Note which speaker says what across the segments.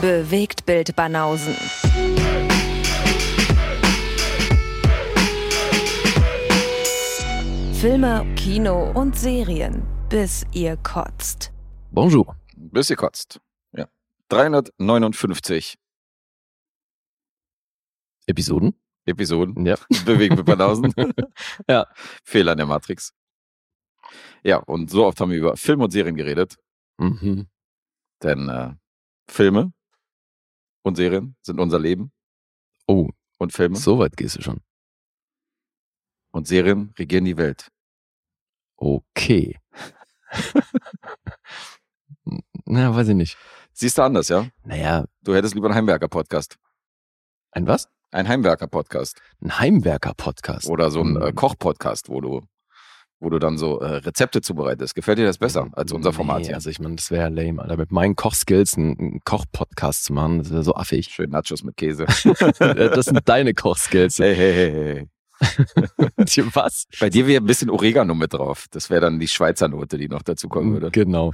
Speaker 1: Bewegt Bild Banausen. Filme, Kino und Serien, bis ihr kotzt.
Speaker 2: Bonjour.
Speaker 3: Bis ihr kotzt. Ja. 359
Speaker 2: Episoden?
Speaker 3: Episoden.
Speaker 2: Ja.
Speaker 3: Bewegen wir bei 1000.
Speaker 2: Ja.
Speaker 3: Fehler in der Matrix. Ja, und so oft haben wir über Filme und Serien geredet,
Speaker 2: Mhm.
Speaker 3: denn äh, Filme und Serien sind unser Leben
Speaker 2: Oh,
Speaker 3: und Filme
Speaker 2: so weit gehst du schon.
Speaker 3: und Serien regieren die Welt.
Speaker 2: Okay. Na, weiß ich nicht.
Speaker 3: Siehst du anders, ja?
Speaker 2: Naja,
Speaker 3: Du hättest lieber einen Heimwerker-Podcast.
Speaker 2: ein was?
Speaker 3: Ein Heimwerker-Podcast
Speaker 2: Ein Heimwerker-Podcast.
Speaker 3: oder so ein äh,
Speaker 2: Mhm.
Speaker 3: Koch-Podcast, wo du, wo du dann so äh, Rezepte zubereitest. Gefällt dir das besser als unser Format
Speaker 2: nee,
Speaker 3: hier?
Speaker 2: Also ich meine, das wäre ja lame, Alter. Mit meinen Kochskills einen, einen Koch-Podcast zu machen, das wäre so affig. Äh,
Speaker 3: Schön Nachos mit Käse.
Speaker 2: das sind deine Kochskills.
Speaker 3: hey, hey, hey, hey.
Speaker 2: Was?
Speaker 3: Bei dir wäre ein bisschen Oregano mit drauf. Das wäre dann die Schweizer Note, die noch dazu kommen würde.
Speaker 2: Genau.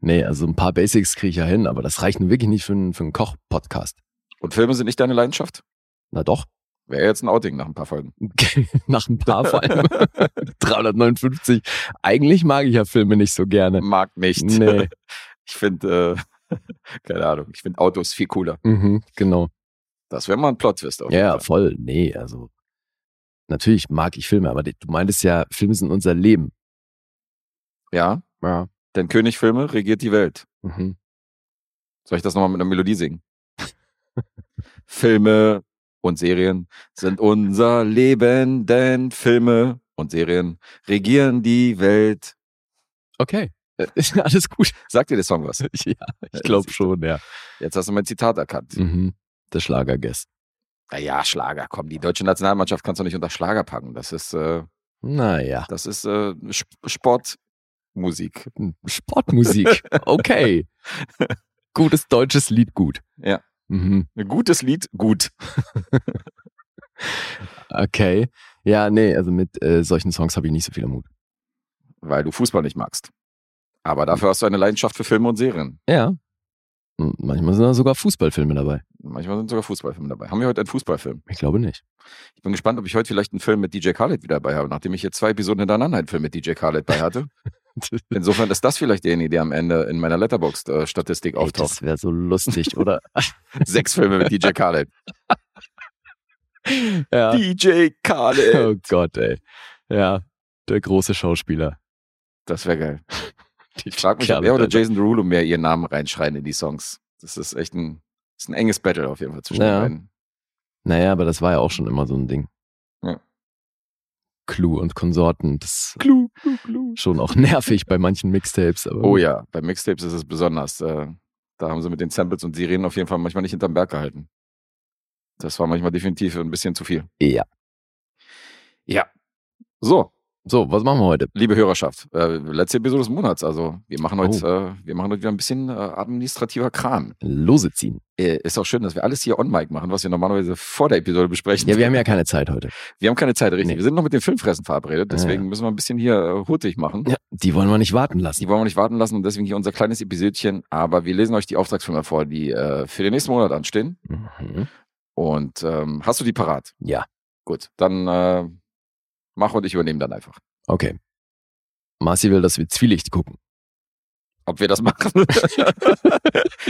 Speaker 2: Nee, also ein paar Basics kriege ich ja hin, aber das reicht nun wirklich nicht für einen, für einen Koch-Podcast.
Speaker 3: Und Filme sind nicht deine Leidenschaft?
Speaker 2: Na doch,
Speaker 3: Wäre jetzt ein Outing nach ein paar Folgen.
Speaker 2: nach ein paar vor allem. 359. Eigentlich mag ich ja Filme nicht so gerne.
Speaker 3: Mag nicht.
Speaker 2: Nee,
Speaker 3: Ich finde, äh, keine Ahnung, ich finde Autos viel cooler.
Speaker 2: mhm, genau.
Speaker 3: Das wäre mal ein Plot-Twist. auf
Speaker 2: Ja,
Speaker 3: jeden
Speaker 2: ja,
Speaker 3: Fall.
Speaker 2: voll. Nee, also natürlich mag ich Filme, aber die- du meintest ja, Filme sind unser Leben.
Speaker 3: Ja,
Speaker 2: Ja.
Speaker 3: denn Königfilme regiert die Welt.
Speaker 2: Mhm.
Speaker 3: Soll ich das nochmal mit einer Melodie singen? Filme und Serien sind unser Leben, denn Filme und Serien regieren die Welt.
Speaker 2: Okay. Ist alles gut.
Speaker 3: Sagt dir der Song was? Äh,
Speaker 2: Ja, ich glaube schon, ja.
Speaker 3: Jetzt hast du mein Zitat erkannt.
Speaker 2: Mhm. Der Schlagergäst.
Speaker 3: Naja, Schlager, komm, die deutsche Nationalmannschaft kannst du nicht unter Schlager packen. Das ist, äh,
Speaker 2: Naja.
Speaker 3: das ist äh, Sp- Sportmusik.
Speaker 2: Sportmusik. Okay. Gutes deutsches Lied, gut.
Speaker 3: Ja.
Speaker 2: Mhm.
Speaker 3: Ein gutes Lied, gut.
Speaker 2: Okay. Ja, nee, also mit äh, solchen Songs habe ich nicht so viel am Hut.
Speaker 3: Weil du Fußball nicht magst. Aber dafür hast du eine Leidenschaft für Filme und Serien.
Speaker 2: Ja. M- Manchmal sind da sogar Fußballfilme dabei.
Speaker 3: Manchmal sind sogar Fußballfilme dabei. Haben wir heute einen Fußballfilm?
Speaker 2: Ich glaube nicht.
Speaker 3: Ich bin gespannt, ob ich heute vielleicht einen Film mit DJ Khaled wieder dabei habe, nachdem ich jetzt zwei Episoden hintereinander einen Film mit DJ Khaled bei hatte. Insofern ist das vielleicht derjenige, der am Ende in meiner Letterboxd-Statistik
Speaker 2: Ey,
Speaker 3: auftaucht.
Speaker 2: das wäre so lustig, oder?
Speaker 3: Sechs Filme mit DJ Khaled.
Speaker 2: ja.
Speaker 3: DJ Khaled!
Speaker 2: Oh Gott, ey. Ja, der große Schauspieler.
Speaker 3: Das wäre geil.
Speaker 2: Die
Speaker 3: Ich frage mich, ob
Speaker 2: Kerle,
Speaker 3: er oder
Speaker 2: Alter.
Speaker 3: Jason Derulo mehr ihren Namen reinschreien in die Songs. Das ist echt ein, ist ein enges Battle auf jeden Fall zwischen
Speaker 2: Ja.
Speaker 3: den beiden.
Speaker 2: Naja, aber das war ja auch schon immer so ein Ding.
Speaker 3: Ja.
Speaker 2: Clue und Konsorten, das
Speaker 3: Klu, klu, klu.
Speaker 2: ist schon auch nervig bei manchen Mixtapes. Aber
Speaker 3: Oh ja, bei Mixtapes ist es besonders. äh, Da haben sie mit den Samples und Sirenen auf jeden Fall manchmal nicht hinterm Berg gehalten. Das war manchmal definitiv ein bisschen zu viel.
Speaker 2: Ja.
Speaker 3: Ja. So,
Speaker 2: So, was machen wir heute?
Speaker 3: liebe Hörerschaft, äh, letzte Episode des Monats. Also wir machen
Speaker 2: Oh.
Speaker 3: heute, äh, wir machen heute wieder ein bisschen äh, administrativer Kram.
Speaker 2: Lose ziehen.
Speaker 3: Äh, ist auch schön, dass wir alles hier on Mic machen, was wir normalerweise vor der Episode besprechen.
Speaker 2: Ja, wir haben ja keine Zeit heute.
Speaker 3: Wir haben keine Zeit, richtig.
Speaker 2: Nee.
Speaker 3: Wir sind noch mit dem Filmfressen verabredet,
Speaker 2: Ja,
Speaker 3: deswegen müssen wir ein bisschen hier äh, hutig machen.
Speaker 2: Ja, die wollen wir nicht warten lassen.
Speaker 3: Die wollen wir nicht warten lassen und deswegen hier unser kleines Episödchen. Aber wir lesen euch die Auftragsfilme vor, die äh, für den nächsten Monat anstehen.
Speaker 2: Mhm.
Speaker 3: Und ähm, hast du die parat?
Speaker 2: Ja,
Speaker 3: Gut, dann äh, mach und ich übernehme dann einfach.
Speaker 2: okay. Marci will, dass wir Zwielicht gucken.
Speaker 3: Ob wir das machen?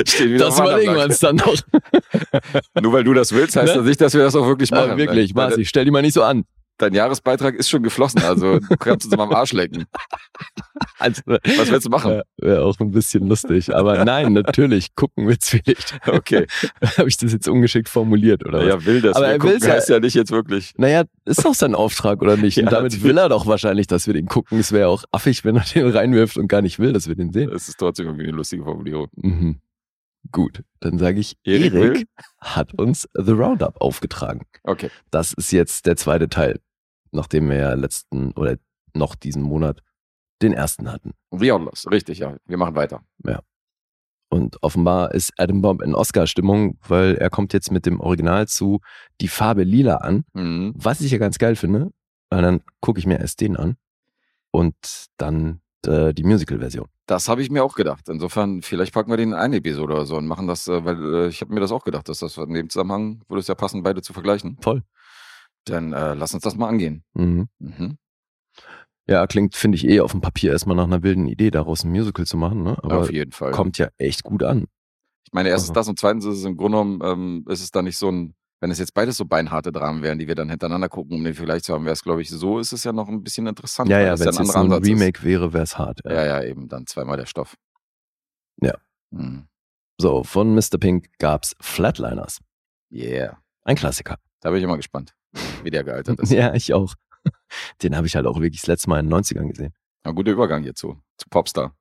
Speaker 3: Stehen wieder
Speaker 2: das
Speaker 3: auf dem anderen
Speaker 2: überlegen wir
Speaker 3: Blatt.
Speaker 2: uns dann noch.
Speaker 3: Nur weil du das willst, heißt
Speaker 2: Ne?
Speaker 3: das nicht, dass wir das auch wirklich machen. ne?
Speaker 2: Äh, wirklich,
Speaker 3: dein, dein,
Speaker 2: Marci, stell die mal nicht so an.
Speaker 3: dein Jahresbeitrag ist schon geflossen, also du kannst uns mal am Arsch lecken.
Speaker 2: Also,
Speaker 3: Was willst du machen?
Speaker 2: äh, Wäre auch ein bisschen lustig. Aber nein, natürlich gucken wir Zwielicht.
Speaker 3: Okay.
Speaker 2: Habe ich das jetzt ungeschickt formuliert, oder was?
Speaker 3: Ja, will das.
Speaker 2: Aber
Speaker 3: wir
Speaker 2: er
Speaker 3: gucken,
Speaker 2: will's ja-
Speaker 3: heißt ja nicht jetzt wirklich.
Speaker 2: Naja, ist doch sein Auftrag, oder nicht?
Speaker 3: Ja,
Speaker 2: Und damit
Speaker 3: natürlich.
Speaker 2: will er doch wahrscheinlich, dass wir den gucken. Es wäre auch affig, wenn er den reinwirft und gar nicht will, dass wir den sehen.
Speaker 3: Es ist trotzdem irgendwie eine lustige Formulierung.
Speaker 2: Mhm. Gut, dann sage ich,
Speaker 3: Erik
Speaker 2: Erik,
Speaker 3: will?
Speaker 2: hat uns The Roundup aufgetragen.
Speaker 3: Okay.
Speaker 2: Das ist jetzt der zweite Teil, nachdem wir ja letzten oder noch diesen Monat den ersten hatten.
Speaker 3: Rionlos, richtig, ja. Wir machen weiter.
Speaker 2: Und offenbar ist Adam Bomb in Oscar-Stimmung, weil er kommt jetzt mit dem Original zu Die Farbe Lila an,
Speaker 3: Mhm.
Speaker 2: was ich ja ganz geil finde. Und dann gucke ich mir erst den an und dann äh, die Musical-Version.
Speaker 3: Das habe ich mir auch gedacht. Insofern, vielleicht packen wir den in eine Episode oder so und machen das, äh, weil äh, ich habe mir das auch gedacht, dass das in dem Zusammenhang würde es ja passen, beide zu vergleichen.
Speaker 2: Voll.
Speaker 3: Dann äh, lass uns das mal angehen.
Speaker 2: Mhm.
Speaker 3: Mhm.
Speaker 2: Ja, klingt, finde ich, eh auf dem Papier erstmal nach einer wilden Idee, daraus ein Musical zu machen, ne? Aber
Speaker 3: Auf jeden Fall.
Speaker 2: kommt ja echt gut an.
Speaker 3: Ich meine, erstens
Speaker 2: Also.
Speaker 3: das und zweitens ist es im Grunde genommen, ähm, ist es dann nicht so ein, wenn es jetzt beides so beinharte Dramen wären, die wir dann hintereinander gucken, um den vielleicht zu haben, wäre es, glaube ich, so ist es ja noch ein bisschen interessant.
Speaker 2: Ja,
Speaker 3: weil
Speaker 2: ja,
Speaker 3: es
Speaker 2: wenn es
Speaker 3: ein
Speaker 2: jetzt
Speaker 3: anderer
Speaker 2: nur ein
Speaker 3: Ansatz ist.
Speaker 2: Remake wäre, wäre es hart.
Speaker 3: Ja, ja, eben, dann zweimal der Stoff.
Speaker 2: Ja.
Speaker 3: Mhm.
Speaker 2: So, von Mr. Pink gab's Flatliners.
Speaker 3: Yeah.
Speaker 2: Ein Klassiker.
Speaker 3: Da bin ich immer gespannt, wie der gealtert ist.
Speaker 2: Ja, ich auch. Den habe ich halt auch wirklich das letzte Mal in den 90ern gesehen.
Speaker 3: Ein guter Übergang hierzu, zu Popstar,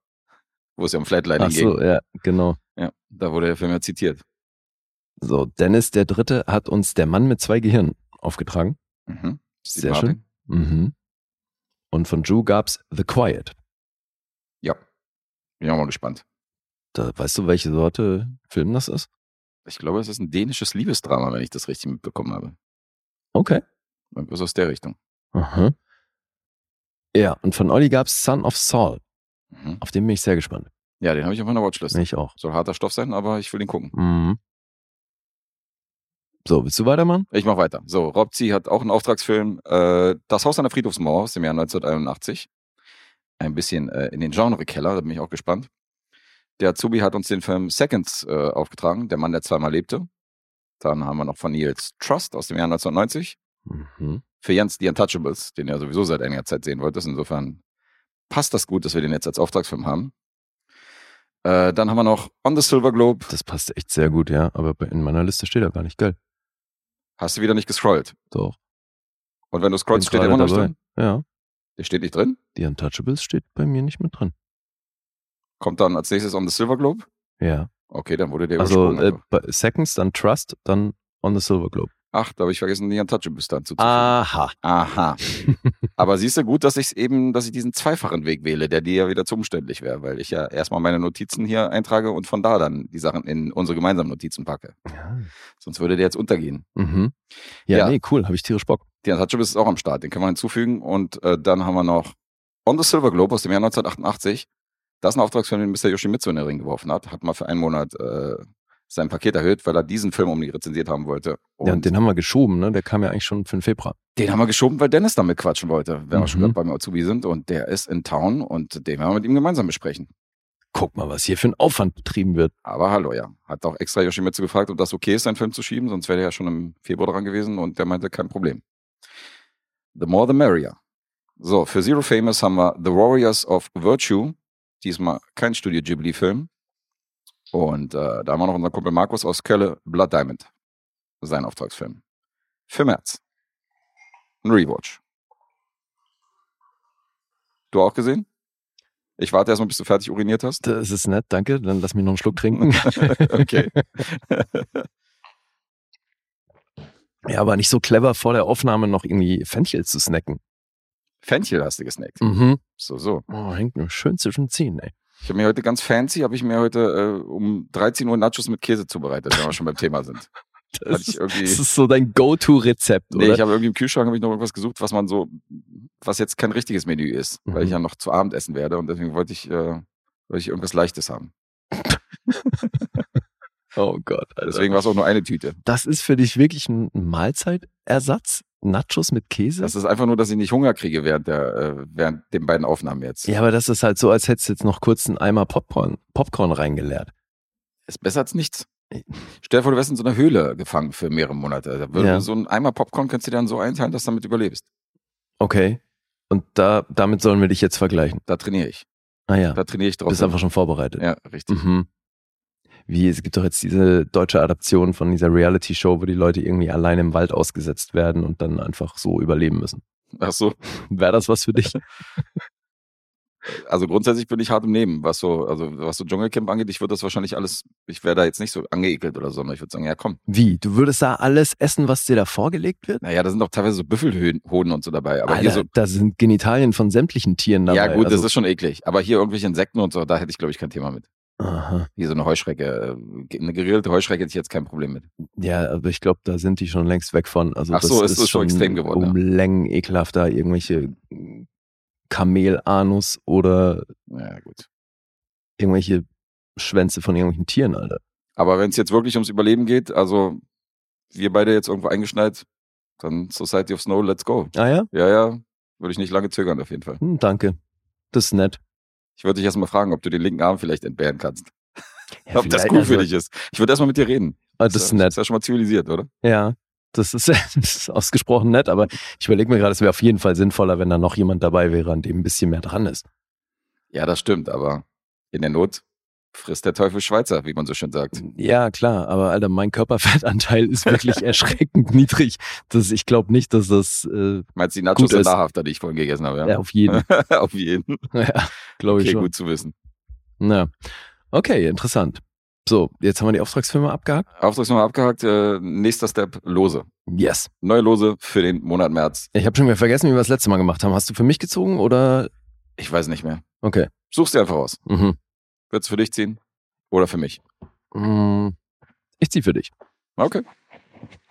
Speaker 3: wo es ja um Flatlining
Speaker 2: Ach so,
Speaker 3: ging.
Speaker 2: ja, genau.
Speaker 3: Ja, da wurde der Film ja zitiert.
Speaker 2: So, Dennis der Dritte hat uns der Mann mit zwei Gehirnen aufgetragen.
Speaker 3: Mhm. Steve
Speaker 2: Sehr
Speaker 3: Martin.
Speaker 2: schön. Mhm. Und von Drew gab's The Quiet.
Speaker 3: Ja. Bin auch mal gespannt.
Speaker 2: Da, weißt du, welche Sorte Film das ist?
Speaker 3: Ich glaube, es ist ein dänisches Liebesdrama, wenn ich das richtig mitbekommen habe.
Speaker 2: Okay.
Speaker 3: Irgendwas aus der Richtung.
Speaker 2: Aha. Ja, und von Olli gab's Son of Saul.
Speaker 3: Mhm.
Speaker 2: Auf den bin ich sehr gespannt.
Speaker 3: Ja, den habe ich auf meiner Watchlist.
Speaker 2: Ich auch.
Speaker 3: Soll harter Stoff sein, aber ich will ihn gucken.
Speaker 2: Mhm. So, willst du weitermachen?
Speaker 3: Ich mache weiter. So, Rob Zee hat auch einen Auftragsfilm. Äh, das Haus an der Friedhofsmauer aus dem Jahr 1981. Ein bisschen äh, in den Genre-Keller, da bin ich auch gespannt. Der Azubi hat uns den Film Seconds äh, aufgetragen, Der Mann, der zweimal lebte. Dann haben wir noch von Niels Trust aus dem Jahr 1990.
Speaker 2: Mhm.
Speaker 3: Für Jens The Untouchables, den er sowieso seit einiger Zeit sehen wolltest. Insofern passt das gut, dass wir den jetzt als Auftragsfilm haben. Äh, dann haben wir noch On the Silver Globe.
Speaker 2: Das passt echt sehr gut, ja. Aber bei- in meiner Liste steht er gar nicht, gell?
Speaker 3: Hast du wieder nicht gescrollt.
Speaker 2: Doch.
Speaker 3: Und wenn du scrollst,
Speaker 2: Bin
Speaker 3: steht der
Speaker 2: gerade
Speaker 3: immer noch
Speaker 2: dabei.
Speaker 3: drin.
Speaker 2: Ja.
Speaker 3: Der steht nicht drin.
Speaker 2: Die Untouchables steht bei mir nicht mit drin.
Speaker 3: Kommt dann als nächstes On the Silver Globe.
Speaker 2: Ja.
Speaker 3: Okay, dann wurde der
Speaker 2: Also
Speaker 3: übersprungen.
Speaker 2: äh,
Speaker 3: einfach.
Speaker 2: bei Seconds, dann Trust, dann On the Silver Globe.
Speaker 3: Ach, da habe ich vergessen, die Untouchables dann zu
Speaker 2: Aha.
Speaker 3: Aha. Aber siehst du gut, dass ich eben, dass ich diesen zweifachen Weg wähle, der dir ja wieder zu umständlich wäre, weil ich ja erstmal meine Notizen hier eintrage und von da dann die Sachen in unsere gemeinsamen Notizen packe.
Speaker 2: Ja.
Speaker 3: Sonst würde der jetzt untergehen.
Speaker 2: Mhm. Ja,
Speaker 3: Ja.
Speaker 2: nee, cool, habe ich tierisch Bock.
Speaker 3: Die Untouchables ist auch am Start, den können wir hinzufügen. Und äh, dann haben wir noch On the Silver Globe aus dem Jahr 1988. Das ist ein Auftragsfilm, den Mr. Yoshimitsu in den Ring geworfen hat. Hat mal für einen Monat äh, sein Paket erhöht, weil er diesen Film um die rezensiert haben wollte.
Speaker 2: ja, und den haben wir geschoben, ne? Der kam ja eigentlich schon für den Februar.
Speaker 3: Den haben wir geschoben, weil Dennis damit quatschen wollte, wenn wir schon
Speaker 2: Mhm.
Speaker 3: gerade beim Azubi sind. Und der ist in Town und den werden wir mit ihm gemeinsam besprechen.
Speaker 2: Guck mal, was hier für ein Aufwand betrieben wird.
Speaker 3: Aber hallo, ja. Hat auch extra Yoshimitsu gefragt, ob das okay ist, seinen Film zu schieben, sonst wäre er ja schon im Februar dran gewesen und der meinte, kein Problem. The more the merrier. So, für Zero Famous haben wir The Warriors of Virtue. Diesmal kein Studio Ghibli-Film. Und äh, da haben wir noch unseren Kumpel Markus aus Kölle, Blood Diamond. Sein Auftragsfilm. Für März. Ein Rewatch. Du auch gesehen? Ich warte erstmal, bis du fertig uriniert hast.
Speaker 2: Das ist nett, danke. Dann lass mich noch einen Schluck trinken.
Speaker 3: Okay.
Speaker 2: ja, aber nicht so clever vor der Aufnahme noch irgendwie Fenchel zu snacken.
Speaker 3: Fenchel hast du gesnackt.
Speaker 2: Mhm.
Speaker 3: So, so.
Speaker 2: Oh, hängt nur schön zwischen den Zähnen, ey.
Speaker 3: Ich habe mir heute ganz fancy, habe ich mir heute äh, um 13 Uhr Nachos mit Käse zubereitet, wenn wir schon beim Thema sind. Hatte
Speaker 2: Das,
Speaker 3: ich
Speaker 2: ist-
Speaker 3: irgendwie,
Speaker 2: das ist so dein Go-To-Rezept,
Speaker 3: nee,
Speaker 2: oder?
Speaker 3: ich habe irgendwie im Kühlschrank hab ich noch irgendwas gesucht, was man so, was jetzt kein richtiges Menü ist, weil
Speaker 2: Mhm.
Speaker 3: ich ja noch zu Abend essen werde und deswegen wollte ich, äh, wollte ich irgendwas Leichtes haben.
Speaker 2: oh Gott, Alter.
Speaker 3: Deswegen war es auch nur eine Tüte.
Speaker 2: Das ist für dich wirklich ein Mahlzeitersatz? Nachos mit Käse?
Speaker 3: Das ist einfach nur, dass ich nicht Hunger kriege während der, äh, während den beiden Aufnahmen jetzt.
Speaker 2: ja, aber das ist halt so, als hättest du jetzt noch kurz einen Eimer Popcorn, Popcorn reingeleert.
Speaker 3: Ist besser als nichts.
Speaker 2: Nee.
Speaker 3: Stell dir vor, du wärst in so einer Höhle gefangen für mehrere Monate. Da würde
Speaker 2: Ja.
Speaker 3: So ein Eimer Popcorn kannst du dir dann so einteilen, dass du damit überlebst.
Speaker 2: Okay. Und da, damit sollen wir dich jetzt vergleichen.
Speaker 3: Da trainiere ich.
Speaker 2: Ah ja,
Speaker 3: Da trainiere ich drauf.
Speaker 2: bist einfach schon vorbereitet.
Speaker 3: ja, richtig.
Speaker 2: Mhm. Wie, es gibt doch jetzt diese deutsche Adaption von dieser Reality-Show, wo die Leute irgendwie allein im Wald ausgesetzt werden und dann einfach so überleben müssen.
Speaker 3: Ach so.
Speaker 2: Wäre das was für dich?
Speaker 3: Also grundsätzlich bin ich hart im Nehmen, was so, also was so Dschungelcamp angeht. Ich würde das wahrscheinlich alles, ich wäre da jetzt nicht so angeekelt oder so, sondern ich würde sagen, ja komm.
Speaker 2: Wie, du würdest da alles essen, was dir da vorgelegt wird?
Speaker 3: Naja, da sind auch teilweise so Büffelhoden und so dabei. Aber hier
Speaker 2: Alter,
Speaker 3: so,
Speaker 2: da sind Genitalien von sämtlichen Tieren dabei.
Speaker 3: ja gut,
Speaker 2: also,
Speaker 3: das ist schon eklig. Aber hier irgendwelche Insekten und so, da hätte ich glaube ich kein Thema mit.
Speaker 2: Aha.
Speaker 3: Hier so eine Heuschrecke, äh, eine gegrillte Heuschrecke hätte ich jetzt kein Problem mit.
Speaker 2: Ja, aber ich glaube, da sind die schon längst weg von. Also
Speaker 3: Ach so,
Speaker 2: das
Speaker 3: es ist schon extrem geworden, ja.
Speaker 2: Um Längen ekelhafter irgendwelche Kamelanus oder
Speaker 3: Ja, gut.
Speaker 2: irgendwelche Schwänze von irgendwelchen Tieren, Alter.
Speaker 3: Aber wenn es jetzt wirklich ums Überleben geht, also wir beide jetzt irgendwo eingeschneit, dann Society of Snow, let's go.
Speaker 2: Ah ja?
Speaker 3: Ja, ja, würde ich nicht lange zögern auf jeden Fall.
Speaker 2: Hm, danke. Das ist nett.
Speaker 3: Ich würde dich erstmal fragen, ob du den linken Arm vielleicht entbehren kannst.
Speaker 2: Ja,
Speaker 3: ob das
Speaker 2: vielleicht-
Speaker 3: gut für
Speaker 2: also-
Speaker 3: dich ist. Ich würde erstmal mit dir reden.
Speaker 2: Ah, das ist
Speaker 3: ja,
Speaker 2: nett.
Speaker 3: Ist ja schon mal zivilisiert, oder?
Speaker 2: Ja, das ist, das ist ausgesprochen nett, aber ich überlege mir gerade, es wäre auf jeden Fall sinnvoller, wenn da noch jemand dabei wäre, an dem ein bisschen mehr dran ist.
Speaker 3: Ja, das stimmt, aber in der Not frisst der Teufel Schweizer, wie man so schön sagt.
Speaker 2: Ja, klar, aber Alter, mein Körperfettanteil ist wirklich erschreckend niedrig. Das, ich glaube nicht, dass das äh,
Speaker 3: Meinst du die Nachos
Speaker 2: Gut
Speaker 3: sind
Speaker 2: ist.
Speaker 3: nahrhafter, die ich vorhin gegessen habe?
Speaker 2: ja, auf jeden,
Speaker 3: Ja. Auf jeden.
Speaker 2: ja, glaube ich
Speaker 3: Okay,
Speaker 2: schon.
Speaker 3: gut zu wissen.
Speaker 2: Ja. Okay, interessant. So, jetzt haben wir die Auftragsfilme abgehakt.
Speaker 3: Auftragsnummer abgehakt. Äh, nächster Step, Lose.
Speaker 2: Yes.
Speaker 3: Neue Lose für den Monat März.
Speaker 2: Ich habe schon wieder vergessen, wie wir das letzte Mal gemacht haben. Hast du für mich gezogen oder?
Speaker 3: Ich weiß nicht mehr.
Speaker 2: Okay.
Speaker 3: Such's dir einfach aus.
Speaker 2: Mhm.
Speaker 3: Wird's für dich ziehen oder für mich?
Speaker 2: Mm, Ich zieh für dich.
Speaker 3: Okay.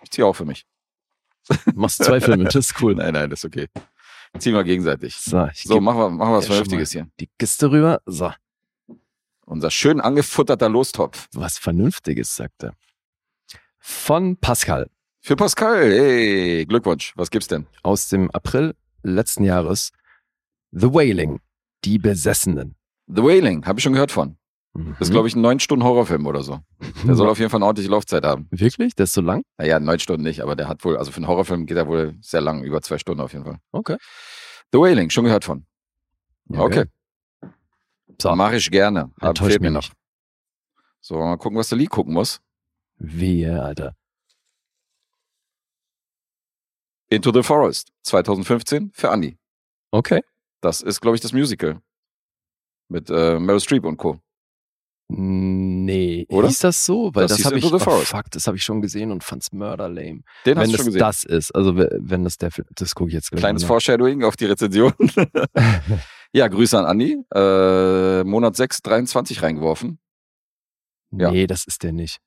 Speaker 3: Ich ziehe auch für mich.
Speaker 2: Machst zwei Filme, das ist cool.
Speaker 3: Nein, nein, das ist okay. Ziehen wir gegenseitig.
Speaker 2: So, ich
Speaker 3: So,
Speaker 2: so,
Speaker 3: machen wir, machen wir was
Speaker 2: Ja, schon
Speaker 3: Vernünftiges hier.
Speaker 2: die Kiste rüber. So.
Speaker 3: Unser schön angefutterter Lostopf.
Speaker 2: was Vernünftiges sagte. Von Pascal
Speaker 3: Für Pascal, hey, Glückwunsch. Was gibt's denn?
Speaker 2: aus dem April letzten Jahres. The Wailing, die Besessenen.
Speaker 3: The Wailing, habe ich schon gehört von. Das ist,
Speaker 2: Mhm.
Speaker 3: glaube ich, ein 9-Stunden-Horrorfilm oder so. Der soll auf jeden Fall eine ordentliche Laufzeit haben.
Speaker 2: Mhm. Wirklich? Das ist so lang?
Speaker 3: Naja, 9 Stunden nicht, aber der hat wohl, also für einen Horrorfilm geht er wohl sehr lang, über zwei Stunden auf jeden Fall.
Speaker 2: Okay.
Speaker 3: The Wailing, schon gehört von. Okay.
Speaker 2: So.
Speaker 3: Mache ich gerne. Hab,
Speaker 2: Enttäuscht
Speaker 3: fehlt mir
Speaker 2: mich
Speaker 3: noch.
Speaker 2: nicht.
Speaker 3: So, mal gucken, was der Lee gucken muss.
Speaker 2: Wehe, Alter.
Speaker 3: Into the Forest, 2015 für Andy.
Speaker 2: Okay.
Speaker 3: Das ist, glaube ich, das Musical. Mit äh, Meryl Streep und Co.
Speaker 2: Nee.
Speaker 3: Oder?
Speaker 2: Hieß das so? Weil
Speaker 3: Das
Speaker 2: das,
Speaker 3: hieß
Speaker 2: habe ich.
Speaker 3: Into the
Speaker 2: Oh,
Speaker 3: Forest.
Speaker 2: fuck, das habe ich schon gesehen und fand's mörder lame.
Speaker 3: Den hast
Speaker 2: wenn
Speaker 3: du
Speaker 2: das
Speaker 3: schon gesehen.
Speaker 2: das ist, also we- wenn das der Film, das gucke ich jetzt gleich.
Speaker 3: Kleines
Speaker 2: mal
Speaker 3: Foreshadowing auf die Rezension.
Speaker 2: nach.
Speaker 3: ja, Grüße an Andi. Äh, Monat 6, 23 reingeworfen. Ja.
Speaker 2: Nee, das ist der nicht.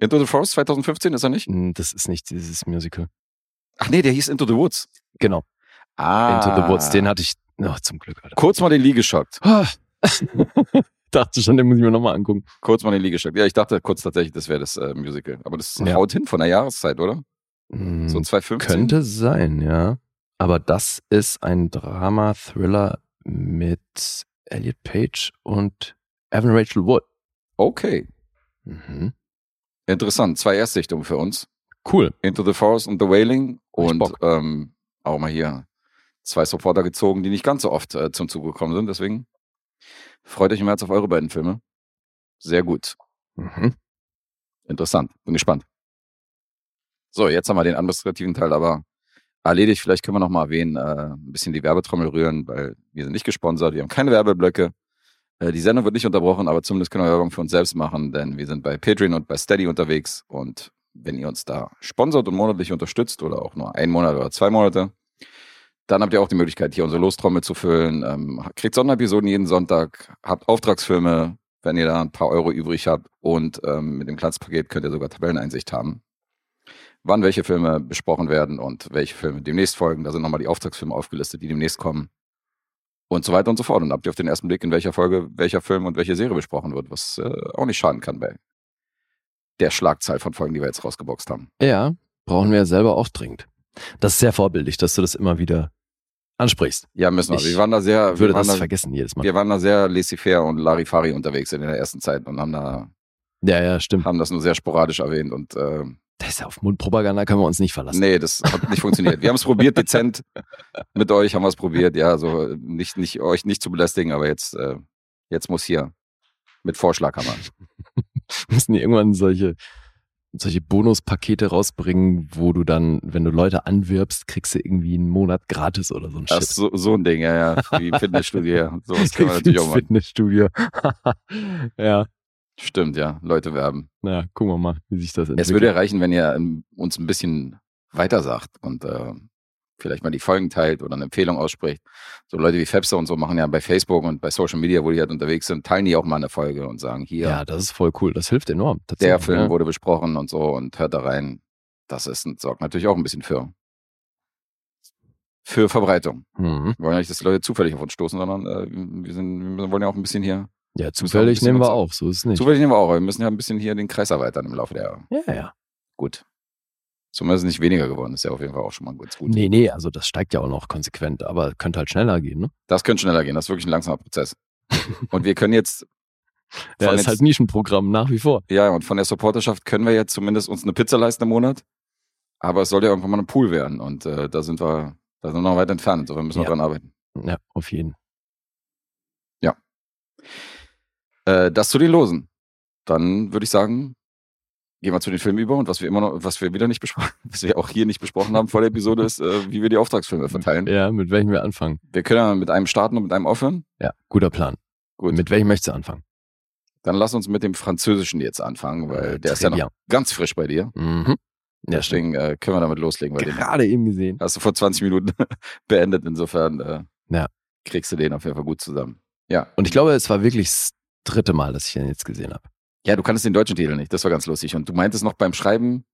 Speaker 3: Into the Forest 2015 ist er nicht?
Speaker 2: Mm, Das ist nicht dieses Musical.
Speaker 3: Ach nee, der hieß Into the Woods.
Speaker 2: Genau.
Speaker 3: Ah.
Speaker 2: Into the Woods. Den hatte ich. Oh, zum Glück, Alter.
Speaker 3: Kurz mal den Lee geschockt.
Speaker 2: Ah. Dachte schon, den muss ich mir nochmal angucken.
Speaker 3: Kurz mal den Lee geschockt. Ja, ich dachte kurz tatsächlich, das wäre das äh, Musical. Aber das
Speaker 2: Ja.
Speaker 3: haut hin von der Jahreszeit, oder?
Speaker 2: Hm,
Speaker 3: So 2015.
Speaker 2: könnte sein, ja. Aber das ist ein Drama-Thriller mit Elliot Page und Evan Rachel Wood.
Speaker 3: Okay.
Speaker 2: Mhm.
Speaker 3: Interessant. Zwei Erstsichtungen für uns.
Speaker 2: Cool.
Speaker 3: Into the Forest und The Wailing
Speaker 2: Hab ich
Speaker 3: und
Speaker 2: Bock.
Speaker 3: ähm, auch mal hier zwei Supporter gezogen, die nicht ganz so oft äh, zum Zuge gekommen sind. Deswegen freut euch im März auf eure beiden Filme. Sehr gut.
Speaker 2: Mhm.
Speaker 3: Interessant. Bin gespannt. So, jetzt haben wir den administrativen Teil aber erledigt. Vielleicht können wir noch mal erwähnen, äh, ein bisschen die Werbetrommel rühren, weil wir sind nicht gesponsert, wir haben keine Werbeblöcke. Äh, die Sendung wird nicht unterbrochen, aber zumindest können wir Werbung für uns selbst machen, denn wir sind bei Patreon und bei Steady unterwegs. Und wenn ihr uns da sponsert und monatlich unterstützt oder auch nur einen Monat oder zwei Monate, dann habt ihr auch die Möglichkeit, hier unsere Lostrommel zu füllen. Ähm, kriegt Sonderepisoden jeden Sonntag, habt Auftragsfilme, wenn ihr da ein paar Euro übrig habt. Und ähm, mit dem Glanzpaket könnt ihr sogar Tabelleneinsicht haben, wann welche Filme besprochen werden und welche Filme demnächst folgen. Da sind nochmal die Auftragsfilme aufgelistet, die demnächst kommen. Und so weiter und so fort. Und habt ihr auf den ersten Blick, in welcher Folge welcher Film und welche Serie besprochen wird, was äh, auch nicht schaden kann bei der Schlagzahl von Folgen, die wir jetzt rausgeboxt haben.
Speaker 2: Ja, brauchen wir selber auch dringend. Das ist sehr vorbildlich, dass du das immer wieder ansprichst.
Speaker 3: Ja, müssen wir.
Speaker 2: Ich
Speaker 3: wir waren da sehr,
Speaker 2: Würde
Speaker 3: wir waren
Speaker 2: das
Speaker 3: da,
Speaker 2: vergessen jedes Mal.
Speaker 3: wir waren da sehr laissez-faire und Larifari unterwegs in der ersten Zeit und haben da,
Speaker 2: Ja, ja, stimmt.
Speaker 3: haben das nur sehr sporadisch erwähnt und, äh,
Speaker 2: Das ist ja auf Mundpropaganda können wir uns nicht verlassen.
Speaker 3: Nee, das hat nicht funktioniert. Wir haben es probiert, dezent mit euch haben wir es probiert, ja, so äh, nicht, nicht euch nicht zu belästigen, aber jetzt, äh, jetzt muss hier mit Vorschlaghammer.
Speaker 2: müssen die irgendwann solche, solche Bonuspakete rausbringen, wo du dann, wenn du Leute anwirbst, kriegst du irgendwie einen Monat gratis oder so ein
Speaker 3: Das
Speaker 2: Shit.
Speaker 3: ist so, so ein Ding, ja, ja, wie Fitnessstudie, ja. sowas können wir natürlich auch
Speaker 2: Fürs
Speaker 3: machen.
Speaker 2: Fitnessstudio. ja,
Speaker 3: Stimmt, ja, Leute werben.
Speaker 2: naja, gucken wir mal, wie sich das
Speaker 3: Es
Speaker 2: entwickelt.
Speaker 3: würde ja reichen, wenn ihr ähm, uns ein bisschen weiter sagt und äh, vielleicht mal die Folgen teilt oder eine Empfehlung ausspricht. So Leute wie Fepster und so machen ja bei Facebook und bei Social Media, wo die halt unterwegs sind, teilen die auch mal eine Folge und sagen, hier,
Speaker 2: ja, das ist voll cool. Das hilft enorm. tatsächlich, ne?
Speaker 3: der Film
Speaker 2: ja.
Speaker 3: wurde besprochen und so und hört da rein. Das ist, sorgt natürlich auch ein bisschen für für Verbreitung.
Speaker 2: Mhm.
Speaker 3: Wir wollen ja nicht, dass die Leute zufällig auf uns stoßen, sondern äh, wir, sind, wir wollen ja auch ein bisschen hier.
Speaker 2: Ja,
Speaker 3: ein
Speaker 2: zufällig
Speaker 3: bisschen
Speaker 2: nehmen wir
Speaker 3: was-
Speaker 2: auch, so ist es nicht.
Speaker 3: Zufällig nehmen wir auch, aber wir müssen ja ein bisschen hier den Kreis erweitern im Laufe der Jahre.
Speaker 2: Ja, ja.
Speaker 3: Gut. Zumindest nicht weniger geworden, ist ja auf jeden Fall auch schon mal ganz gut.
Speaker 2: Nee, nee, also das steigt ja auch noch konsequent, aber könnte halt schneller gehen, ne?
Speaker 3: Das könnte schneller gehen, das ist wirklich ein langsamer Prozess. Und wir können jetzt.
Speaker 2: Ja,
Speaker 3: von
Speaker 2: ist
Speaker 3: jetzt-
Speaker 2: halt Nischenprogramm nach wie vor.
Speaker 3: Ja, und von der Supporterschaft können wir jetzt zumindest uns eine Pizza leisten im Monat. Aber es soll ja irgendwann mal ein Pool werden. Und äh, da sind wir, da sind wir noch weit entfernt. Insofern müssen wir
Speaker 2: Ja.
Speaker 3: dran arbeiten.
Speaker 2: Ja, auf jeden.
Speaker 3: Äh, das zu den Losen. Dann würde ich sagen, gehen wir zu den Filmen über. Und was wir immer noch, was wir wieder nicht besprochen, was wir auch hier nicht besprochen haben vor der Episode, ist, äh, wie wir die Auftragsfilme verteilen.
Speaker 2: Mhm. Ja, mit welchem wir anfangen?
Speaker 3: Wir können ja mit einem starten und mit einem aufhören.
Speaker 2: Ja, guter Plan.
Speaker 3: Gut.
Speaker 2: Mit welchem möchtest du anfangen?
Speaker 3: Dann lass uns mit dem Französischen jetzt anfangen, weil der ist ja noch
Speaker 2: Äh, Trivia.
Speaker 3: ganz frisch bei dir.
Speaker 2: Mhm. Ja, stimmt. Genau.
Speaker 3: Deswegen äh, können wir damit loslegen, weil den
Speaker 2: Gerade eben gesehen.
Speaker 3: hast du vor 20 Minuten beendet. Insofern äh,
Speaker 2: Ja.
Speaker 3: kriegst du den auf jeden Fall gut zusammen. Ja.
Speaker 2: Und ich glaube, es war wirklich das dritte Mal, dass ich den jetzt gesehen habe.
Speaker 3: Ja, du kannst den deutschen Titel nicht. Das war ganz lustig. Und du meintest noch beim Schreiben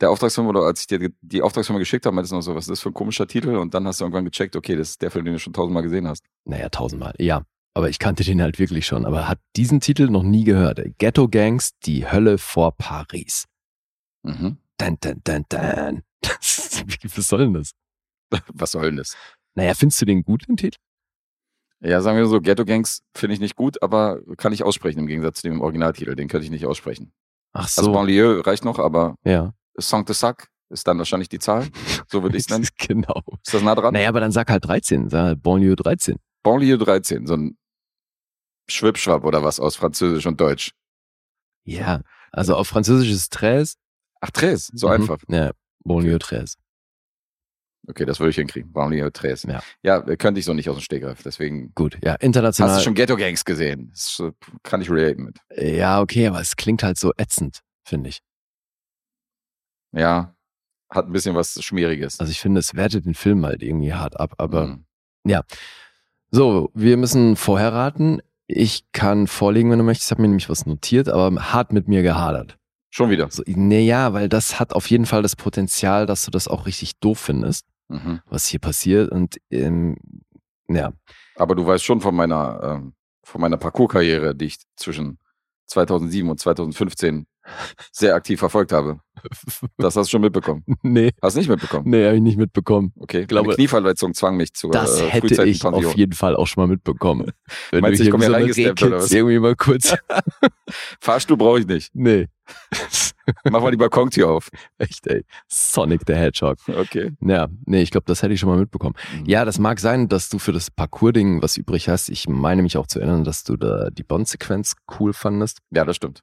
Speaker 3: der Auftragsfirma oder als ich dir ge- die Auftragsfirma geschickt habe, meintest du noch so, was ist das für ein komischer Titel? Und dann hast du irgendwann gecheckt, okay, das ist der Film, den du schon tausendmal gesehen hast.
Speaker 2: Naja, tausendmal. Ja. Aber ich kannte den halt wirklich schon, aber hat diesen Titel noch nie gehört. Ghetto Gangs, die Hölle vor Paris.
Speaker 3: Mhm.
Speaker 2: Dun, dun, dun, dun. Das ist, wie- was soll denn das?
Speaker 3: Was soll denn das?
Speaker 2: Naja, findest du den gut, den Titel?
Speaker 3: Ja, sagen wir so, Ghetto Gangs finde ich nicht gut, aber kann ich aussprechen im Gegensatz zu dem Originaltitel. Den könnte ich nicht aussprechen.
Speaker 2: Ach
Speaker 3: Also
Speaker 2: so.
Speaker 3: Banlieue reicht noch, aber
Speaker 2: Ja.
Speaker 3: Song to Suck ist dann wahrscheinlich die Zahl. So würde ich es nennen.
Speaker 2: Genau.
Speaker 3: Ist das nah dran?
Speaker 2: Naja, aber dann sag halt 13, sag halt Banlieue 13.
Speaker 3: Banlieue 13, so ein Schwipschwapp oder was aus Französisch und Deutsch.
Speaker 2: Ja. Also auf Französisch ist 13.
Speaker 3: Ach, Tres, so
Speaker 2: Mhm.
Speaker 3: einfach.
Speaker 2: Ja, Banlieue 13.
Speaker 3: Okay, das würde ich hinkriegen. Banlieue 13.
Speaker 2: Ja.
Speaker 3: ja, äh, könnte ich so nicht aus dem Stegreif. Deswegen
Speaker 2: Gut, ja,
Speaker 3: hast
Speaker 2: international.
Speaker 3: du schon Ghetto Gangs gesehen. Das äh, kann ich relaten mit.
Speaker 2: ja, okay, aber es klingt halt so ätzend, finde ich.
Speaker 3: Ja, hat ein bisschen was Schmieriges.
Speaker 2: Also ich finde, es wertet den Film halt irgendwie hart ab. Aber
Speaker 3: Mhm.
Speaker 2: so, wir müssen vorher raten. Ich kann vorlegen, wenn du möchtest. Ich habe mir nämlich was notiert, aber hart mit mir gehadert.
Speaker 3: Schon wieder.
Speaker 2: Also, naja, weil das hat auf jeden Fall das Potenzial, dass du das auch richtig doof findest,
Speaker 3: Mhm.
Speaker 2: was hier passiert. Und ähm, ja,
Speaker 3: Aber du weißt schon von meiner, ähm, von meiner Parcours-Karriere, die ich zwischen 2007 und 2015 sehr aktiv verfolgt habe. Das hast du schon mitbekommen.
Speaker 2: nee,
Speaker 3: Hast du nicht mitbekommen?
Speaker 2: nee, habe ich nicht mitbekommen.
Speaker 3: Okay.
Speaker 2: Glaube-
Speaker 3: Meine Knieverletzung zwang mich zu
Speaker 2: Das
Speaker 3: äh,
Speaker 2: hätte
Speaker 3: frühzeitigen
Speaker 2: ich auf
Speaker 3: Pension.
Speaker 2: jeden Fall auch schon mal mitbekommen. Wenn
Speaker 3: Meinst du, ich
Speaker 2: hier
Speaker 3: komm
Speaker 2: wie
Speaker 3: hier
Speaker 2: so eine
Speaker 3: reingesteppt oder
Speaker 2: Rehkitz
Speaker 3: was?
Speaker 2: Irgendwie mal kurz.
Speaker 3: Fahrstuhl brauche ich nicht.
Speaker 2: Nee.
Speaker 3: Mach mal die Balkontür auf.
Speaker 2: Echt, ey. Sonic the Hedgehog.
Speaker 3: Okay.
Speaker 2: Ja, nee, ich glaube, das hätte ich schon mal mitbekommen.
Speaker 3: Mhm.
Speaker 2: Ja, das mag sein, dass du für das Parcours-Ding was übrig hast. Ich meine mich auch zu erinnern, dass du da die Bond-Sequenz cool fandest.
Speaker 3: Ja, das stimmt.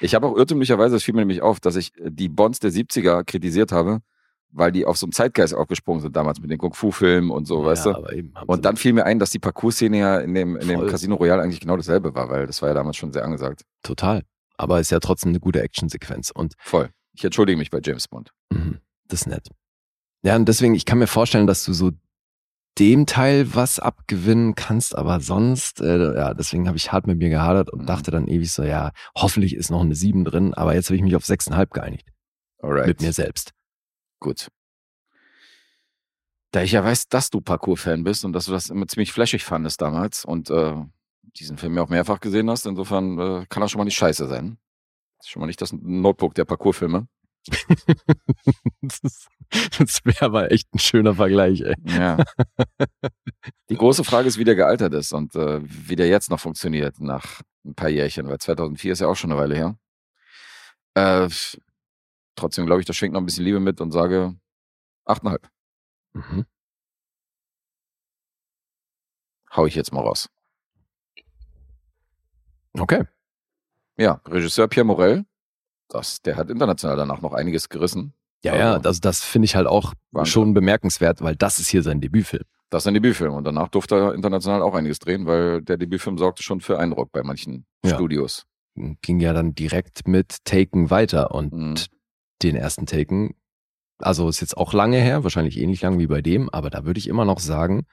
Speaker 3: Ich habe auch irrtümlicherweise, es fiel mir nämlich auf, dass ich äh, die Bonds der 70er kritisiert habe, weil die auf so einem Zeitgeist aufgesprungen sind damals mit den Kung-Fu-Filmen und so, weißt
Speaker 2: ja,
Speaker 3: du?
Speaker 2: Aber eben haben sie-
Speaker 3: Und dann fiel mir ein, dass die Parcours-Szene ja in dem, in dem
Speaker 2: Voll.
Speaker 3: Casino Royale eigentlich genau dasselbe war, weil das war ja damals schon sehr angesagt.
Speaker 2: Total. Aber ist ja trotzdem eine gute Action-Sequenz. Und
Speaker 3: Voll. Ich entschuldige mich bei James Bond.
Speaker 2: mhm, das ist nett. Ja, und deswegen, ich kann mir vorstellen, dass du so dem Teil was abgewinnen kannst, aber sonst, äh, ja, deswegen habe ich hart mit mir gehadert und
Speaker 3: Mhm.
Speaker 2: dachte dann ewig so, ja, hoffentlich ist noch eine 7 drin, aber jetzt habe ich mich auf 6,5 geeinigt.
Speaker 3: Alright.
Speaker 2: Mit mir selbst.
Speaker 3: Gut. Da ich ja weiß, dass du Parkour-Fan bist und dass du das immer ziemlich flashig fandest damals und äh, diesen Film ja auch mehrfach gesehen hast, insofern äh, kann das schon mal nicht scheiße sein. Ist schon mal nicht das Notebook der Parkour-Filme.
Speaker 2: Das, ist- das wäre aber echt ein schöner Vergleich, ey.
Speaker 3: Ja. Die große Frage ist, wie der gealtert ist und äh, wie der jetzt noch funktioniert nach ein paar Jährchen, weil 2004 ist ja auch schon eine Weile her. Äh, trotzdem glaube ich, da schwingt noch ein bisschen Liebe mit und sage 8,5.
Speaker 2: Mhm.
Speaker 3: Hau ich jetzt mal raus.
Speaker 2: Okay.
Speaker 3: Ja, Regisseur Pierre Morel, das, der hat international danach noch einiges gerissen.
Speaker 2: Ja,
Speaker 3: Also-
Speaker 2: ja, das, das finde ich halt auch
Speaker 3: Wahnsinn.
Speaker 2: schon bemerkenswert, weil das ist hier sein Debütfilm.
Speaker 3: Das ist sein Debütfilm und danach durfte er international auch einiges drehen, weil der Debütfilm sorgte schon für Eindruck bei manchen
Speaker 2: Ja.
Speaker 3: Studios.
Speaker 2: Ging ja dann direkt mit Taken weiter und
Speaker 3: Mhm.
Speaker 2: den ersten Taken, also ist jetzt auch lange her, wahrscheinlich ähnlich lang wie bei dem, aber da würde ich immer noch sagen,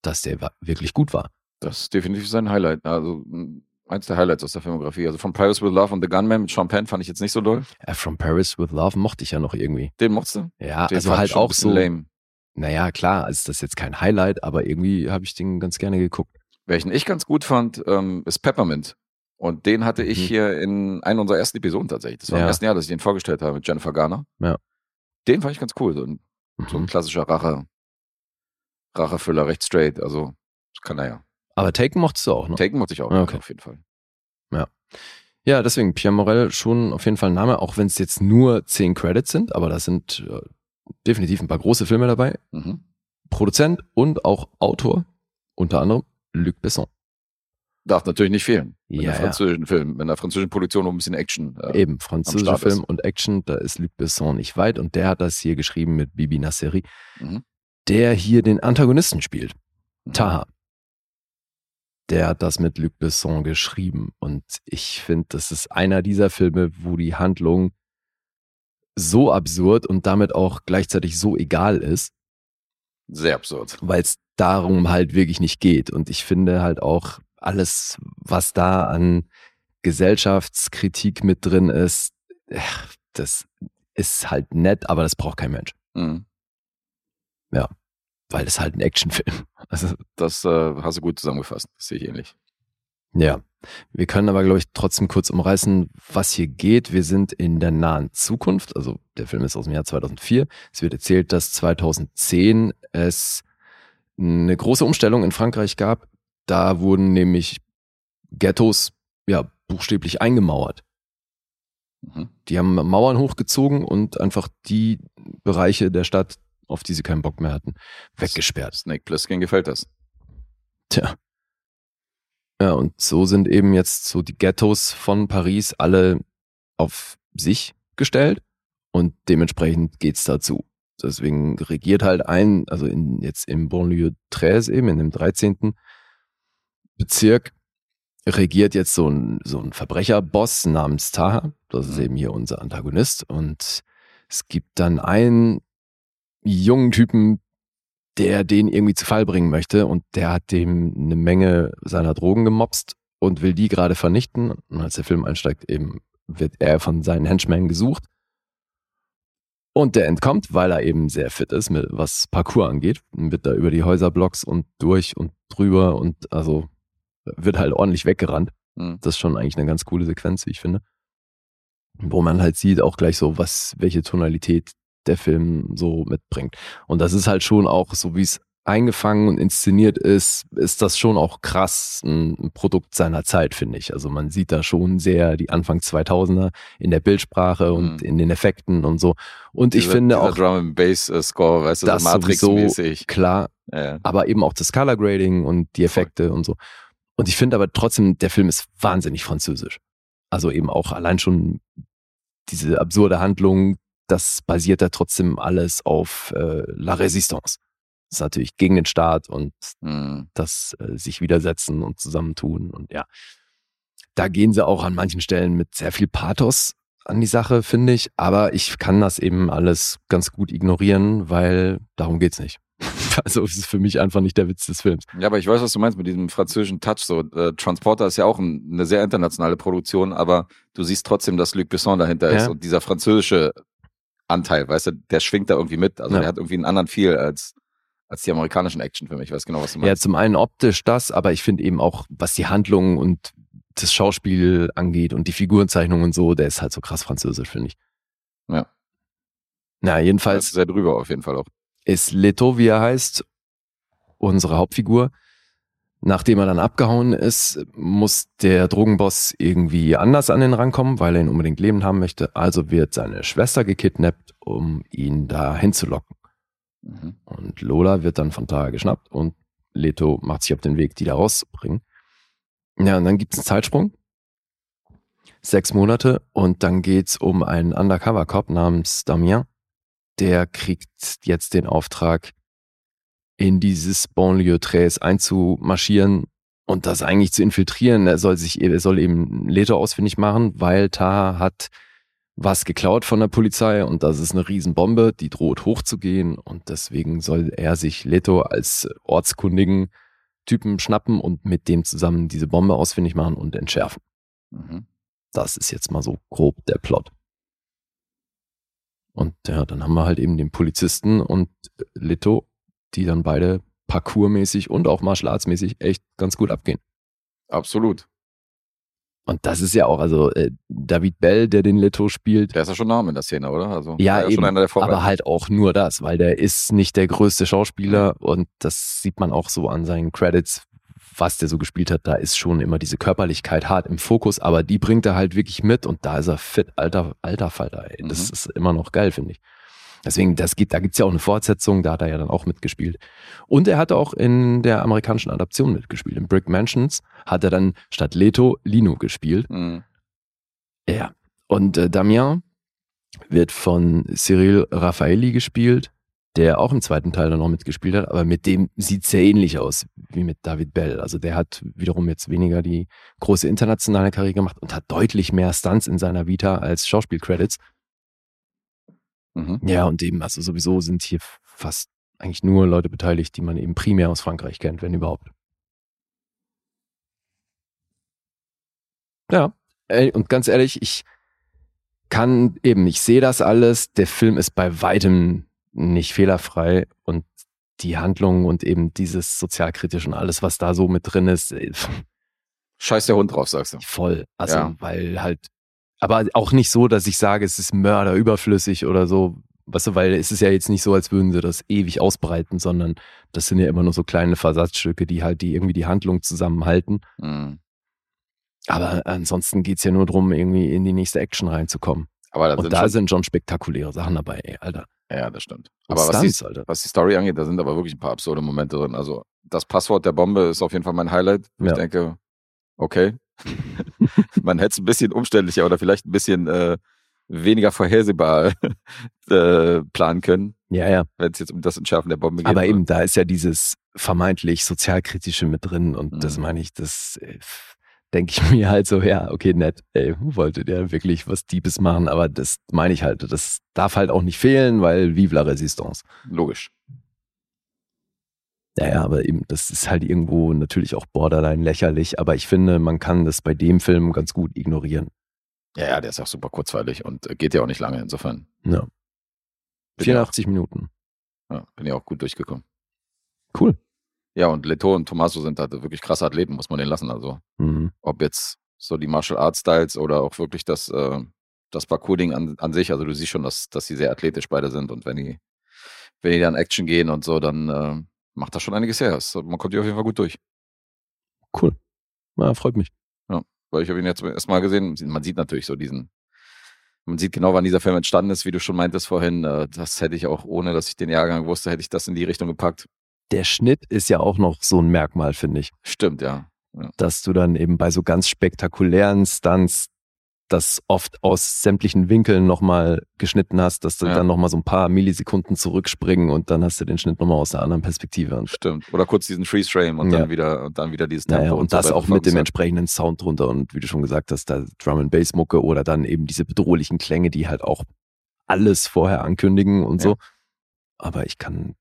Speaker 2: dass der wa- wirklich gut war.
Speaker 3: Das ist definitiv sein Highlight. Also mh, eins der Highlights aus der Filmografie. Also von Pirates with Love und The Gunman mit Sean Penn fand ich jetzt nicht so doll.
Speaker 2: Äh, From Paris with Love mochte ich ja noch irgendwie.
Speaker 3: Den mochtest du?
Speaker 2: Ja,
Speaker 3: Den
Speaker 2: also
Speaker 3: fand
Speaker 2: halt
Speaker 3: ich schon ein
Speaker 2: auch
Speaker 3: bisschen
Speaker 2: so
Speaker 3: lame.
Speaker 2: naja, klar, ist das jetzt kein Highlight, aber irgendwie habe ich den ganz gerne geguckt.
Speaker 3: Welchen ich ganz gut fand, ähm, ist Peppermint. Und den hatte ich
Speaker 2: Mhm.
Speaker 3: hier in einer unserer ersten Episoden tatsächlich. Das war im
Speaker 2: Ja.
Speaker 3: ersten Jahr, dass ich den vorgestellt habe mit Jennifer Garner.
Speaker 2: Ja.
Speaker 3: Den fand ich ganz cool. So ein, so ein
Speaker 2: Mhm.
Speaker 3: klassischer Rache. Rachefüller, recht straight. Also, das kann er ja.
Speaker 2: Aber Taken mochtest du auch, ne?
Speaker 3: Taken mochte ich auch.
Speaker 2: Ah, okay.
Speaker 3: Auf jeden Fall.
Speaker 2: Ja, deswegen Pierre Morel schon auf jeden Fall ein Name, auch wenn es jetzt nur zehn Credits sind, aber da sind äh, definitiv ein paar große Filme dabei.
Speaker 3: Mhm.
Speaker 2: Produzent und auch Autor, unter anderem Luc Besson.
Speaker 3: Darf natürlich nicht fehlen. In
Speaker 2: Ja,
Speaker 3: einem
Speaker 2: ja.
Speaker 3: französischen Film, in einer französischen Produktion, wo ein bisschen Action. Äh,
Speaker 2: Eben, französischer
Speaker 3: am Start ist.
Speaker 2: Film und Action, da ist Luc Besson nicht weit und der hat das hier geschrieben mit Bibi Nasseri,
Speaker 3: Mhm.
Speaker 2: der hier den Antagonisten spielt,
Speaker 3: Mhm.
Speaker 2: Taha. Der hat das mit Luc Besson geschrieben und ich finde, das ist einer dieser Filme, wo die Handlung so absurd und damit auch gleichzeitig so egal ist,
Speaker 3: Sehr absurd.
Speaker 2: weil es darum halt wirklich nicht geht. Und ich finde halt auch alles, was da an Gesellschaftskritik mit drin ist, äh, das ist halt nett, aber das braucht kein Mensch,
Speaker 3: Mhm.
Speaker 2: weil es halt ein Actionfilm. Also,
Speaker 3: Das äh, hast du gut zusammengefasst. Das sehe ich ähnlich.
Speaker 2: ja. Wir können aber, glaube ich, trotzdem kurz umreißen, was hier geht. Wir sind in der nahen Zukunft. Also der Film ist aus dem Jahr 2004. Es wird erzählt, dass 2010 es eine große Umstellung in Frankreich gab. Da wurden nämlich Ghettos ja buchstäblich eingemauert.
Speaker 3: Mhm.
Speaker 2: Die haben Mauern hochgezogen und einfach die Bereiche der Stadt, auf die sie keinen Bock mehr hatten, weggesperrt.
Speaker 3: Snake Plissken gefällt das.
Speaker 2: Tja. Ja, und so sind eben jetzt so die Ghettos von Paris alle auf sich gestellt und dementsprechend geht's dazu. Deswegen regiert halt ein, also in, jetzt im Banlieue 13 eben, in dem 13. Bezirk, regiert jetzt so ein, so ein Verbrecherboss namens Taha. Das ist
Speaker 3: Mhm.
Speaker 2: eben hier unser Antagonist. Und es gibt dann einen jungen Typen, der den irgendwie zu Fall bringen möchte und der hat dem eine Menge seiner Drogen gemobst und will die gerade vernichten. Und als der Film einsteigt, eben wird er von seinen Henchmen gesucht. Und der entkommt, weil er eben sehr fit ist, mit, was Parkour angeht. Und Wird da über die Häuserblocks und durch und drüber und also wird halt ordentlich weggerannt.
Speaker 3: Mhm.
Speaker 2: Das ist schon eigentlich eine ganz coole Sequenz, wie ich finde. Wo man halt sieht auch gleich so, was, welche Tonalität der Film so mitbringt. Und das ist halt schon auch, so wie es eingefangen und inszeniert ist, ist das schon auch krass ein ein Produkt seiner Zeit, finde ich. Also man sieht da schon sehr die Anfang 2000er in der Bildsprache und
Speaker 3: Mhm.
Speaker 2: in den Effekten und so. Und ich
Speaker 3: Dieser-
Speaker 2: finde
Speaker 3: dieser
Speaker 2: auch
Speaker 3: Drum and Bass äh, Score, weißt du,
Speaker 2: Das
Speaker 3: so
Speaker 2: sowieso-
Speaker 3: Matrix-mäßig.
Speaker 2: klar,
Speaker 3: Ja.
Speaker 2: aber eben auch das Color Grading und die Effekte und so. Und ich finde aber trotzdem, der Film ist wahnsinnig französisch. Also eben auch allein schon diese absurde Handlung, das basiert da trotzdem alles auf äh, La Résistance. Das ist natürlich gegen den Staat und
Speaker 3: Mhm.
Speaker 2: das äh, sich widersetzen und zusammentun und ja. Da gehen sie auch an manchen Stellen mit sehr viel Pathos an die Sache, finde ich, aber ich kann das eben alles ganz gut ignorieren, weil darum geht's nicht. also es ist für mich einfach nicht der Witz des Films.
Speaker 3: ja, aber ich weiß, was du meinst mit diesem französischen Touch. So, äh, Transporter ist ja auch ein, eine sehr internationale Produktion, aber du siehst trotzdem, dass Luc Besson dahinter ist
Speaker 2: Ja.
Speaker 3: und dieser französische Anteil, weißt du, der schwingt da irgendwie mit. Also
Speaker 2: Ja.
Speaker 3: der hat irgendwie einen anderen Feel als, als die amerikanischen Actionfilme. Ich weiß genau, was du
Speaker 2: Ja,
Speaker 3: meinst.
Speaker 2: zum einen optisch das, aber ich finde eben auch, was die Handlung und das Schauspiel angeht und die Figurenzeichnung und so, der ist halt so krass französisch, finde ich.
Speaker 3: Ja.
Speaker 2: Na,
Speaker 3: Ja,
Speaker 2: jedenfalls
Speaker 3: ist sehr drüber auf jeden Fall auch.
Speaker 2: ist Leto, wie er heißt, unsere Hauptfigur. Nachdem er dann abgehauen ist, muss der Drogenboss irgendwie anders an den rankommen, weil er ihn unbedingt leben haben möchte. Also wird seine Schwester gekidnappt, um ihn da hinzulocken.
Speaker 3: Mhm.
Speaker 2: Und Lola wird dann von Tara geschnappt und Leto macht sich auf den Weg, die da rauszubringen. Ja, und dann gibt's einen Zeitsprung. Sechs Monate und dann geht's um einen Undercover-Cop namens Damien. Der kriegt jetzt den Auftrag, in dieses Banlieue 13 einzumarschieren und das eigentlich zu infiltrieren. Er soll sich, er soll eben Leto ausfindig machen, weil Taha hat was geklaut von der Polizei und das ist eine Riesenbombe, die droht hochzugehen und deswegen soll er sich Leto als ortskundigen Typen schnappen und mit dem zusammen diese Bombe ausfindig machen und entschärfen.
Speaker 3: Mhm.
Speaker 2: Das ist jetzt mal so grob der Plot. Und ja, dann haben wir halt eben den Polizisten und Leto, die dann beide parkourmäßig und auch martial arts mäßig echt ganz gut abgehen.
Speaker 3: Absolut.
Speaker 2: Und das ist ja auch, also äh, David Bell, der den Leto spielt,
Speaker 3: Der ist ja schon Name in der Szene, oder? Also,
Speaker 2: Ja,
Speaker 3: war ja
Speaker 2: eben.
Speaker 3: schon einer der Vorreiter.
Speaker 2: aber halt auch nur das, weil der ist nicht der größte Schauspieler und das sieht man auch so an seinen Credits, was der so gespielt hat. Da ist schon immer diese Körperlichkeit hart im Fokus, aber die bringt er halt wirklich mit und da ist er fit, alter, alter Falter. Ey. Das
Speaker 3: Mhm.
Speaker 2: ist immer noch geil, finde ich. Deswegen, das gibt, da gibt's ja auch eine Fortsetzung, da hat er ja dann auch mitgespielt. Und er hat auch in der amerikanischen Adaption mitgespielt. In Brick Mansions hat er dann statt Leto Lino gespielt.
Speaker 3: Mhm.
Speaker 2: Ja. Und äh, Damien wird von Cyril Raffaelli gespielt, der auch im zweiten Teil dann noch mitgespielt hat, aber mit dem sieht sehr ähnlich aus wie mit David Bell. Also der hat wiederum jetzt weniger die große internationale Karriere gemacht und hat deutlich mehr Stunts in seiner Vita als Schauspielcredits.
Speaker 3: Mhm.
Speaker 2: Ja, und eben, also sowieso sind hier fast eigentlich nur Leute beteiligt, die man eben primär aus Frankreich kennt, wenn überhaupt. Ja, ey, und ganz ehrlich, ich kann eben, ich sehe das alles, der Film ist bei weitem nicht fehlerfrei und die Handlung und eben dieses sozialkritische und alles, was da so mit drin ist, ey, pff,
Speaker 3: Scheiß der Hund drauf, sagst du.
Speaker 2: voll. Also,
Speaker 3: Ja.
Speaker 2: weil halt, aber auch nicht so, dass ich sage, es ist Mörder überflüssig oder so. Weißt du, weil es ist ja jetzt nicht so, als würden sie das ewig ausbreiten, sondern das sind ja immer nur so kleine Versatzstücke, die halt die irgendwie die Handlung zusammenhalten.
Speaker 3: Mhm.
Speaker 2: Aber ansonsten geht's ja nur drum, irgendwie in die nächste Action reinzukommen.
Speaker 3: Aber da
Speaker 2: Und
Speaker 3: sind
Speaker 2: da
Speaker 3: schon,
Speaker 2: sind schon spektakuläre Sachen dabei, ey, Alter.
Speaker 3: ja, das stimmt.
Speaker 2: Und
Speaker 3: Aber was die,
Speaker 2: Stunts, Alter.
Speaker 3: was die Story angeht, da sind aber wirklich ein paar absurde Momente drin. Also das Passwort der Bombe ist auf jeden Fall mein Highlight. wo
Speaker 2: Ja.
Speaker 3: Ich denke, okay, man hätte es ein bisschen umständlicher oder vielleicht ein bisschen äh, weniger vorhersehbar äh, planen können,
Speaker 2: Ja, ja.
Speaker 3: wenn es jetzt um das Entschärfen der Bombe geht.
Speaker 2: Aber eben, da ist ja dieses vermeintlich sozialkritische mit drin und das
Speaker 3: Mhm.
Speaker 2: meine ich, das äh, f- denke ich mir halt so, ja, okay, nett, ey, wolltet ihr wirklich was Diebes machen, aber das meine ich halt, das darf halt auch nicht fehlen, weil vive la Resistance.
Speaker 3: Logisch.
Speaker 2: Naja, aber eben, das ist halt irgendwo natürlich auch borderline lächerlich, aber ich finde, man kann das bei dem Film ganz gut ignorieren.
Speaker 3: Ja, ja, der ist auch super kurzweilig und äh, geht ja auch nicht lange insofern.
Speaker 2: Ja.
Speaker 3: Bin ja,
Speaker 2: 84 Minuten.
Speaker 3: ja, bin ja auch gut durchgekommen.
Speaker 2: Cool.
Speaker 3: Ja, und Leto und Tommaso sind halt wirklich krasse Athleten, muss man den lassen. Also
Speaker 2: Mhm.
Speaker 3: ob jetzt so die Martial Arts Styles oder auch wirklich das, äh, das Parkour-Ding an, an sich. Also du siehst schon, dass, dass die sehr athletisch beide sind und wenn die, wenn die dann Action gehen und so, dann äh, macht das schon einiges her. Es- man kommt hier auf jeden Fall gut durch.
Speaker 2: Cool. Ja, freut mich.
Speaker 3: Weil ich habe ihn jetzt erstmal gesehen. Man sieht natürlich so diesen, man sieht genau, wann dieser Film entstanden ist, wie du schon meintest vorhin. Äh, das hätte ich auch, ohne dass ich den Jahrgang wusste, hätte ich das in die Richtung gepackt.
Speaker 2: Der Schnitt ist ja auch noch so ein Merkmal, finde ich.
Speaker 3: Stimmt, ja.
Speaker 2: dass du dann eben bei so ganz spektakulären Stunts das oft aus sämtlichen Winkeln nochmal geschnitten hast, dass du
Speaker 3: Ja.
Speaker 2: dann nochmal so ein paar Millisekunden zurückspringen und dann hast du den Schnitt nochmal aus einer anderen Perspektive. Und,
Speaker 3: Stimmt. Oder kurz diesen Freeze Frame und
Speaker 2: Ja.
Speaker 3: dann wieder und dann wieder dieses Tempo.
Speaker 2: naja, und
Speaker 3: so
Speaker 2: das
Speaker 3: weiter
Speaker 2: auch mit dem
Speaker 3: fort.
Speaker 2: entsprechenden Sound drunter und wie du schon gesagt hast, da Drum and Bass Mucke oder dann eben diese bedrohlichen Klänge, die halt auch alles vorher ankündigen und
Speaker 3: Ja.
Speaker 2: so. Aber ich kann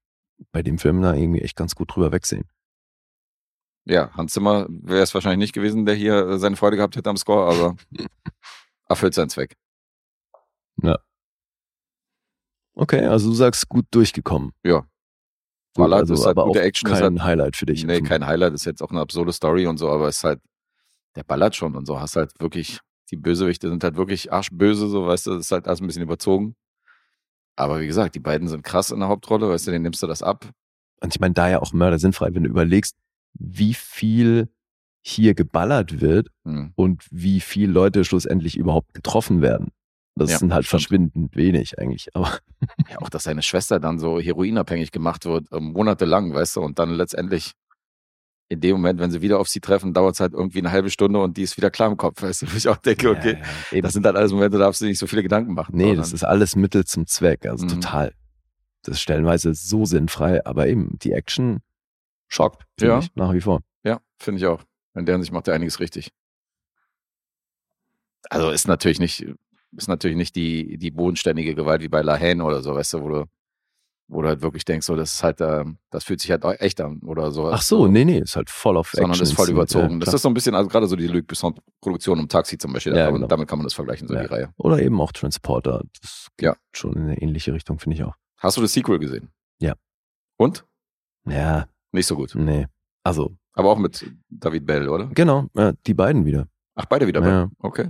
Speaker 2: bei dem Film da irgendwie echt ganz gut drüber wegsehen.
Speaker 3: Ja, Hans Zimmer wäre es wahrscheinlich nicht gewesen, der hier äh, seine Freude gehabt hätte am Score, aber erfüllt seinen Zweck.
Speaker 2: Okay, also du sagst gut durchgekommen.
Speaker 3: Ja.
Speaker 2: Gut,
Speaker 3: Ballert
Speaker 2: also,
Speaker 3: ist halt
Speaker 2: aber
Speaker 3: gute
Speaker 2: auch
Speaker 3: Action, ist
Speaker 2: kein
Speaker 3: halt-
Speaker 2: Highlight für dich.
Speaker 3: nee,
Speaker 2: offenbar.
Speaker 3: kein Highlight, ist jetzt auch eine absurde Story und so, aber ist halt, der ballert schon und so, hast halt wirklich, die Bösewichte sind halt wirklich arschböse, so, weißt du, das ist halt alles ein bisschen überzogen. Aber wie gesagt, die beiden sind krass in der Hauptrolle, weißt du, den nimmst du das ab.
Speaker 2: Und ich meine, da ja auch Mörder sinnfrei, wenn du überlegst, wie viel hier geballert wird
Speaker 3: Hm.
Speaker 2: und wie viel Leute schlussendlich überhaupt getroffen werden. Das
Speaker 3: Ja,
Speaker 2: sind halt
Speaker 3: stimmt.
Speaker 2: verschwindend wenig eigentlich. Aber
Speaker 3: Ja, auch, dass seine Schwester dann so heroinabhängig gemacht wird, äh, monatelang, weißt du, und dann letztendlich in dem Moment, wenn sie wieder auf sie treffen, dauert es halt irgendwie eine halbe Stunde und die ist wieder klar im Kopf, weißt du, wo ich auch denke, okay,
Speaker 2: Ja, ja, eben.
Speaker 3: das sind halt alles Momente, da darfst du dir nicht so viele Gedanken machen.
Speaker 2: nee,
Speaker 3: sondern-
Speaker 2: das ist alles Mittel zum Zweck. Also
Speaker 3: Mhm.
Speaker 2: total. Das ist stellenweise so sinnfrei, aber eben die Action schockt, finde
Speaker 3: Ja.
Speaker 2: ich, nach wie vor.
Speaker 3: Ja, finde ich auch. In der Hinsicht macht er einiges richtig. Also ist natürlich nicht, ist natürlich nicht die, die bodenständige Gewalt wie bei La Haine oder so, weißt du, wo du Wo du halt wirklich denkst, so, das ist halt, äh, das fühlt sich halt echt an oder so.
Speaker 2: Ach so, nee, nee, ist halt voll auf
Speaker 3: also sondern
Speaker 2: Action.
Speaker 3: ist voll
Speaker 2: inszeniert,
Speaker 3: überzogen.
Speaker 2: Ja,
Speaker 3: das
Speaker 2: klar.
Speaker 3: ist so ein bisschen, also gerade so die Luc Besson-Produktion um Taxi zum Beispiel,
Speaker 2: Ja,
Speaker 3: damit-
Speaker 2: genau.
Speaker 3: damit kann man das vergleichen, so
Speaker 2: Ja.
Speaker 3: die Reihe.
Speaker 2: Oder eben auch Transporter. Das geht
Speaker 3: Ja.
Speaker 2: schon in eine ähnliche Richtung, finde ich auch.
Speaker 3: Hast du das Sequel gesehen?
Speaker 2: Ja. Hm.
Speaker 3: Und?
Speaker 2: Ja,
Speaker 3: Nicht so gut.
Speaker 2: nee. Also,
Speaker 3: Aber auch mit David Bell, oder?
Speaker 2: genau, ja, die beiden wieder.
Speaker 3: Ach, beide wieder.
Speaker 2: Ja.
Speaker 3: Bell. Okay.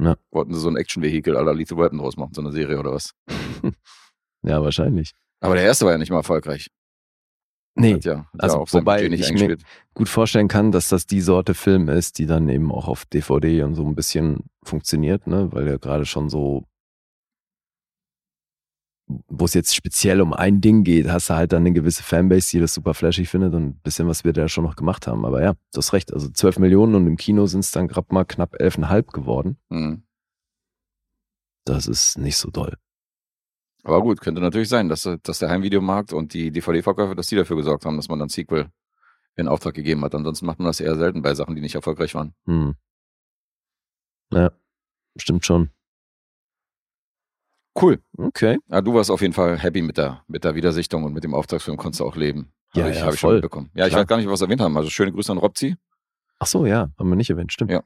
Speaker 2: Ja,
Speaker 3: Wollten sie so ein Action-Vehikel aller Lethal Weapon draus machen, so eine Serie oder was?
Speaker 2: ja wahrscheinlich.
Speaker 3: Aber der erste war ja nicht mal erfolgreich.
Speaker 2: Nee,
Speaker 3: Hat ja, hat
Speaker 2: also
Speaker 3: ja auf sein
Speaker 2: wobei
Speaker 3: Budget nicht
Speaker 2: ich mir-
Speaker 3: eingespielt.
Speaker 2: gut vorstellen kann, dass das die Sorte Film ist, die dann eben auch auf DVD und so ein bisschen funktioniert, ne? weil ja gerade schon so, wo es jetzt speziell um ein Ding geht, hast du halt dann eine gewisse Fanbase, die das super flashig findet und ein bisschen, was wir da schon noch gemacht haben. Aber ja, du hast recht, also 12 Millionen und im Kino sind es dann gerade mal knapp 11,5 geworden.
Speaker 3: Mhm.
Speaker 2: Das ist nicht so doll.
Speaker 3: Aber gut, könnte natürlich sein, dass, dass der Heimvideomarkt und die DVD-Verkäufe, dass die dafür gesorgt haben, dass man dann Sequel in Auftrag gegeben hat. Ansonsten macht man das eher selten bei Sachen, die nicht erfolgreich waren.
Speaker 2: Hm. Ja, stimmt schon.
Speaker 3: Cool.
Speaker 2: Okay.
Speaker 3: Ah, du warst auf jeden Fall happy mit der, mit der Wiedersichtung und mit dem Auftragsfilm konntest du auch leben. Hab
Speaker 2: Ja,
Speaker 3: ich,
Speaker 2: ja,
Speaker 3: hab ich
Speaker 2: voll.
Speaker 3: schon mitbekommen. Ja, ich
Speaker 2: Klar.
Speaker 3: weiß gar nicht, was wir erwähnt haben. Also schöne Grüße an Robzi.
Speaker 2: Ach so, ja, haben wir nicht erwähnt, stimmt.
Speaker 3: Ja.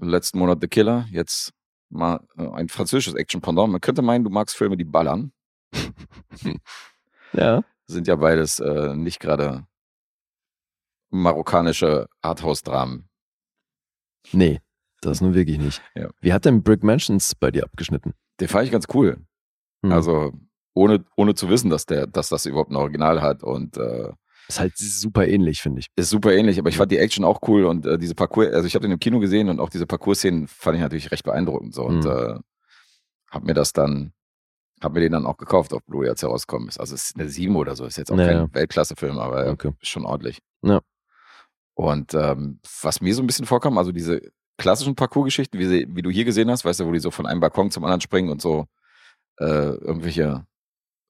Speaker 3: Letzten Monat The Killer. Jetzt mal äh, ein französisches Action-Pendant. Man könnte meinen, du magst Filme, die ballern.
Speaker 2: Ja.
Speaker 3: Sind ja beides äh, nicht gerade marokkanische Arthouse-Dramen.
Speaker 2: Nee, das nun wirklich nicht.
Speaker 3: Ja.
Speaker 2: Wie hat denn Brick Mansions bei dir abgeschnitten?
Speaker 3: Den fand ich ganz cool.
Speaker 2: Hm.
Speaker 3: Also ohne, ohne zu wissen, dass, der, dass das überhaupt ein Original hat und äh,
Speaker 2: ist halt super ähnlich, finde ich.
Speaker 3: ist super ähnlich, aber ich fand die Action auch cool und äh, diese Parcours, also ich habe den im Kino gesehen und auch diese Parcours-Szenen fand ich natürlich recht beeindruckend so und
Speaker 2: Mhm.
Speaker 3: äh, habe mir das dann, habe mir den dann auch gekauft auf Blu-ray, als er rausgekommen ist. Also es ist eine 7 oder so, ist jetzt auch
Speaker 2: Ja,
Speaker 3: kein
Speaker 2: ja.
Speaker 3: Weltklasse-Film, aber äh,
Speaker 2: Okay.
Speaker 3: ist schon ordentlich.
Speaker 2: Ja.
Speaker 3: Und ähm, was mir so ein bisschen vorkam, also diese klassischen Parcours-Geschichten, wie, sie, wie du hier gesehen hast, weißt du, wo die so von einem Balkon zum anderen springen und so äh, irgendwelche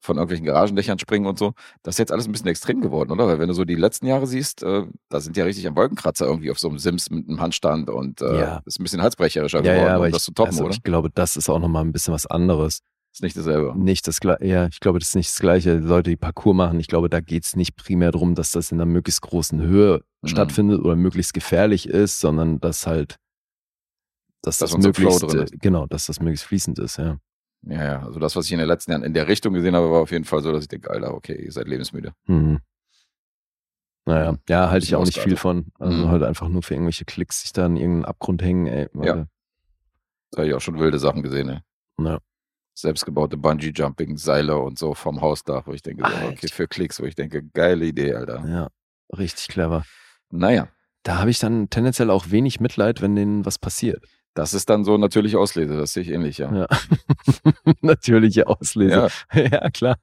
Speaker 3: von irgendwelchen Garagendächern springen und so. Das ist jetzt alles ein bisschen extrem geworden, oder? Weil wenn du so die letzten Jahre siehst, äh, da sind ja richtig am Wolkenkratzer irgendwie auf so einem Sims mit einem Handstand und äh,
Speaker 2: Ja.
Speaker 3: ist ein bisschen halsbrecherischer
Speaker 2: ja,
Speaker 3: geworden,
Speaker 2: ja, aber
Speaker 3: um
Speaker 2: ich,
Speaker 3: das zu toppen,
Speaker 2: also
Speaker 3: oder?
Speaker 2: ich glaube, das ist auch nochmal ein bisschen was anderes.
Speaker 3: Ist nicht dasselbe.
Speaker 2: Nicht das gleiche, ja, ich glaube, das ist nicht das gleiche. Leute, die Parcours machen, ich glaube, da geht es nicht primär darum, dass das in einer möglichst großen Höhe
Speaker 3: Mhm.
Speaker 2: stattfindet oder möglichst gefährlich ist, sondern dass halt, dass,
Speaker 3: Dass
Speaker 2: das
Speaker 3: man so im Flow
Speaker 2: möglichst,
Speaker 3: drin
Speaker 2: äh, genau, dass das möglichst fließend ist, ja.
Speaker 3: Ja, ja. Also das, was ich in den letzten Jahren in der Richtung gesehen habe, war auf jeden Fall so, dass ich denke, Alter, okay, ihr seid lebensmüde.
Speaker 2: Mhm. Naja, ja, halte ich
Speaker 3: Bisschen
Speaker 2: auch nicht viel von. Also
Speaker 3: Mhm.
Speaker 2: halt einfach nur für irgendwelche Klicks sich da in irgendeinen Abgrund hängen, ey. Leute.
Speaker 3: Da habe ich auch schon wilde Sachen gesehen, ne?
Speaker 2: Ja.
Speaker 3: Selbstgebaute Bungee-Jumping-Seile und so vom Hausdach, wo ich denke, so, okay,
Speaker 2: Alter.
Speaker 3: für Klicks, wo ich denke, geile Idee, Alter.
Speaker 2: ja, richtig clever.
Speaker 3: Naja,
Speaker 2: Da habe ich dann tendenziell auch wenig Mitleid, wenn denen was passiert.
Speaker 3: das ist dann so natürliche Auslese, das sehe ich ähnlich, ja.
Speaker 2: Ja. Natürliche Auslese.
Speaker 3: Ja,
Speaker 2: Ja, klar.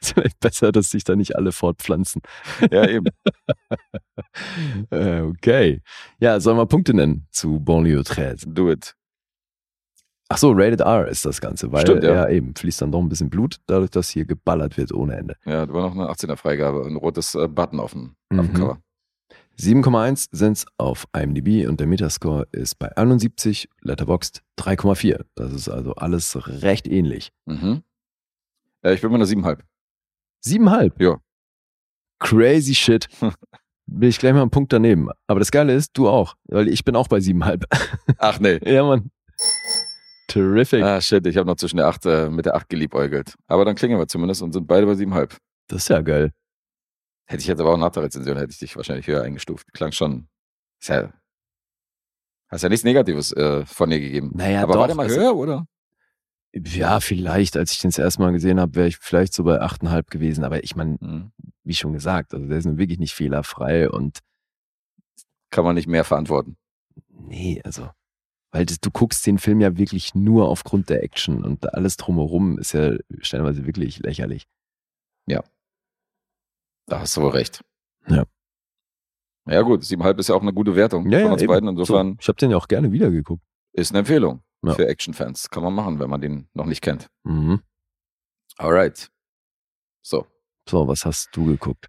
Speaker 2: ist vielleicht besser, dass sich da nicht alle fortpflanzen.
Speaker 3: ja eben.
Speaker 2: Äh, okay. Ja, sollen wir Punkte nennen zu Bonlieu 13?
Speaker 3: Do it.
Speaker 2: Ach so, Rated R ist das Ganze, weil
Speaker 3: Stimmt,
Speaker 2: ja.
Speaker 3: ja.
Speaker 2: eben fließt dann doch ein bisschen Blut, dadurch, dass hier geballert wird ohne Ende.
Speaker 3: Ja, da war noch eine 18er-Freigabe, ein rotes äh, Button auf dem, auf
Speaker 2: Mhm.
Speaker 3: dem Cover.
Speaker 2: 7,1 sind's auf IMDb und der Metascore ist bei 71, Letterboxd 3,4. Das ist also alles recht ähnlich.
Speaker 3: Mhm. Äh, ich bin bei einer 7,5.
Speaker 2: Siebenhalb.
Speaker 3: Ja.
Speaker 2: Crazy shit. Bin ich gleich mal einen Punkt daneben. Aber das Geile ist, du auch, weil ich bin auch bei siebenhalb.
Speaker 3: Ach nee.
Speaker 2: ja, Mann. Terrific.
Speaker 3: Ah shit, ich habe noch zwischen der 8, äh, mit der 8 geliebäugelt. Aber dann klingen wir zumindest und sind beide bei 7,5.
Speaker 2: Das ist ja geil.
Speaker 3: Hätte ich jetzt aber auch nach der Rezension, hätte ich dich wahrscheinlich höher eingestuft. Klang schon. Ist ja, hast ja nichts Negatives äh, von dir gegeben.
Speaker 2: Naja,
Speaker 3: aber
Speaker 2: doch.
Speaker 3: war der mal
Speaker 2: also-
Speaker 3: höher, oder?
Speaker 2: Ja, vielleicht, als ich den das erste Mal gesehen habe, wäre ich vielleicht so bei 8,5 gewesen. Aber ich meine,
Speaker 3: Mhm.
Speaker 2: wie schon gesagt, also der ist nun wirklich nicht fehlerfrei und
Speaker 3: Kann man nicht mehr verantworten.
Speaker 2: Nee, also. Weil das, du guckst den Film ja wirklich nur aufgrund der Action und alles drumherum ist ja stellenweise wirklich lächerlich.
Speaker 3: Da hast du wohl recht.
Speaker 2: Ja.
Speaker 3: Ja gut, 7,5 ist ja auch eine gute Wertung
Speaker 2: Ja,
Speaker 3: von
Speaker 2: ja,
Speaker 3: uns
Speaker 2: eben.
Speaker 3: beiden. Insofern
Speaker 2: ich habe den ja auch gerne wiedergeguckt.
Speaker 3: ist eine Empfehlung
Speaker 2: Ja.
Speaker 3: für Actionfans. Kann man machen, wenn man den noch nicht kennt.
Speaker 2: Mhm.
Speaker 3: Alright. So.
Speaker 2: So, was hast du geguckt?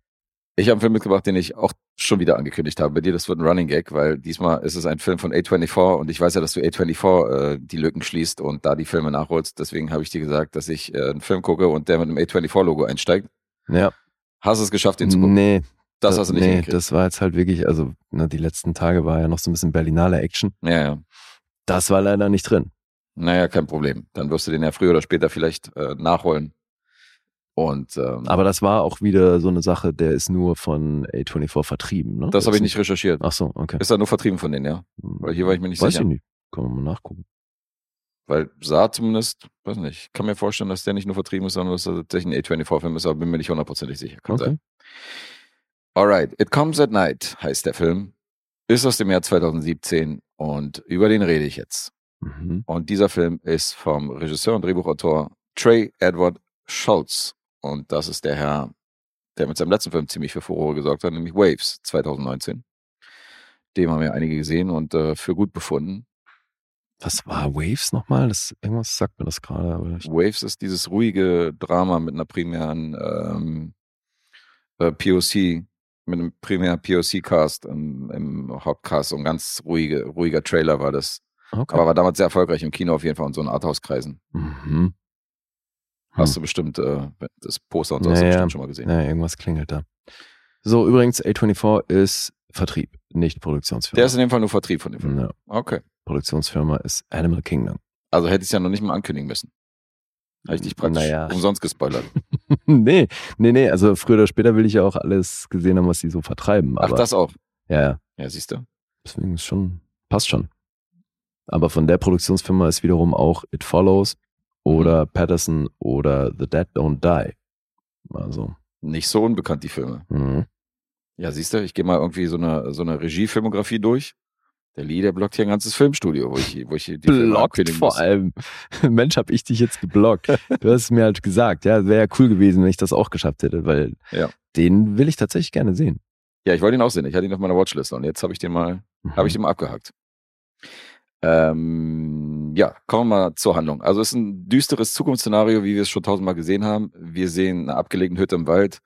Speaker 3: Ich habe einen Film mitgebracht, den ich auch schon wieder angekündigt habe bei dir, das wird ein Running Gag, weil diesmal ist es ein Film von A24 und ich weiß ja, dass du A24 äh, die Lücken schließt und da die Filme nachholst. Deswegen habe ich dir gesagt, dass ich äh, einen Film gucke und der mit einem A24-Logo einsteigt.
Speaker 2: Ja.
Speaker 3: Hast du es geschafft, den zu gucken?
Speaker 2: Nee,
Speaker 3: das hast du nicht
Speaker 2: nee,
Speaker 3: hingekriegt.
Speaker 2: das war jetzt halt wirklich, also ne, die letzten Tage war ja noch so ein bisschen Berlinale Action.
Speaker 3: ja, ja.
Speaker 2: Das war leider nicht drin.
Speaker 3: Naja, kein Problem. Dann wirst du den ja früher oder später vielleicht äh, nachholen. Und ähm,
Speaker 2: Aber das war auch wieder so eine Sache, der ist nur von A24 vertrieben, ne?
Speaker 3: das habe ich
Speaker 2: Jetzt
Speaker 3: nicht recherchiert.
Speaker 2: Ach so, okay.
Speaker 3: Ist er nur vertrieben von denen, ja? Weil hier war ich mir nicht
Speaker 2: Weiß
Speaker 3: sicher.
Speaker 2: ich nicht. Können wir mal nachgucken.
Speaker 3: Weil Saar zumindest, weiß nicht, ich kann mir vorstellen, dass der nicht nur vertrieben ist, sondern dass er tatsächlich ein A24-Film ist, aber bin mir nicht hundertprozentig sicher. Kann
Speaker 2: Okay.
Speaker 3: sein. Alright, It Comes at Night heißt der Film. Ist aus dem Jahr 2017 und über den rede ich jetzt.
Speaker 2: Mhm.
Speaker 3: Und dieser Film ist vom Regisseur und Drehbuchautor Trey Edward Schultz. Und das ist der Herr, der mit seinem letzten Film ziemlich für Furore gesorgt hat, nämlich Waves 2019. Dem haben ja einige gesehen und äh, für gut befunden.
Speaker 2: Was war Waves nochmal? Das, irgendwas sagt mir das gerade, aber ich,
Speaker 3: Waves ist dieses ruhige Drama mit einer primären ähm, äh, POC, mit einem primären POC-Cast im, im Hauptcast. So ein ganz ruhige, ruhiger Trailer war das.
Speaker 2: ah, okay.
Speaker 3: Aber war damals sehr erfolgreich im Kino auf jeden Fall und so in Arthouse-Kreisen.
Speaker 2: mhm.
Speaker 3: Hast
Speaker 2: Hm.
Speaker 3: du bestimmt äh, das Poster und so hast
Speaker 2: Ja,
Speaker 3: du
Speaker 2: ja.
Speaker 3: bestimmt schon mal gesehen.
Speaker 2: Ja, irgendwas klingelt da. So, übrigens, A24 ist Vertrieb, nicht Produktionsfirma.
Speaker 3: Der ist in dem Fall nur Vertrieb von dem Film.
Speaker 2: ja,
Speaker 3: Okay.
Speaker 2: Produktionsfirma ist Animal Kingdom.
Speaker 3: Also hätte ich es ja noch nicht mal ankündigen müssen. Habe ich dich praktisch
Speaker 2: Naja.
Speaker 3: umsonst gespoilert.
Speaker 2: nee, nee, nee. Also früher oder später will ich ja auch alles gesehen haben, was die so vertreiben.
Speaker 3: Ach,
Speaker 2: Aber,
Speaker 3: das auch.
Speaker 2: Ja, ja.
Speaker 3: Ja, siehst du.
Speaker 2: Deswegen ist schon, passt schon. Aber von der Produktionsfirma ist wiederum auch It Follows oder Patterson oder The Dead Don't Die. Also,
Speaker 3: Nicht so unbekannt, die Filme.
Speaker 2: mhm.
Speaker 3: Ja, siehst du, ich gehe mal irgendwie so eine, so eine Regiefilmografie durch. Der Lee, der blockt hier ein ganzes Filmstudio, wo ich, wo ich die Filme
Speaker 2: blockt
Speaker 3: ankündigen
Speaker 2: vor
Speaker 3: muss.
Speaker 2: allem. Mensch, hab ich dich jetzt geblockt. Du hast es mir halt gesagt. Ja, wäre ja cool gewesen, wenn ich das auch geschafft hätte, weil
Speaker 3: Ja.
Speaker 2: den will ich tatsächlich gerne sehen.
Speaker 3: Ja, ich wollte ihn auch sehen. Ich hatte ihn auf meiner Watchlist und jetzt habe ich den mal,
Speaker 2: Mhm.
Speaker 3: habe ich den mal abgehakt. Ähm, ja, kommen wir mal zur Handlung. Also es ist ein düsteres Zukunftsszenario, wie wir es schon tausendmal gesehen haben. Wir sehen eine abgelegene Hütte im Wald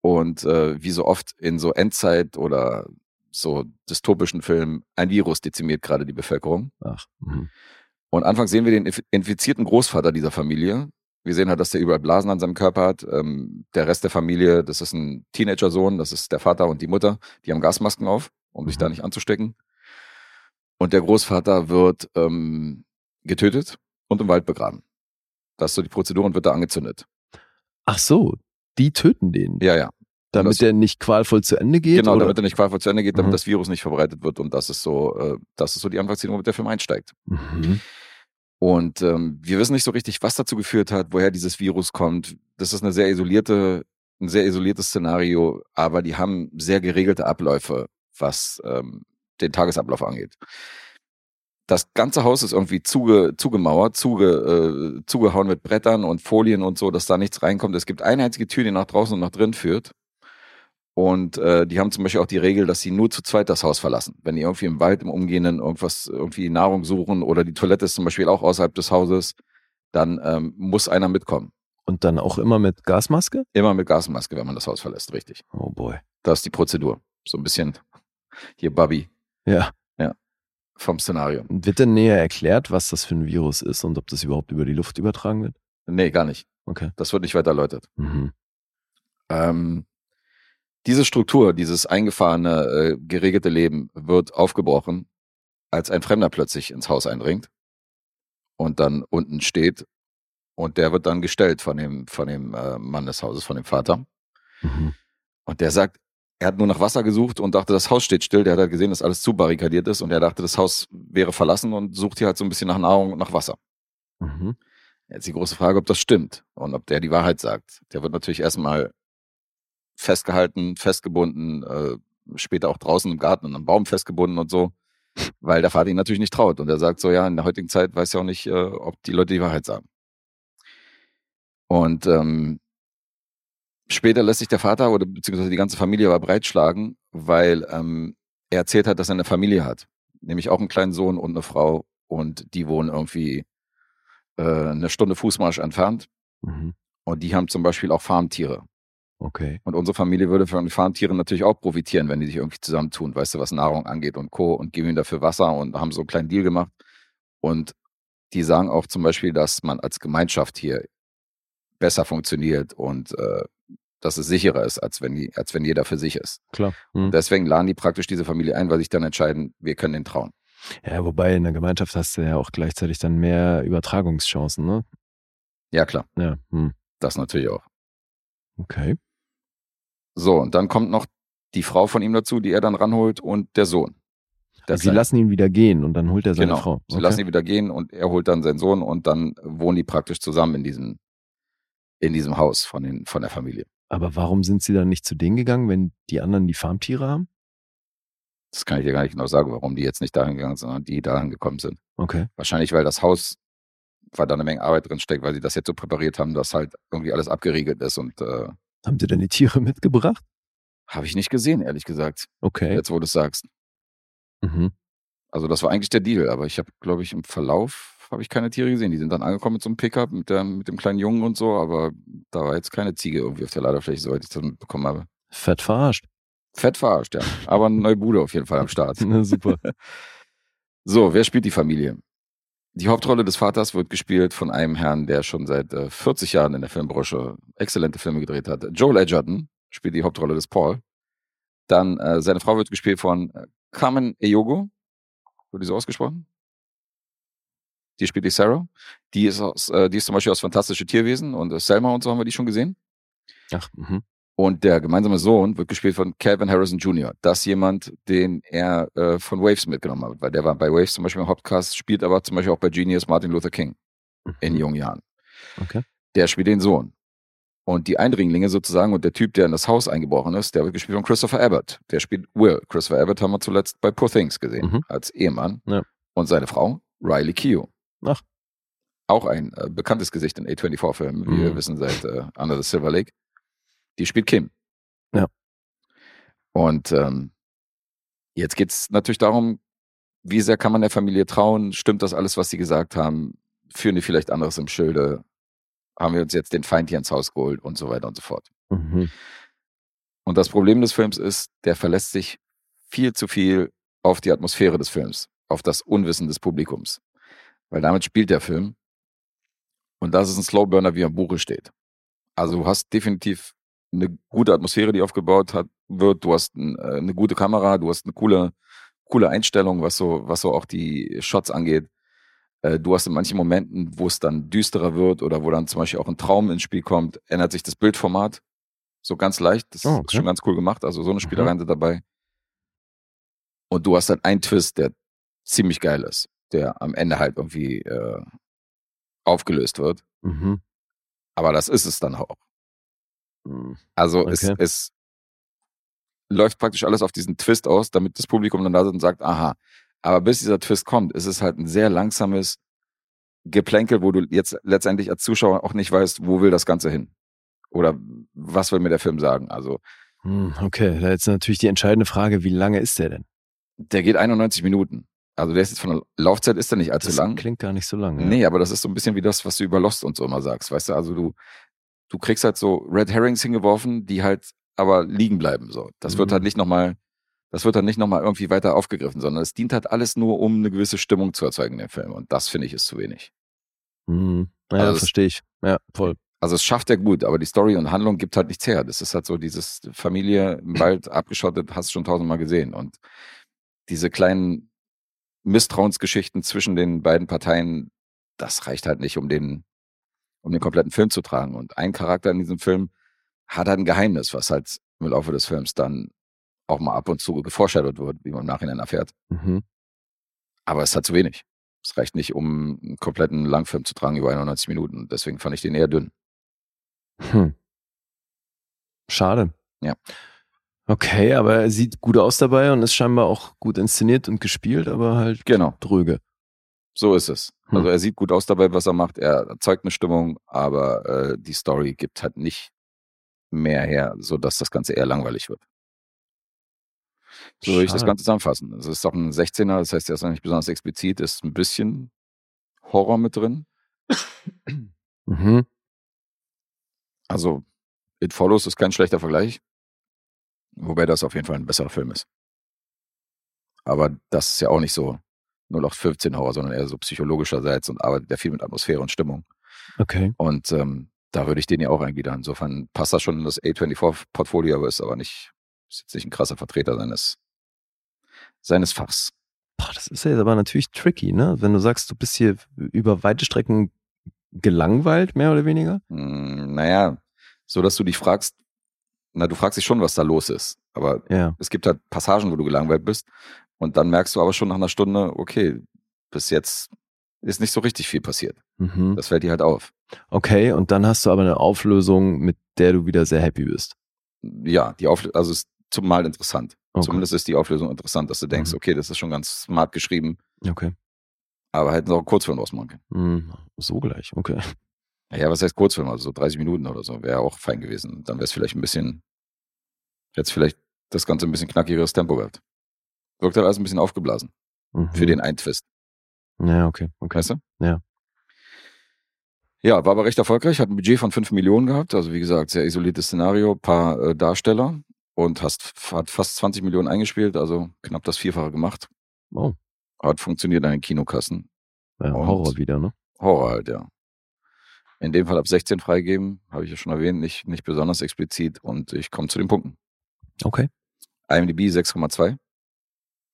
Speaker 3: und äh, wie so oft in so Endzeit oder so dystopischen Filmen, ein Virus dezimiert gerade die Bevölkerung.
Speaker 2: Ach, mhm.
Speaker 3: Und anfangs sehen wir den inf- infizierten Großvater dieser Familie. Wir sehen halt, dass der überall Blasen an seinem Körper hat. Ähm, der Rest der Familie, das ist ein Teenager-Sohn, das ist der Vater und die Mutter, die haben Gasmasken auf, um sich
Speaker 2: Mhm.
Speaker 3: da nicht anzustecken. Und der Großvater wird ähm, getötet und im Wald begraben. Das ist so die Prozedur und wird da angezündet.
Speaker 2: Ach so, die töten den,
Speaker 3: Ja, ja. das-
Speaker 2: damit der nicht qualvoll zu Ende geht.
Speaker 3: genau,
Speaker 2: oder?
Speaker 3: damit er nicht qualvoll zu Ende geht, damit
Speaker 2: Mhm.
Speaker 3: das Virus nicht verbreitet wird. Und das ist so, äh, das ist so die Anfangsszene, womit der Film einsteigt.
Speaker 2: Mhm.
Speaker 3: Und ähm, wir wissen nicht so richtig, was dazu geführt hat, woher dieses Virus kommt. Das ist eine sehr isolierte, ein sehr isoliertes Szenario, aber die haben sehr geregelte Abläufe, was ähm, den Tagesablauf angeht. Das ganze Haus ist irgendwie zuge, zugemauert, zuge, äh, zugehauen mit Brettern und Folien und so, dass da nichts reinkommt. Es gibt eine einzige Tür, die nach draußen und nach drin führt. Und äh, die haben zum Beispiel auch die Regel, dass sie nur zu zweit das Haus verlassen. Wenn die irgendwie im Wald, im Umgehenden irgendwas, irgendwie Nahrung suchen oder die Toilette ist zum Beispiel auch außerhalb des Hauses, dann ähm, muss einer mitkommen.
Speaker 2: Und dann auch immer mit Gasmaske?
Speaker 3: Immer mit Gasmaske, wenn man das Haus verlässt, richtig.
Speaker 2: Oh boy.
Speaker 3: Das ist die Prozedur. So ein bisschen hier Bubby
Speaker 2: Ja.
Speaker 3: vom Szenario.
Speaker 2: Wird denn näher erklärt, was das für ein Virus ist und ob das überhaupt über die Luft übertragen wird?
Speaker 3: Nee, gar nicht.
Speaker 2: Okay.
Speaker 3: Das wird nicht weiter erläutert.
Speaker 2: Mhm.
Speaker 3: Ähm, diese Struktur, dieses eingefahrene, äh, geregelte Leben wird aufgebrochen, als ein Fremder plötzlich ins Haus eindringt und dann unten steht. Und der wird dann gestellt von dem, von dem äh, Mann des Hauses, von dem Vater.
Speaker 2: Mhm.
Speaker 3: Und der sagt, er hat nur nach Wasser gesucht und dachte, das Haus steht still. Der hat halt gesehen, dass alles zu barrikadiert ist und er dachte, das Haus wäre verlassen und sucht hier halt so ein bisschen nach Nahrung und nach Wasser.
Speaker 2: Mhm.
Speaker 3: Jetzt die große Frage, ob das stimmt und ob der die Wahrheit sagt. Der wird natürlich erstmal festgehalten, festgebunden, äh, später auch draußen im Garten und am Baum festgebunden und so, weil der Vater ihn natürlich nicht traut. Und er sagt so, ja, in der heutigen Zeit weiß ja auch nicht, äh, ob die Leute die Wahrheit sagen. Und ähm, später lässt sich der Vater oder beziehungsweise die ganze Familie aber breitschlagen, weil ähm, er erzählt hat, dass er eine Familie hat. Nämlich auch einen kleinen Sohn und eine Frau und die wohnen irgendwie äh, eine Stunde Fußmarsch entfernt.
Speaker 2: Mhm.
Speaker 3: Und die haben zum Beispiel auch Farmtiere.
Speaker 2: Okay.
Speaker 3: Und unsere Familie würde von den Farmtieren natürlich auch profitieren, wenn die sich irgendwie zusammentun, weißt du, was Nahrung angeht und Co. und geben ihnen dafür Wasser und haben so einen kleinen Deal gemacht. Und die sagen auch zum Beispiel, dass man als Gemeinschaft hier besser funktioniert und äh, dass es sicherer ist, als wenn, die, als wenn jeder für sich ist.
Speaker 2: Klar. Mhm.
Speaker 3: Deswegen laden die praktisch diese Familie ein, weil sich dann entscheiden, wir können den trauen.
Speaker 2: Ja, wobei in der Gemeinschaft hast du ja auch gleichzeitig dann mehr Übertragungschancen, ne?
Speaker 3: Ja, klar,
Speaker 2: Ja. Hm.
Speaker 3: das natürlich auch.
Speaker 2: Okay.
Speaker 3: So, und dann kommt noch die Frau von ihm dazu, die er dann ranholt und der Sohn. Der
Speaker 2: Also sie
Speaker 3: Kleine.
Speaker 2: lassen ihn wieder gehen und dann holt er seine
Speaker 3: genau.
Speaker 2: Frau.
Speaker 3: Sie
Speaker 2: okay.
Speaker 3: lassen ihn wieder gehen und er holt dann seinen Sohn und dann wohnen die praktisch zusammen in diesem, in diesem Haus von, den, von der Familie.
Speaker 2: Aber warum sind sie dann nicht zu denen gegangen, wenn die anderen die Farmtiere haben?
Speaker 3: Das kann ich dir gar nicht genau sagen, warum die jetzt nicht dahin gegangen sind, sondern die dahin gekommen sind.
Speaker 2: Okay.
Speaker 3: Wahrscheinlich, weil das Haus, weil da eine Menge Arbeit drin steckt, weil sie das jetzt so präpariert haben, dass halt irgendwie alles abgeriegelt ist und äh,
Speaker 2: Haben sie denn die Tiere mitgebracht?
Speaker 3: habe ich nicht gesehen, ehrlich gesagt.
Speaker 2: Okay.
Speaker 3: Jetzt, wo du es sagst.
Speaker 2: Mhm.
Speaker 3: Also das war eigentlich der Deal, aber ich habe, glaube ich, im Verlauf habe ich keine Tiere gesehen. Die sind dann angekommen mit so einem Pickup, mit, der, mit dem kleinen Jungen und so, aber da war jetzt keine Ziege irgendwie auf der Ladefläche, soweit ich das mitbekommen habe.
Speaker 2: Fett verarscht.
Speaker 3: Fett verarscht, ja. Aber eine neue Bude auf jeden Fall am Start.
Speaker 2: Na, Ne, super.
Speaker 3: So, wer spielt die Familie? Die Hauptrolle des Vaters wird gespielt von einem Herrn, der schon seit äh, 40 Jahren in der Filmbranche exzellente Filme gedreht hat. Joel Edgerton spielt die Hauptrolle des Paul. Dann äh, seine Frau wird gespielt von äh, Carmen Eyogo. Wurde die so ausgesprochen? Die spielt die Sarah. Die ist, aus, äh, die ist zum Beispiel aus Fantastische Tierwesen und äh, Selma und so haben wir die schon gesehen.
Speaker 2: Ach, mhm.
Speaker 3: Und der gemeinsame Sohn wird gespielt von Calvin Harrison Jr. Das ist jemand, den er äh, von Waves mitgenommen hat, weil der war bei Waves zum Beispiel im Hauptcast, spielt aber zum Beispiel auch bei Genius Martin Luther King in jungen Jahren.
Speaker 2: Okay.
Speaker 3: Der spielt den Sohn. Und die Eindringlinge sozusagen und der Typ, der in das Haus eingebrochen ist, der wird gespielt von Christopher Abbott. Der spielt Will. Christopher Abbott haben wir zuletzt bei Poor Things gesehen,
Speaker 2: Mhm.
Speaker 3: als Ehemann.
Speaker 2: Ja.
Speaker 3: Und seine Frau, Riley Keough.
Speaker 2: Ach.
Speaker 3: Auch ein äh, bekanntes Gesicht in A24-Filmen, wie
Speaker 2: Mhm.
Speaker 3: wir wissen seit äh, Under the Silver Lake. Die spielt Kim.
Speaker 2: Ja.
Speaker 3: Und ähm, jetzt geht's natürlich darum, wie sehr kann man der Familie trauen? Stimmt das alles, was sie gesagt haben? Führen die vielleicht anderes im Schilde? Haben wir uns jetzt den Feind hier ins Haus geholt und so weiter und so fort.
Speaker 2: Mhm.
Speaker 3: Und das Problem des Films ist, der verlässt sich viel zu viel auf die Atmosphäre des Films, auf das Unwissen des Publikums. Weil damit spielt der Film. Und das ist ein Slowburner, wie er im Buche steht. Also du hast definitiv eine gute Atmosphäre, die aufgebaut hat, wird. Du hast ein, äh, eine gute Kamera, du hast eine coole, coole Einstellung, was so, was so auch die Shots angeht. Äh, Du hast in manchen Momenten, wo es dann düsterer wird oder wo dann zum Beispiel auch ein Traum ins Spiel kommt, ändert sich das Bildformat so ganz leicht. Das
Speaker 2: Oh,
Speaker 3: ist
Speaker 2: okay.
Speaker 3: schon ganz cool gemacht. Also so eine Spielereien sind dabei. Und du hast dann einen Twist, der ziemlich geil ist, der am Ende halt irgendwie äh, aufgelöst wird.
Speaker 2: Mhm.
Speaker 3: Aber das ist es dann auch.
Speaker 2: Mhm.
Speaker 3: Also
Speaker 2: Okay.
Speaker 3: es, es läuft praktisch alles auf diesen Twist aus, damit das Publikum dann da sitzt und sagt, aha. Aber bis dieser Twist kommt, ist es halt ein sehr langsames Geplänkel, wo du jetzt letztendlich als Zuschauer auch nicht weißt, wo will das Ganze hin? Oder was will mir der Film sagen? Also
Speaker 2: Mhm. Okay, da ist natürlich die entscheidende Frage, wie lange ist der denn?
Speaker 3: der geht 91 Minuten. Also der ist jetzt von der Laufzeit ist der nicht allzu
Speaker 2: Das
Speaker 3: lang.
Speaker 2: klingt gar nicht so lange. ja.
Speaker 3: Nee, aber das ist so ein bisschen wie das, was du über Lost und so immer sagst, weißt du? Also du, du kriegst halt so Red Herrings hingeworfen, die halt aber liegen bleiben. So. Das wird
Speaker 2: Mhm.
Speaker 3: halt nicht nochmal, das wird halt nicht nochmal irgendwie weiter aufgegriffen, sondern es dient halt alles nur, um eine gewisse Stimmung zu erzeugen in dem Film. Und das finde ich ist zu wenig.
Speaker 2: Mhm. Ja,
Speaker 3: Also es-
Speaker 2: verstehe ich. Ja, voll.
Speaker 3: Also es schafft er gut, aber die Story und Handlung gibt halt nichts her. Das ist halt so dieses Familie im Wald abgeschottet, hast du schon tausendmal gesehen. Und diese kleinen Misstrauensgeschichten zwischen den beiden Parteien, das reicht halt nicht, um den, um den kompletten Film zu tragen. Und ein Charakter in diesem Film hat halt ein Geheimnis, was halt im Laufe des Films dann auch mal ab und zu geforschertet wird, wie man im Nachhinein erfährt.
Speaker 2: Mhm.
Speaker 3: Aber es ist halt zu wenig. Es reicht nicht, um einen kompletten Langfilm zu tragen über 91 Minuten. Deswegen fand ich den eher dünn.
Speaker 2: Hm. Schade.
Speaker 3: Ja.
Speaker 2: Okay, aber er sieht gut aus dabei und ist scheinbar auch gut inszeniert und gespielt, aber halt
Speaker 3: Genau.
Speaker 2: dröge.
Speaker 3: So ist es.
Speaker 2: Hm.
Speaker 3: Also er sieht gut aus dabei, was er macht. Er erzeugt eine Stimmung, aber äh, die Story gibt halt nicht mehr her, sodass das Ganze eher langweilig wird. So würde ich das
Speaker 2: Schade.
Speaker 3: Ganze zusammenfassen. Es ist auch ein 16er, das heißt, er ist noch nicht besonders explizit, ist ein bisschen Horror mit drin.
Speaker 2: Mhm.
Speaker 3: Also It Follows ist kein schlechter Vergleich. Wobei das auf jeden Fall ein besserer Film ist. Aber das ist ja auch nicht so 0815 Horror, sondern eher so psychologischerseits und arbeitet ja viel mit Atmosphäre und Stimmung.
Speaker 2: Okay.
Speaker 3: Und ähm, da würde ich den ja auch eingliedern. Insofern passt das schon in das A24-Portfolio, aber ist aber nicht, ist jetzt nicht ein krasser Vertreter seines, seines Fachs.
Speaker 2: Boah, das ist ja jetzt aber natürlich tricky, ne? Wenn du sagst, du bist hier über weite Strecken gelangweilt, mehr oder weniger.
Speaker 3: Hm, naja, so dass du dich fragst, na, du fragst dich schon, was da los ist. Aber
Speaker 2: Ja.
Speaker 3: es gibt halt Passagen, wo du gelangweilt bist. Und dann merkst du aber schon nach einer Stunde, okay, bis jetzt ist nicht so richtig viel passiert.
Speaker 2: Mhm.
Speaker 3: Das fällt dir halt auf.
Speaker 2: Okay, und dann hast du aber eine Auflösung, mit der du wieder sehr happy bist.
Speaker 3: Ja, die Auflösung, also ist zumal interessant.
Speaker 2: Okay.
Speaker 3: Zumindest ist die Auflösung interessant, dass du denkst,
Speaker 2: Mhm.
Speaker 3: okay, das ist schon ganz smart geschrieben,
Speaker 2: Okay.
Speaker 3: aber hätten sie auch einen Kurzfilm draus machen können.
Speaker 2: Mhm. So gleich, okay.
Speaker 3: Naja, was heißt Kurzfilm? Also so 30 Minuten oder so wäre auch fein gewesen. Dann wäre es vielleicht ein bisschen, jetzt vielleicht das Ganze ein bisschen knackigeres Tempo gehabt. Wirkt halt alles ein bisschen aufgeblasen
Speaker 2: Mhm.
Speaker 3: für den einen Twist,
Speaker 2: Ja, okay. okay.
Speaker 3: weißt du?
Speaker 2: Ja.
Speaker 3: Ja, war aber recht erfolgreich, hat ein Budget von 5 Millionen gehabt, also wie gesagt, sehr isoliertes Szenario, paar äh, Darsteller und hast, hat fast 20 Millionen eingespielt, also knapp das Vierfache gemacht.
Speaker 2: Oh,
Speaker 3: Hat funktioniert an den Kinokassen.
Speaker 2: ja,
Speaker 3: Und-
Speaker 2: Horror wieder, ne?
Speaker 3: Horror halt, ja. In dem Fall ab 16 freigeben, habe ich ja schon erwähnt, nicht, nicht besonders explizit und ich komme zu den Punkten.
Speaker 2: Okay.
Speaker 3: IMDb 6,2.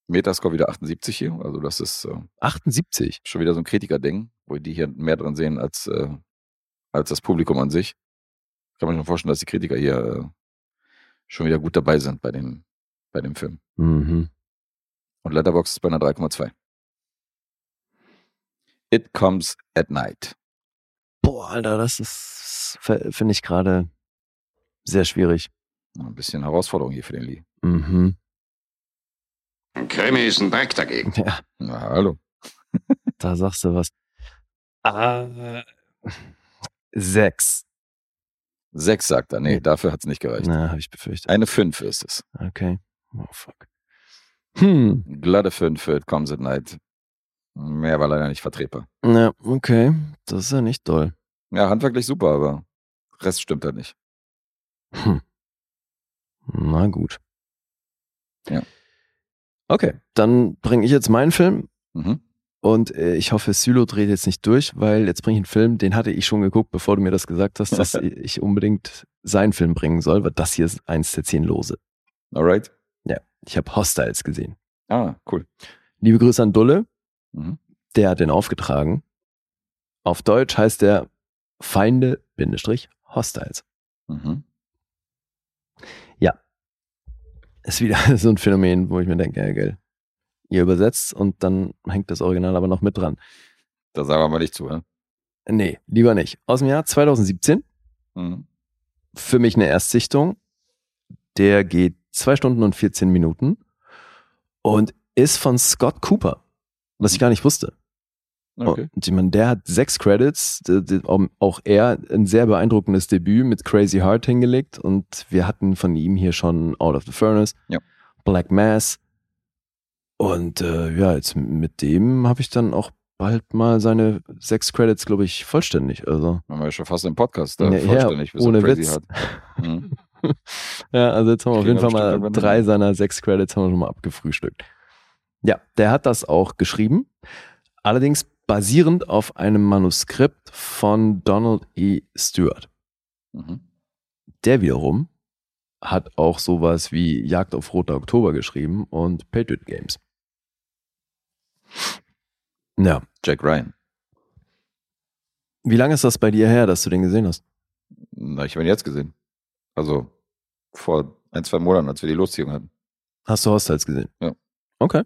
Speaker 3: Metascore wieder 78 hier, also das ist äh,
Speaker 2: 78.
Speaker 3: schon wieder so ein Kritiker-Ding, wo die hier mehr drin sehen als, äh, als das Publikum an sich. Kann man schon vorstellen, dass die Kritiker hier äh, schon wieder gut dabei sind bei dem, bei dem Film.
Speaker 2: Mhm.
Speaker 3: Und Letterboxd ist bei einer 3,2. It Comes at Night.
Speaker 2: Boah, Alter, das ist, finde ich gerade sehr schwierig.
Speaker 3: Ein bisschen Herausforderung hier für den Lee.
Speaker 2: Mhm.
Speaker 4: Ein Krimi ist ein Dreck dagegen.
Speaker 2: Ja,
Speaker 3: Na, hallo.
Speaker 2: da sagst du was. Ah, sechs.
Speaker 3: Sechs sagt er. Nee, dafür hat's nicht gereicht.
Speaker 2: Na, habe ich befürchtet.
Speaker 3: Eine Fünf ist es.
Speaker 2: Okay. Oh, fuck. Hm.
Speaker 3: Glatte Fünf für It Comes at Night. Mehr war leider nicht vertretbar.
Speaker 2: Ja, okay. Das ist ja nicht doll.
Speaker 3: Ja, handwerklich super, aber Rest stimmt halt nicht.
Speaker 2: Hm. Na gut.
Speaker 3: Ja.
Speaker 2: Okay, dann bringe ich jetzt meinen Film
Speaker 3: Mhm.
Speaker 2: und äh, ich hoffe, Sylo dreht jetzt nicht durch, weil jetzt bringe ich einen Film, den hatte ich schon geguckt, bevor du mir das gesagt hast, dass ich unbedingt seinen Film bringen soll, weil das hier ist eins der zehn Lose.
Speaker 3: Alright.
Speaker 2: Ich habe Hostiles gesehen.
Speaker 3: Ah, cool.
Speaker 2: Liebe Grüße an Dulle,
Speaker 3: Mhm.
Speaker 2: der hat den aufgetragen. Auf Deutsch heißt der Feinde, Bindestrich, Hostiles.
Speaker 3: Mhm.
Speaker 2: Ist wieder so ein Phänomen, wo ich mir denke, ja, geil. Ihr übersetzt und dann hängt das Original aber noch mit dran.
Speaker 3: Da sagen wir mal nicht zu, ne?
Speaker 2: Nee, lieber nicht. Aus dem Jahr 2017.
Speaker 3: Mhm.
Speaker 2: Für mich eine Erstsichtung. Der geht zwei Stunden und 14 Minuten und ist von Scott Cooper, was ich gar nicht wusste. Oh,
Speaker 3: Okay.
Speaker 2: Und ich meine, der hat sechs Credits, d- d- auch- auch er ein sehr beeindruckendes Debüt mit Crazy Heart hingelegt und wir hatten von ihm hier schon Out of the Furnace,
Speaker 3: Ja.
Speaker 2: Black Mass und äh, ja, jetzt mit dem habe ich dann auch bald mal seine sechs Credits, glaube ich, vollständig. Also
Speaker 3: Haben wir ja schon fast im Podcast. Äh,
Speaker 2: Ja, ja,
Speaker 3: vollständig, bis er
Speaker 2: ohne
Speaker 3: crazy
Speaker 2: Witz.
Speaker 3: hat. Mhm.
Speaker 2: Ja, also jetzt haben wir auf
Speaker 3: Kriegen
Speaker 2: jeden Fall
Speaker 3: wir bestimmt
Speaker 2: mal
Speaker 3: irgendwann
Speaker 2: drei
Speaker 3: hin.
Speaker 2: seiner sechs Credits haben wir schon mal abgefrühstückt. Ja, der hat das auch geschrieben. Allerdings basierend auf einem Manuskript von Donald E. Stewart.
Speaker 3: Mhm.
Speaker 2: Der wiederum hat auch sowas wie Jagd auf Roter Oktober geschrieben und Patriot Games. Ja,
Speaker 3: Jack Ryan.
Speaker 2: wie lange ist das bei dir her, dass du den gesehen hast?
Speaker 3: Na, ich habe ihn jetzt gesehen. Also vor ein, zwei Monaten, als wir die Losziehung hatten.
Speaker 2: Hast du Hostiles gesehen?
Speaker 3: Ja.
Speaker 2: Okay.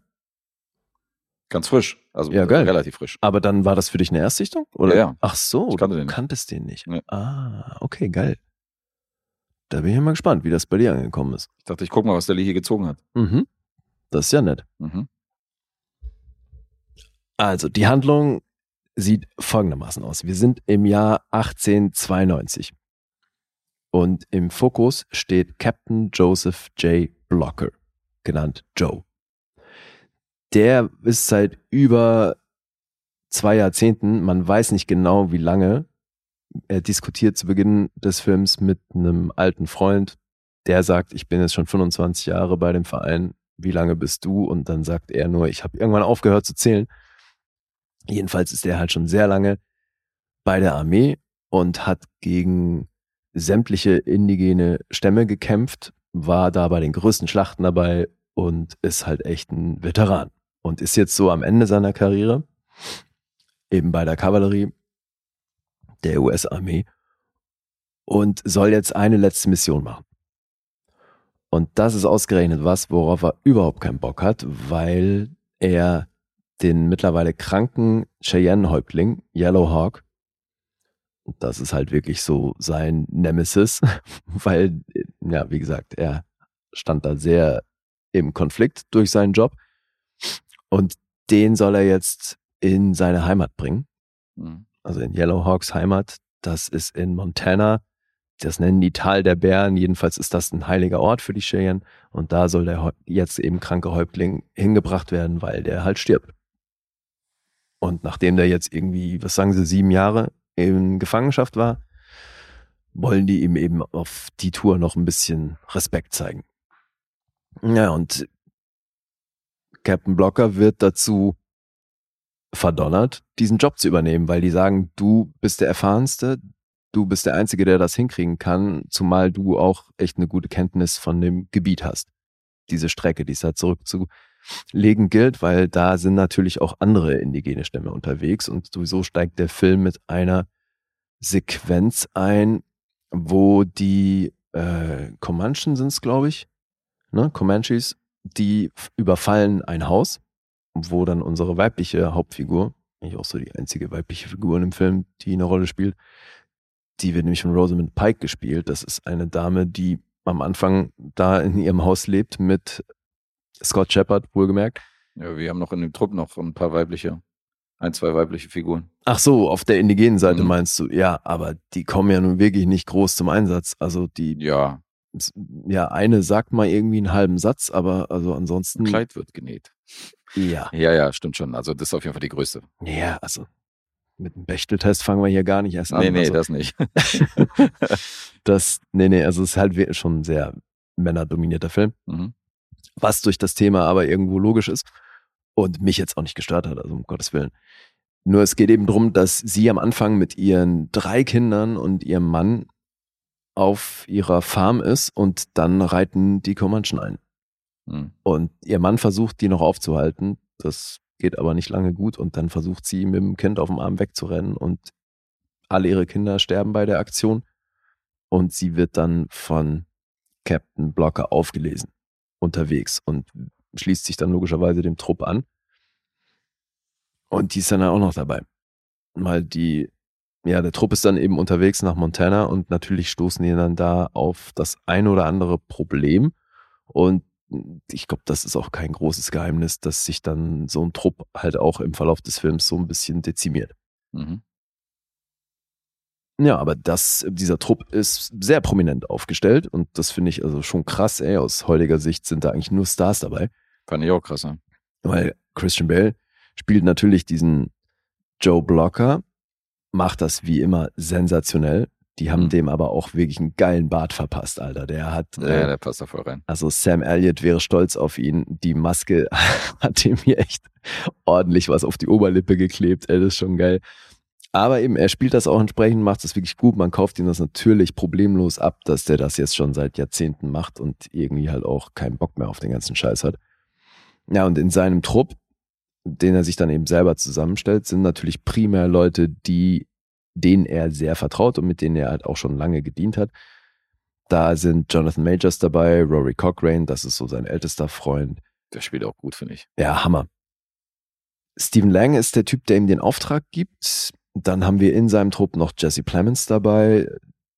Speaker 3: Ganz frisch. Also
Speaker 2: Ja, geil.
Speaker 3: relativ frisch.
Speaker 2: Aber dann war das für dich eine Erstsichtung? Oder?
Speaker 3: Ja, ja.
Speaker 2: Ach so,
Speaker 3: Ich kannte
Speaker 2: du
Speaker 3: den nicht.
Speaker 2: kanntest den nicht.
Speaker 3: Nee.
Speaker 2: Ah, okay, geil. Da bin ich ja mal gespannt, wie das bei dir angekommen ist.
Speaker 3: Ich dachte, ich guck mal, was der Lee hier gezogen hat.
Speaker 2: Mhm. Das ist ja nett.
Speaker 3: Mhm.
Speaker 2: Also, die Handlung sieht folgendermaßen aus. Wir sind im Jahr 1892. Und im Fokus steht Captain Joseph J. Blocker, genannt Joe. Der ist seit über zwei Jahrzehnten, man weiß nicht genau wie lange, er diskutiert zu Beginn des Films mit einem alten Freund, der sagt, ich bin jetzt schon 25 Jahre bei dem Verein, wie lange bist du? Und dann sagt er nur, ich habe irgendwann aufgehört zu zählen. Jedenfalls ist er halt schon sehr lange bei der Armee und hat gegen sämtliche indigene Stämme gekämpft, war da bei den größten Schlachten dabei und ist halt echt ein Veteran und ist jetzt so am Ende seiner Karriere, eben bei der Kavallerie der US-Armee und soll jetzt eine letzte Mission machen. Und das ist ausgerechnet was, worauf er überhaupt keinen Bock hat, weil er den mittlerweile kranken Cheyenne-Häuptling, Yellowhawk, und das ist halt wirklich so sein Nemesis, weil, ja, wie gesagt, er stand da sehr im Konflikt durch seinen Job. Und den soll er jetzt in seine Heimat bringen.
Speaker 3: Mhm.
Speaker 2: Also in Yellowhawks Heimat. Das ist in Montana. Das nennen die Tal der Bären. Jedenfalls ist das ein heiliger Ort für die Cheyenne. Und da soll der Häu- jetzt eben kranke Häuptling hingebracht werden, weil der halt stirbt. Und nachdem der jetzt irgendwie, was sagen sie, sieben Jahre in Gefangenschaft war, wollen die ihm eben auf die Tour noch ein bisschen Respekt zeigen. Ja, und Captain Blocker wird dazu verdonnert, diesen Job zu übernehmen, weil die sagen, du bist der Erfahrenste, du bist der Einzige, der das hinkriegen kann, zumal du auch echt eine gute Kenntnis von dem Gebiet hast. Diese Strecke, die es da zurückzulegen gilt, weil da sind natürlich auch andere indigene Stämme unterwegs und sowieso steigt der Film mit einer Sequenz ein, wo die äh, Comanchen sind es, glaube ich, ne? Comanches die f- überfallen ein Haus, wo dann unsere weibliche Hauptfigur, eigentlich auch so die einzige weibliche Figur in dem Film, die eine Rolle spielt, die wird nämlich von Rosamund Pike gespielt. Das ist eine Dame, die am Anfang da in ihrem Haus lebt mit Scott Shepard, wohlgemerkt.
Speaker 3: Ja, wir haben noch in dem Trupp noch ein paar weibliche, ein, zwei weibliche Figuren.
Speaker 2: Ach so, auf der indigenen Seite
Speaker 3: Mhm.
Speaker 2: meinst du, ja, aber die kommen ja nun wirklich nicht groß zum Einsatz. Also die,
Speaker 3: Ja,
Speaker 2: ja, eine sagt mal irgendwie einen halben Satz, aber also ansonsten.
Speaker 3: ein Kleid wird genäht.
Speaker 2: Ja.
Speaker 3: Ja, ja, stimmt schon. Also das ist auf jeden Fall die größte.
Speaker 2: Ja, also mit dem Bechteltest fangen wir hier gar nicht erst an.
Speaker 3: nee, nee,
Speaker 2: also,
Speaker 3: das nicht.
Speaker 2: das, nee, nee, also es ist halt wir- schon ein sehr männerdominierter Film,
Speaker 3: Mhm.
Speaker 2: was durch das Thema aber irgendwo logisch ist und mich jetzt auch nicht gestört hat, also um Gottes Willen. Nur es geht eben drum, dass sie am Anfang mit ihren drei Kindern und ihrem Mann auf ihrer Farm ist und dann reiten die Comanchen ein.
Speaker 3: Mhm.
Speaker 2: Und ihr Mann versucht, die noch aufzuhalten. Das geht aber nicht lange gut. Und dann versucht sie, mit dem Kind auf dem Arm wegzurennen. Und alle ihre Kinder sterben bei der Aktion. Und sie wird dann von Captain Blocker aufgelesen. Unterwegs. Und schließt sich dann logischerweise dem Trupp an. Und die ist dann auch noch dabei. Mal die, ja, der Trupp ist dann eben unterwegs nach Montana. Und natürlich stoßen die dann da auf das ein oder andere Problem. Und ich glaube, das ist auch kein großes Geheimnis, dass sich dann so ein Trupp halt auch im Verlauf des Films so ein bisschen dezimiert.
Speaker 3: Mhm.
Speaker 2: Ja, aber das, dieser Trupp ist sehr prominent aufgestellt und das finde ich also schon krass, ey. Aus heutiger Sicht sind da eigentlich nur Stars dabei,
Speaker 3: Fand ich auch krass. Ne?
Speaker 2: weil Christian Bale spielt natürlich diesen Joe Blocker, macht das wie immer sensationell. Die haben
Speaker 3: Mhm.
Speaker 2: dem aber auch wirklich einen geilen Bart verpasst, Alter. Der hat,
Speaker 3: Ja,
Speaker 2: äh,
Speaker 3: der passt da voll rein.
Speaker 2: Also Sam Elliott wäre stolz auf ihn. Die Maske hat ihm hier echt ordentlich was auf die Oberlippe geklebt. Ey, das ist schon geil. Aber eben, er spielt das auch entsprechend, macht es wirklich gut. Man kauft ihm das natürlich problemlos ab, dass der das jetzt schon seit Jahrzehnten macht und irgendwie halt auch keinen Bock mehr auf den ganzen Scheiß hat. Ja, und in seinem Trupp, den er sich dann eben selber zusammenstellt, sind natürlich primär Leute, die, denen er sehr vertraut und mit denen er halt auch schon lange gedient hat. Da sind Jonathan Majors dabei, Rory Cochrane, das ist so sein ältester Freund.
Speaker 3: Der spielt auch gut, finde ich.
Speaker 2: Ja, Hammer. Stephen Lang ist der Typ, der ihm den Auftrag gibt. Dann haben wir in seinem Trupp noch Jesse Plemons dabei.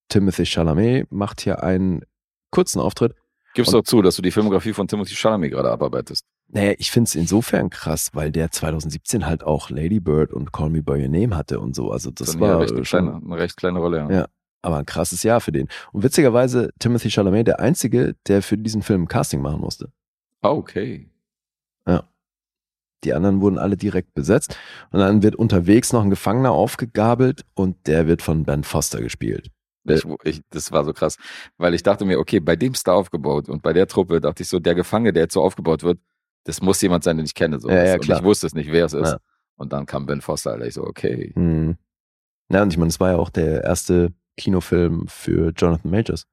Speaker 2: Timothy Chalamet macht hier einen kurzen Auftritt.
Speaker 3: Gibst
Speaker 2: Und-
Speaker 3: doch zu, dass du die Filmografie von Timothy Chalamet gerade abarbeitest.
Speaker 2: Naja, ich finde es insofern krass, weil der 2017 halt auch Lady Bird und Call Me By Your Name hatte und so. Also das
Speaker 3: Dann ja
Speaker 2: war
Speaker 3: recht
Speaker 2: äh,
Speaker 3: eine,
Speaker 2: schon
Speaker 3: kleine, eine recht kleine Rolle, ja.
Speaker 2: Ja. aber ein krasses Jahr für den. Und witzigerweise Timothy Chalamet der Einzige, der für diesen Film ein Casting machen musste.
Speaker 3: Ah, okay.
Speaker 2: Die anderen wurden alle direkt besetzt. Und dann wird unterwegs noch ein Gefangener aufgegabelt und der wird von Ben Foster gespielt.
Speaker 3: Ich, ich, das war so krass, weil ich dachte mir, okay, bei dem Star aufgebaut und bei der Truppe dachte ich so, der Gefangene, der jetzt so aufgebaut wird, das muss jemand sein, den ich kenne. So.
Speaker 2: Ja, ja, klar.
Speaker 3: Und ich wusste es nicht, wer es ist.
Speaker 2: Ja.
Speaker 3: Und dann kam Ben Foster, Alter. Ich so, okay.
Speaker 2: Hm. Ja, und ich meine, es war ja auch der erste Kinofilm für Jonathan Majors.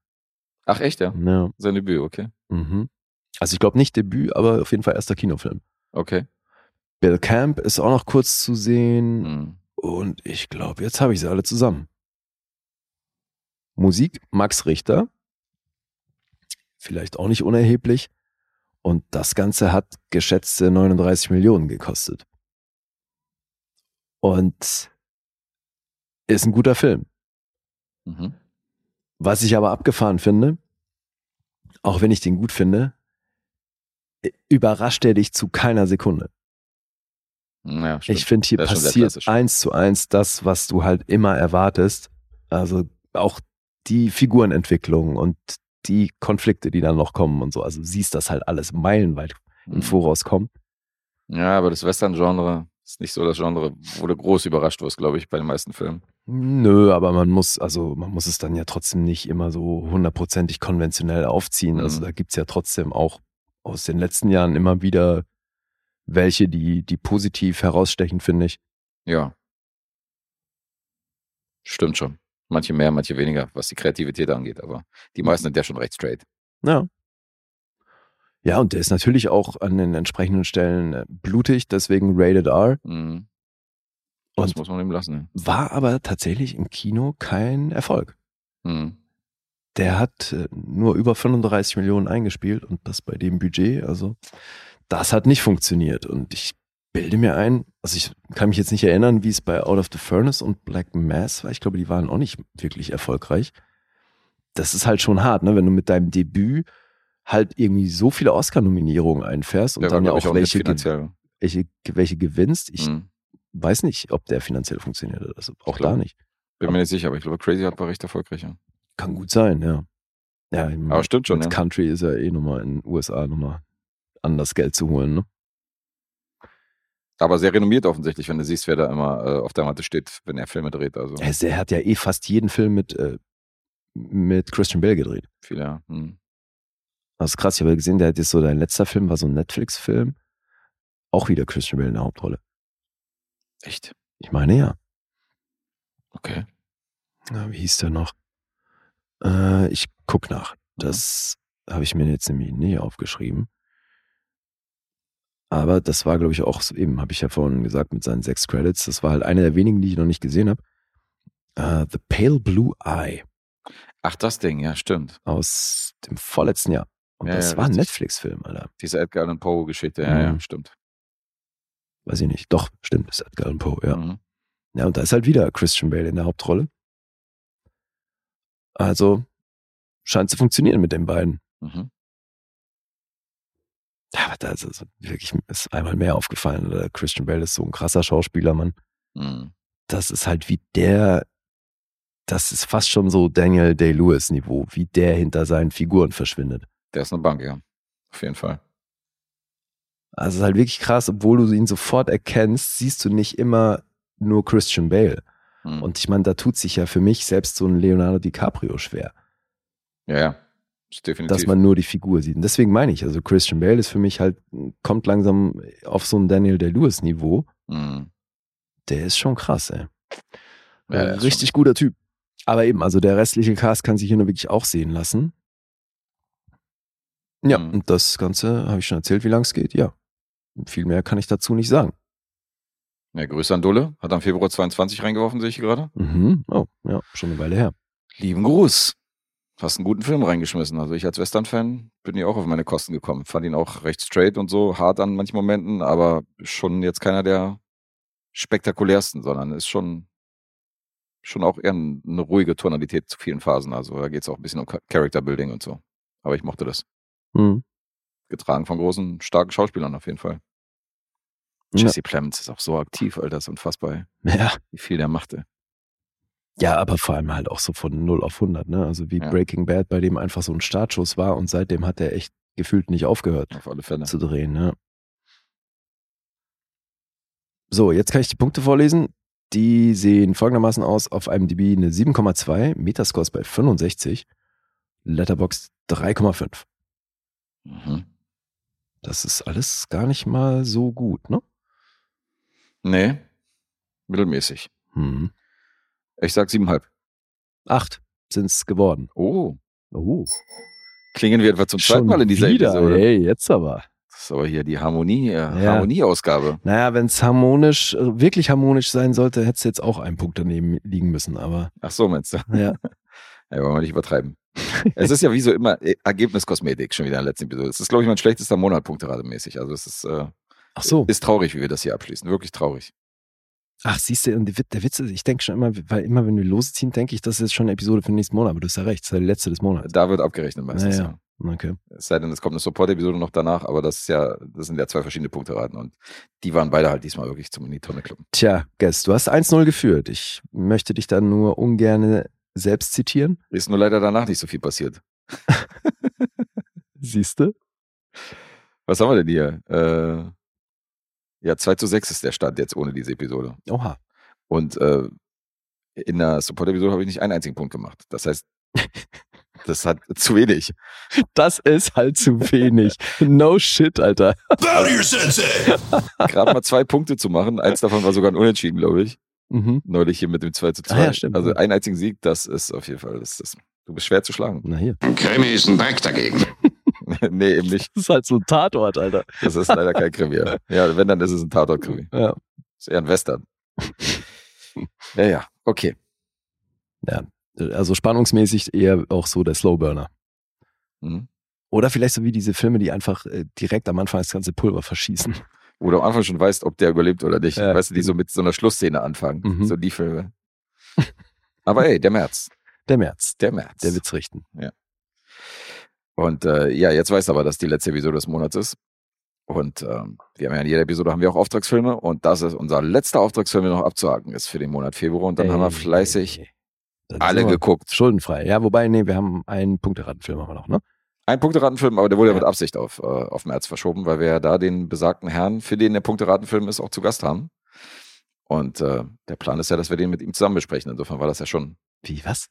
Speaker 3: Ach, echt, ja?
Speaker 2: Ja.
Speaker 3: Sein Debüt, okay.
Speaker 2: Mhm. Also ich glaube nicht Debüt, aber auf jeden Fall erster Kinofilm.
Speaker 3: Okay.
Speaker 2: Bill Camp ist auch noch kurz zu sehen.
Speaker 3: Hm.
Speaker 2: Und ich glaube, jetzt habe ich sie alle zusammen. Musik Max Richter. Vielleicht auch nicht unerheblich. Und das Ganze hat geschätzte 39 Millionen gekostet. Und ist ein guter Film.
Speaker 3: Mhm.
Speaker 2: Was ich aber abgefahren finde, auch wenn ich den gut finde, überrascht er dich zu keiner Sekunde.
Speaker 3: Ja, stimmt.
Speaker 2: Ich finde, hier
Speaker 3: Das ist schon sehr
Speaker 2: passiert
Speaker 3: klassisch.
Speaker 2: eins zu eins das, was du halt immer erwartest. Also auch die Figurenentwicklung und die Konflikte, die dann noch kommen und so. Also du siehst das halt alles meilenweit im
Speaker 3: Hm.
Speaker 2: Voraus kommen.
Speaker 3: Ja, aber das Western-Genre ist nicht so das Genre, wo du groß überrascht wirst, glaube ich, bei den meisten Filmen.
Speaker 2: Nö, aber man muss, also man muss es dann ja trotzdem nicht immer so hundertprozentig konventionell aufziehen. Also
Speaker 3: Mhm.
Speaker 2: da gibt's ja trotzdem auch aus den letzten Jahren immer wieder welche, die, die positiv herausstechen, finde ich.
Speaker 3: Ja. Stimmt schon. Manche mehr, manche weniger, was die Kreativität angeht, aber die meisten sind ja schon recht straight.
Speaker 2: Ja. Ja, und der ist natürlich auch an den entsprechenden Stellen äh, blutig, deswegen Rated R.
Speaker 3: Mhm. Das
Speaker 2: Und
Speaker 3: muss man ihm lassen.
Speaker 2: war aber tatsächlich im Kino kein Erfolg.
Speaker 3: ja. Mhm.
Speaker 2: Der hat äh, nur über 35 Millionen eingespielt und das bei dem Budget. Also das hat nicht funktioniert. Und ich bilde mir ein, also ich kann mich jetzt nicht erinnern, wie es bei Out of the Furnace und Black Mass war. Ich glaube, die waren auch nicht wirklich erfolgreich. Das ist halt schon hart, ne? wenn du mit deinem Debüt halt irgendwie so viele Oscar-Nominierungen einfährst und
Speaker 3: Der war,
Speaker 2: dann ja
Speaker 3: glaube
Speaker 2: auch,
Speaker 3: ich, auch nicht
Speaker 2: welche, ge-
Speaker 3: finanziell.
Speaker 2: welche, welche gewinnst. Ich
Speaker 3: Mhm.
Speaker 2: weiß nicht, ob der finanziell funktioniert. Also auch
Speaker 3: Klar.
Speaker 2: da nicht.
Speaker 3: Bin mir nicht sicher, aber ich glaube, Crazy Heart war recht erfolgreicher.
Speaker 2: Kann gut sein, ja. Ja, ich-
Speaker 3: Aber stimmt schon, ne?
Speaker 2: Als
Speaker 3: ja.
Speaker 2: Country ist ja eh nochmal in den USA nochmal anders Geld zu holen, ne?
Speaker 3: Aber sehr renommiert offensichtlich, wenn du siehst, wer da immer äh, auf der Matte steht, wenn er Filme dreht. Also
Speaker 2: Er, er hat ja eh fast jeden Film mit, äh, mit Christian Bale gedreht.
Speaker 3: viele. ja. Mhm.
Speaker 2: Das ist krass, ich habe gesehen, der hat jetzt so, dein letzter Film war so ein Netflix-Film. Auch wieder Christian Bale in der Hauptrolle.
Speaker 3: Echt?
Speaker 2: Ich meine ja.
Speaker 3: Okay.
Speaker 2: Na, wie hieß der noch? Äh, ich guck nach. Das habe ich mir jetzt nämlich nicht aufgeschrieben. Aber das war, glaube ich, auch so eben, habe ich ja vorhin gesagt, mit seinen sechs Credits. Das war halt eine der wenigen, die ich noch nicht gesehen habe. Äh, The Pale Blue Eye
Speaker 3: Ach, das Ding, ja, stimmt.
Speaker 2: aus dem vorletzten Jahr. Und
Speaker 3: Ja,
Speaker 2: das
Speaker 3: ja,
Speaker 2: war ein
Speaker 3: richtig.
Speaker 2: Netflix-Film, Alter.
Speaker 3: Diese Edgar Allan Poe-Geschichte, ja,
Speaker 2: Mhm.
Speaker 3: ja, stimmt.
Speaker 2: Weiß ich nicht. Doch, stimmt, ist Edgar Allan Poe, ja.
Speaker 3: Mhm.
Speaker 2: Ja, und da ist halt wieder Christian Bale in der Hauptrolle. Also scheint zu funktionieren mit den beiden.
Speaker 3: Mhm.
Speaker 2: Ja, aber da ist also wirklich ist einmal mehr aufgefallen. Oder Christian Bale ist so ein krasser Schauspieler, Mann.
Speaker 3: Mhm.
Speaker 2: Das ist halt wie der, das ist fast schon so Daniel Day-Lewis-Niveau, wie der hinter seinen Figuren verschwindet.
Speaker 3: Der ist eine Bank, ja. Auf jeden Fall.
Speaker 2: Also es ist halt wirklich krass, obwohl du ihn sofort erkennst, siehst du nicht immer nur Christian Bale.
Speaker 3: Mhm.
Speaker 2: Und ich meine, da tut sich ja für mich selbst so ein Leonardo DiCaprio schwer,
Speaker 3: ja, ja. Ist definitiv.
Speaker 2: dass man nur die Figur sieht. Und deswegen meine ich, also Christian Bale ist für mich halt, kommt langsam auf so ein Daniel Day-Lewis-Niveau.
Speaker 3: mhm.
Speaker 2: Der ist schon krass, ey.
Speaker 3: Ja, der
Speaker 2: Äh,
Speaker 3: ist
Speaker 2: richtig guter Typ. Aber eben, also der restliche Cast kann sich hier nur wirklich auch sehen lassen. Ja,
Speaker 3: Mhm.
Speaker 2: und das Ganze habe ich schon erzählt, wie lang es geht. Ja. Viel mehr kann ich dazu nicht sagen.
Speaker 3: Ja, Grüße an Dulle. Hat am Februar 22 reingeworfen, sehe ich hier gerade.
Speaker 2: Mhm. Oh, ja, schon eine Weile her.
Speaker 3: Lieben Gruß. Hast einen guten Film reingeschmissen. Also ich als Western-Fan bin ja auch auf meine Kosten gekommen. Fand ihn auch recht straight und so, hart an manchen Momenten, aber schon jetzt keiner der spektakulärsten, sondern ist schon, schon auch eher ein- eine ruhige Tonalität zu vielen Phasen. Also da geht es auch ein bisschen um Cha- Character Building und so. Aber ich mochte das.
Speaker 2: Mhm.
Speaker 3: Getragen von großen, starken Schauspielern auf jeden Fall.
Speaker 2: Ja.
Speaker 3: Jesse Plemons ist auch so aktiv, Alter, ist unfassbar, ey.
Speaker 2: Ja.
Speaker 3: wie viel der machte.
Speaker 2: ja, aber vor allem halt auch so von 0 auf 100, ne? Also wie
Speaker 3: Ja.
Speaker 2: Breaking Bad, bei dem einfach so ein Startschuss war und seitdem hat er echt gefühlt nicht aufgehört
Speaker 3: Auf alle Fälle.
Speaker 2: zu drehen, ne? So, jetzt kann ich die Punkte vorlesen. Die sehen folgendermaßen aus: auf einem DB eine 7,2, Metascores bei 65, Letterbox 3,5.
Speaker 3: Mhm.
Speaker 2: Das ist alles gar nicht mal so gut, ne?
Speaker 3: Nee, mittelmäßig.
Speaker 2: Hm.
Speaker 3: Ich sag siebeneinhalb.
Speaker 2: Acht sind es geworden.
Speaker 3: Oh,
Speaker 2: Oh,
Speaker 3: klingen wir etwa zum zweiten
Speaker 2: schon
Speaker 3: Mal in dieser
Speaker 2: wieder.
Speaker 3: Episode.
Speaker 2: Hey, jetzt aber.
Speaker 3: Das ist aber hier die Harmonie, äh,
Speaker 2: Ja.
Speaker 3: Harmonieausgabe.
Speaker 2: Naja, wenn es harmonisch, äh, wirklich harmonisch sein sollte, hättest du jetzt auch einen Punkt daneben liegen müssen, aber
Speaker 3: Ach so, meinst du?
Speaker 2: ja.
Speaker 3: Ja, wollen wir nicht übertreiben. es ist ja wie so immer äh, Ergebniskosmetik schon wieder in der letzten Episode. Es ist, glaube ich, mein schlechtester Monat punkteratemäßig. Also es ist, äh,
Speaker 2: Ach so.
Speaker 3: ist traurig, wie wir das hier abschließen. Wirklich traurig.
Speaker 2: Ach, siehst du, und die Wit- der Witz ist, ich denke schon immer, weil immer, wenn wir losziehen, denke ich, das ist jetzt schon eine Episode für den nächsten Monat, aber du hast ja recht, das ist ja die letzte des Monats.
Speaker 3: Da wird abgerechnet meistens.
Speaker 2: Ja,
Speaker 3: Ja.
Speaker 2: Okay.
Speaker 3: Es sei denn, es kommt eine Support-Episode noch danach, aber das ist ja, das sind ja zwei verschiedene Punkteraten und die waren beide halt diesmal wirklich zum in die Tonne kloppen.
Speaker 2: Tja, Guess, du hast 1-0 geführt. Ich möchte dich dann nur ungern selbst zitieren.
Speaker 3: Ist nur leider danach nicht so viel passiert.
Speaker 2: Siehst du?
Speaker 3: Was haben wir denn hier? Äh, ja, 2 zu 6 ist der Stand jetzt ohne diese Episode.
Speaker 2: Oha.
Speaker 3: Und äh, in der Support-Episode habe ich nicht einen einzigen Punkt gemacht. Das heißt, das hat zu wenig.
Speaker 2: Das ist halt zu wenig. no shit, Alter.
Speaker 3: Gerade mal zwei Punkte zu machen, eins davon war sogar ein Unentschieden, glaube ich.
Speaker 2: Mhm.
Speaker 3: Neulich hier mit dem 2 zu 2.
Speaker 2: Ah ja, stimmt.
Speaker 3: Also einen einzigen Sieg, das ist auf jeden Fall, das, das, du bist schwer zu schlagen.
Speaker 2: Na hier.
Speaker 4: Ein Krimi ist ein Dreck dagegen.
Speaker 3: nee, eben nicht.
Speaker 2: Das ist halt so ein Tatort, Alter.
Speaker 3: Das ist leider kein Krimi. Ja, Ja, wenn, dann ist es ein Tatort-Krimi.
Speaker 2: Ja.
Speaker 3: Ist eher ein Western. ja, ja, okay.
Speaker 2: Also spannungsmäßig eher auch so der Slowburner.
Speaker 3: Mhm.
Speaker 2: Oder vielleicht so wie diese Filme, die einfach äh, direkt am Anfang das ganze Pulver verschießen.
Speaker 3: Wo du am Anfang schon weißt, ob der überlebt oder nicht.
Speaker 2: Ja.
Speaker 3: Weißt du, die so mit so einer Schlussszene anfangen.
Speaker 2: Mhm.
Speaker 3: So die Filme. Aber ey, der März.
Speaker 2: Der März.
Speaker 3: Der März.
Speaker 2: Der wird's richten.
Speaker 3: Und äh, ja, jetzt weißt du aber, dass die letzte Episode des Monats ist. Und ähm, wir haben ja in jeder Episode haben wir auch Auftragsfilme und das ist unser letzter Auftragsfilm, der noch abzuhaken ist für den Monat Februar. Und dann haben wir
Speaker 2: Ey,
Speaker 3: fleißig
Speaker 2: Dann
Speaker 3: alle
Speaker 2: sind wir
Speaker 3: geguckt.
Speaker 2: Schuldenfrei. Ja, wobei, nee, wir haben einen Punkteratenfilm haben wir noch, ne?
Speaker 3: Ein Punkteratenfilm, aber der wurde ja
Speaker 2: Ja.
Speaker 3: mit Absicht auf, äh, auf März verschoben, weil wir ja da den besagten Herrn, für den der Punkteratenfilm ist, auch zu Gast haben. Und äh, der Plan ist ja, dass wir den mit ihm zusammen besprechen. Insofern war das ja schon,
Speaker 2: Wie, was?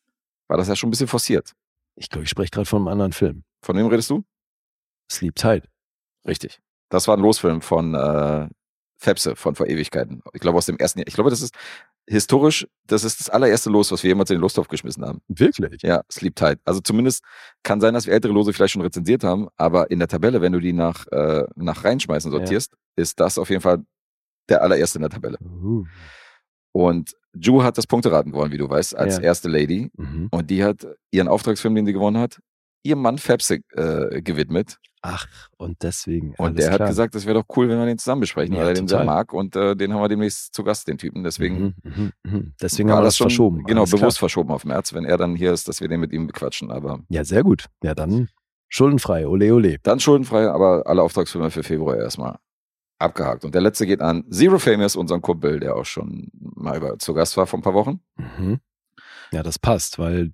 Speaker 3: war das ja schon ein bisschen forciert.
Speaker 2: Ich glaube, ich spreche gerade von einem anderen Film.
Speaker 3: Von wem redest du?
Speaker 2: Sleep Tight.
Speaker 3: Richtig. Das war ein Losfilm von äh, Fepse von vor Ewigkeiten. Ich glaube aus dem ersten Jahr. Ich glaube, das ist historisch, das ist das allererste Los, was wir jemals in den Lostopf geschmissen haben.
Speaker 2: Wirklich?
Speaker 3: Ja, Sleep Tight. Also zumindest kann sein, dass wir ältere Lose vielleicht schon rezensiert haben, aber in der Tabelle, wenn du die nach, äh, nach reinschmeißen sortierst, ist das auf jeden Fall der allererste in der Tabelle.
Speaker 2: Uh.
Speaker 3: Und Ju hat das Punkteraten gewonnen, wie du weißt, als
Speaker 2: Ja.
Speaker 3: erste Lady.
Speaker 2: Mhm.
Speaker 3: Und die hat ihren Auftragsfilm, den sie gewonnen hat, ihrem Mann Fepse äh, gewidmet.
Speaker 2: Ach, und deswegen.
Speaker 3: Und
Speaker 2: alles
Speaker 3: der hat
Speaker 2: klar.
Speaker 3: gesagt, das wäre doch cool, wenn wir den zusammen besprechen,
Speaker 2: Ja,
Speaker 3: weil er den sehr
Speaker 2: total.
Speaker 3: mag und äh, den haben wir demnächst zu Gast, den Typen. Deswegen
Speaker 2: Mhm, mhm, mhm. Deswegen
Speaker 3: war
Speaker 2: haben wir das
Speaker 3: schon
Speaker 2: verschoben.
Speaker 3: Genau,
Speaker 2: Alles
Speaker 3: bewusst
Speaker 2: Klar.
Speaker 3: verschoben auf März, wenn er dann hier ist, dass wir den mit ihm bequatschen. Aber
Speaker 2: Ja, sehr gut. Ja, dann schuldenfrei. Ole, ole.
Speaker 3: dann schuldenfrei, aber alle Auftragsfilme für Februar erstmal abgehakt. Und der letzte geht an Zero Famous, unseren Kumpel, der auch schon mal über, zu Gast war vor ein paar Wochen.
Speaker 2: Mhm. Ja, das passt, weil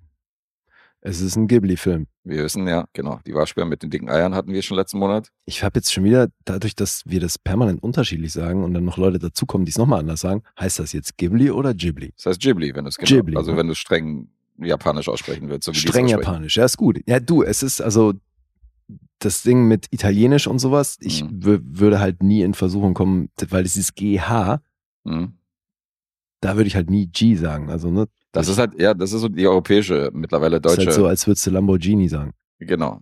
Speaker 2: es ist ein Ghibli-Film.
Speaker 3: Wir wissen ja, genau, die Waschbär mit den dicken Eiern hatten wir schon letzten Monat.
Speaker 2: Ich habe jetzt schon wieder, dadurch, dass wir das permanent unterschiedlich sagen und dann noch Leute dazukommen, die es nochmal anders sagen, heißt das jetzt Ghibli oder Ghibli?
Speaker 3: Das heißt Ghibli, wenn du es genau,
Speaker 2: Ghibli,
Speaker 3: also
Speaker 2: ne?
Speaker 3: wenn du es streng japanisch aussprechen willst. So wie die es
Speaker 2: Streng
Speaker 3: aussprechen.
Speaker 2: japanisch, ja, ist gut. Ja, du, es ist also das Ding mit Italienisch und sowas, ich
Speaker 3: Mhm.
Speaker 2: wü- würde halt nie in Versuchung kommen, weil es ist GH,
Speaker 3: Mhm.
Speaker 2: da würde ich halt nie G sagen. Also, ne?
Speaker 3: Das ist halt, ja, das ist so die europäische, mittlerweile
Speaker 2: Das
Speaker 3: deutsche.
Speaker 2: Ist halt so, als würdest du Lamborghini sagen.
Speaker 3: Genau.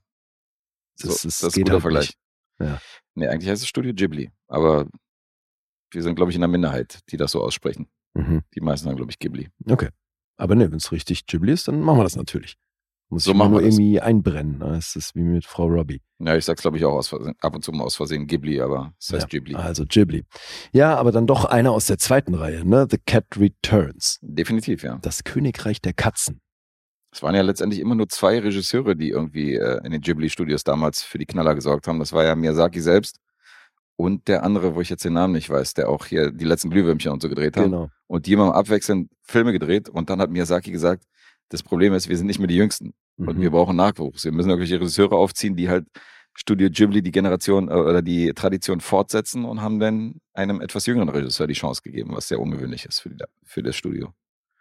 Speaker 2: Das,
Speaker 3: So,
Speaker 2: ist,
Speaker 3: das ist ein
Speaker 2: geht
Speaker 3: guter
Speaker 2: halt
Speaker 3: Vergleich.
Speaker 2: nicht. Ja.
Speaker 3: Nee, eigentlich heißt es Studio Ghibli, aber wir sind, glaube ich, in der Minderheit, die das so aussprechen.
Speaker 2: Nicht. Mhm.
Speaker 3: Die meisten haben, glaube ich, Ghibli.
Speaker 2: Okay. Aber ne, wenn es richtig Ghibli ist, dann machen wir das natürlich. Muss
Speaker 3: So
Speaker 2: ich mir
Speaker 3: machen
Speaker 2: nur
Speaker 3: wir das.
Speaker 2: irgendwie einbrennen. ne? Es ist wie mit Frau Robbie.
Speaker 3: Ja, ich sag's, glaube ich, auch aus Versehen, ab und zu mal aus Versehen Ghibli, aber es heißt Ghibli.
Speaker 2: Also Ghibli. Ja, aber dann doch einer aus der zweiten Reihe, ne? The Cat Returns.
Speaker 3: Definitiv, ja.
Speaker 2: Das Königreich der Katzen.
Speaker 3: Es waren ja letztendlich immer nur zwei Regisseure, die irgendwie äh, in den Ghibli-Studios damals für die Knaller gesorgt haben. Das war ja Miyazaki selbst und der andere, wo ich jetzt den Namen nicht weiß, der auch hier die letzten Glühwürmchen und so gedreht hat.
Speaker 2: Genau.
Speaker 3: Und die haben abwechselnd Filme gedreht und dann hat Miyazaki gesagt, das Problem ist, wir sind nicht mehr die Jüngsten. Und wir
Speaker 2: Mhm.
Speaker 3: brauchen Nachwuchs. Wir müssen irgendwelche Regisseure aufziehen, die halt Studio Ghibli die Generation äh, oder die Tradition fortsetzen und haben dann einem etwas jüngeren Regisseur die Chance gegeben, was sehr ungewöhnlich ist für, die, für das Studio.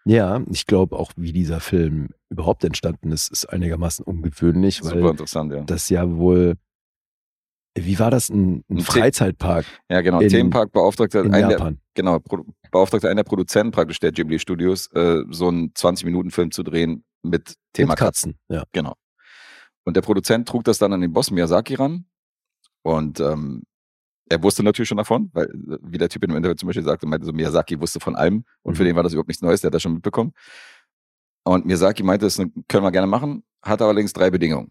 Speaker 2: Ja, ich glaube auch, wie dieser Film überhaupt entstanden ist, ist einigermaßen ungewöhnlich, weil
Speaker 3: Super interessant, ja.
Speaker 2: das ja wohl, wie war das, ein, ein
Speaker 3: Ein Thema-
Speaker 2: Freizeitpark
Speaker 3: Ja, genau.
Speaker 2: in-
Speaker 3: Themenpark beauftragte
Speaker 2: in
Speaker 3: einen der,
Speaker 2: Japan?
Speaker 3: genau, Pro- beauftragte einer Produzenten praktisch der Ghibli Studios, äh, so einen 20-Minuten-Film zu drehen mit Thema
Speaker 2: Mit
Speaker 3: Katzen.
Speaker 2: Katzen. Ja.
Speaker 3: Genau. Und der Produzent trug das dann an den Boss Miyazaki ran. Und ähm, er wusste natürlich schon davon, weil, äh, wie der Typ in dem Interview zum Beispiel sagte, meinte so, Miyazaki wusste von allem. Und für
Speaker 2: Mhm.
Speaker 3: den war das überhaupt nichts Neues, der hat das schon mitbekommen. Und Miyazaki meinte, das können wir gerne machen, hatte allerdings drei Bedingungen.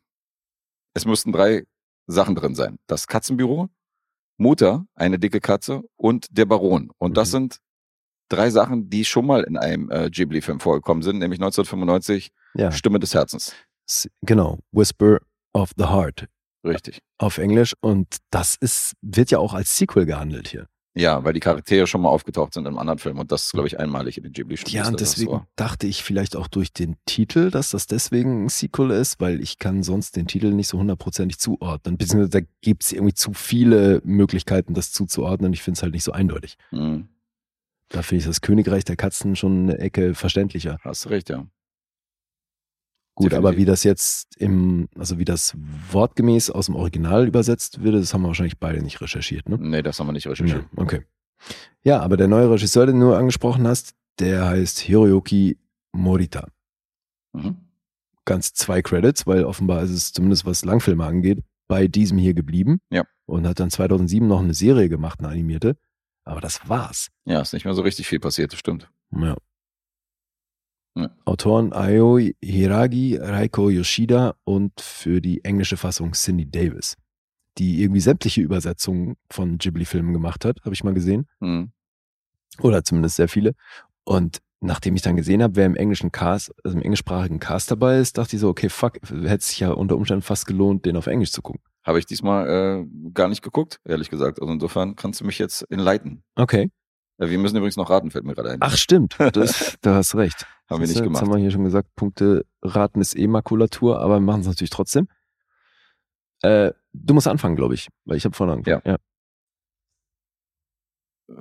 Speaker 3: Es mussten drei Sachen drin sein. Das Katzenbüro, Mutter, eine dicke Katze und der Baron. Und das
Speaker 2: Mhm.
Speaker 3: sind drei Sachen, die schon mal in einem äh, Ghibli-Film vorgekommen sind, nämlich 1995
Speaker 2: ja.
Speaker 3: Stimme des Herzens.
Speaker 2: S- Genau. Whisper of the Heart
Speaker 3: Richtig.
Speaker 2: auf Englisch. Und das ist, wird ja auch als Sequel gehandelt hier.
Speaker 3: Ja, weil die Charaktere schon mal aufgetaucht sind im anderen Film und das ist, glaube ich, einmalig in den Ghibli-Studios.
Speaker 2: Ja, und
Speaker 3: dass das
Speaker 2: deswegen
Speaker 3: war.
Speaker 2: dachte ich vielleicht auch durch den Titel, dass das deswegen ein Sequel ist, weil ich kann sonst den Titel nicht so hundertprozentig zuordnen. Beziehungsweise da gibt es irgendwie zu viele Möglichkeiten, das zuzuordnen. Ich finde es halt nicht so eindeutig.
Speaker 3: Hm,
Speaker 2: Da finde ich das Königreich der Katzen schon eine Ecke verständlicher.
Speaker 3: hast du recht, ja.
Speaker 2: Gut,
Speaker 3: Definitiv.
Speaker 2: aber wie das jetzt im, also wie das wortgemäß aus dem Original übersetzt würde, das haben wir wahrscheinlich beide nicht recherchiert, ne?
Speaker 3: Nee, das haben wir nicht
Speaker 2: Ja,
Speaker 3: recherchiert.
Speaker 2: okay. Ja, aber der neue Regisseur, den du angesprochen hast, der heißt Hiroyuki Morita.
Speaker 3: Mhm.
Speaker 2: Ganz zwei Credits, weil offenbar ist es zumindest was Langfilme angeht, bei diesem hier geblieben.
Speaker 3: Ja.
Speaker 2: Und hat dann 2007 noch eine Serie gemacht, eine animierte. Aber das war's.
Speaker 3: Ja, ist nicht mehr so richtig viel passiert, das stimmt.
Speaker 2: Ja.
Speaker 3: Ja.
Speaker 2: Autoren Ayo Hiragi, Reiko Yoshida und für die englische Fassung Cindy Davis, die irgendwie sämtliche Übersetzungen von Ghibli-Filmen gemacht hat, habe ich mal gesehen.
Speaker 3: Hm.
Speaker 2: oder zumindest sehr viele. Und nachdem ich dann gesehen habe, wer im englischen Cast, also im englischsprachigen Cast dabei ist, dachte ich so, okay, fuck, hätte sich ja unter Umständen fast gelohnt, den auf Englisch zu gucken.
Speaker 3: Habe ich diesmal äh, gar nicht geguckt, ehrlich gesagt. Also insofern kannst du mich jetzt enleiten.
Speaker 2: Okay.
Speaker 3: Äh, wir müssen übrigens noch raten, fällt mir gerade ein.
Speaker 2: Ach, stimmt. Das, da hast recht.
Speaker 3: haben wir
Speaker 2: Siehst
Speaker 3: nicht
Speaker 2: du, Jetzt
Speaker 3: gemacht.
Speaker 2: haben wir hier schon gesagt, Punkte raten ist eh Makulatur, aber wir machen es natürlich trotzdem. Äh, du musst anfangen, glaube ich, weil ich habe vorhin angefangen. Ja.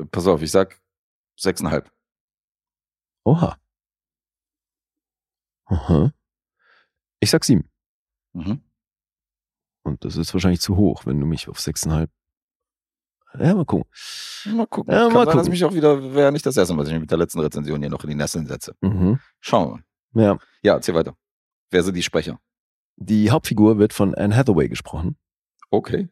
Speaker 3: Äh, Pass auf, ich sag sechseinhalb.
Speaker 2: Oha. Aha. Ich sag sieben.
Speaker 3: Mhm.
Speaker 2: Und das ist wahrscheinlich zu hoch, wenn du mich auf sechseinhalb. Ja, mal gucken.
Speaker 3: Mal gucken.
Speaker 2: Ja,
Speaker 3: Kann
Speaker 2: mal
Speaker 3: sein, dass
Speaker 2: gucken.
Speaker 3: mich auch wieder, wäre nicht das erste Mal, dass ich mich mit der letzten Rezension hier noch in die Nesseln setze.
Speaker 2: Mhm.
Speaker 3: Schauen wir mal.
Speaker 2: Ja.
Speaker 3: Ja, erzähl weiter. Wer sind die Sprecher?
Speaker 2: Die Hauptfigur wird von Anne Hathaway gesprochen.
Speaker 3: Okay.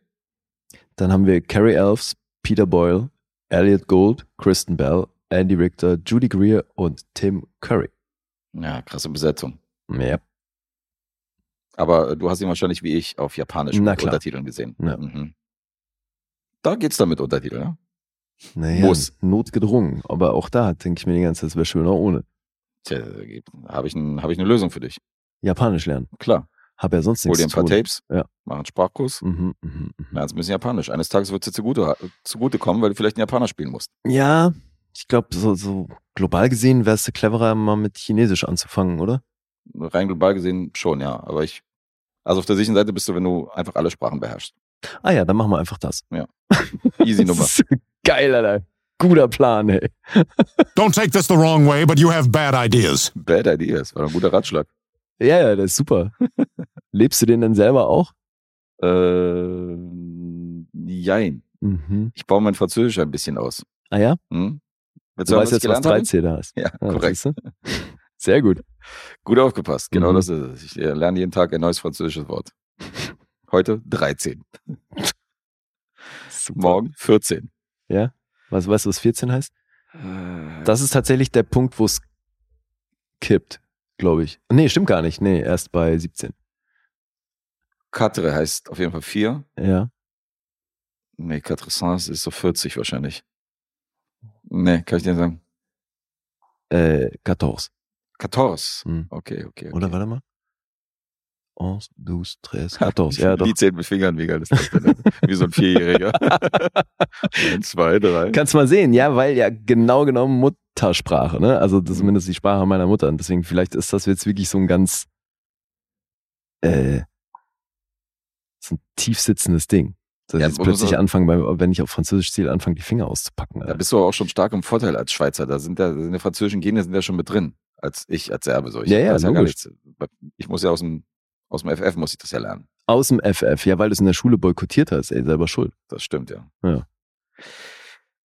Speaker 2: Dann haben wir Carrie Elves, Peter Boyle, Elliot Gould, Kristen Bell, Andy Richter, Judy Greer und Tim Curry.
Speaker 3: Ja, krasse Besetzung.
Speaker 2: Ja.
Speaker 3: Aber äh, du hast ihn wahrscheinlich wie ich auf Japanisch
Speaker 2: Na
Speaker 3: mit
Speaker 2: klar.
Speaker 3: Untertiteln gesehen.
Speaker 2: Ja.
Speaker 3: Mhm. Da geht's dann mit Untertiteln, ne? ja?
Speaker 2: Naja,
Speaker 3: Muss.
Speaker 2: notgedrungen. Aber auch da denke ich mir die ganze Zeit, es wäre schöner ohne.
Speaker 3: Tja, äh, habe ich, ein, hab ich eine Lösung für dich.
Speaker 2: Japanisch lernen.
Speaker 3: Klar.
Speaker 2: Hab ja sonst
Speaker 3: Hol
Speaker 2: nichts
Speaker 3: dir ein paar
Speaker 2: zu tun.
Speaker 3: Tapes,
Speaker 2: Ja.
Speaker 3: mach einen Sprachkurs,
Speaker 2: Mhm, mhm, mhm.
Speaker 3: lernst ein bisschen Japanisch. Eines Tages wird's dir zugute, äh, zugute kommen, weil du vielleicht einen Japaner spielen musst.
Speaker 2: mhm. Ja, ich glaube, so, so global gesehen wärst du cleverer, mal mit Chinesisch anzufangen, oder?
Speaker 3: Rein global gesehen schon, ja. Aber ich, also auf der sicheren Seite bist du, wenn du einfach alle Sprachen beherrschst.
Speaker 2: Ah ja, dann machen wir einfach das.
Speaker 3: Easy Nummer.
Speaker 2: Das ist Geil, Alter. Guter Plan, ey.
Speaker 5: Don't take this the wrong way, but you have bad ideas.
Speaker 3: Bad idea, das war ein guter Ratschlag.
Speaker 2: Ja, ja, das ist super. Lebst du den dann selber auch?
Speaker 3: Äh, Ähm, jein.
Speaker 2: Mhm.
Speaker 3: Ich baue mein Französisch ein bisschen aus.
Speaker 2: Ah ja,
Speaker 3: Hm? Willst
Speaker 2: du
Speaker 3: hören,
Speaker 2: weißt jetzt, was
Speaker 3: gelernt habe?
Speaker 2: 13 da ist.
Speaker 3: Ja,
Speaker 2: Ja,
Speaker 3: korrekt.
Speaker 2: siehst du? Sehr gut.
Speaker 3: Gut aufgepasst, genau
Speaker 2: Mhm.
Speaker 3: das ist es. Ich äh, lerne jeden Tag ein neues französisches Wort. Heute 13, morgen 14.
Speaker 2: Was, weißt du, was 14 heißt?
Speaker 3: Das
Speaker 2: Das ist tatsächlich der Punkt, wo es kippt, glaube ich. Nee, stimmt gar nicht. Nee, erst bei 17.
Speaker 3: Quatre heißt auf jeden Fall 4.
Speaker 2: Ja.
Speaker 3: Nee, Quatre Sans ist so 40 wahrscheinlich. Nee, kann ich dir sagen.
Speaker 2: Äh, 14.
Speaker 3: 14.
Speaker 2: Hm.
Speaker 3: Okay, okay. okay.
Speaker 2: Oder warte mal. 11, 12, 13, 14. Ja, doch.
Speaker 3: Die zählen mit Fingern, wie geil ist das denn? Wie so ein Vierjähriger. Eins, zwei, drei.
Speaker 2: Kannst mal sehen, ja, weil ja genau genommen Muttersprache, ne? Also
Speaker 3: Mhm.
Speaker 2: das ist zumindest die Sprache meiner Mutter. Und deswegen, vielleicht ist das jetzt wirklich so ein ganz äh, Das ist ein tief sitzendes Ding. Dass
Speaker 3: Ja,
Speaker 2: ich jetzt
Speaker 3: man muss
Speaker 2: plötzlich
Speaker 3: auch-
Speaker 2: anfangen, beim, wenn ich auf Französisch zähle, anfangen, die Finger auszupacken.
Speaker 3: Da
Speaker 2: Alter.
Speaker 3: bist du aber auch schon stark im Vorteil als Schweizer. Da sind ja, da sind die französischen Gene sind ja schon mit drin. Als ich, als Serbe, so. Ich
Speaker 2: Ja, ja,
Speaker 3: weiß gar
Speaker 2: logisch.
Speaker 3: nichts. äh, Ich muss ja aus dem, aus dem FF muss ich das ja lernen.
Speaker 2: Aus dem FF. Ja, weil du es in der Schule boykottiert hast, ey, selber schuld.
Speaker 3: Das stimmt, ja.
Speaker 2: Ja.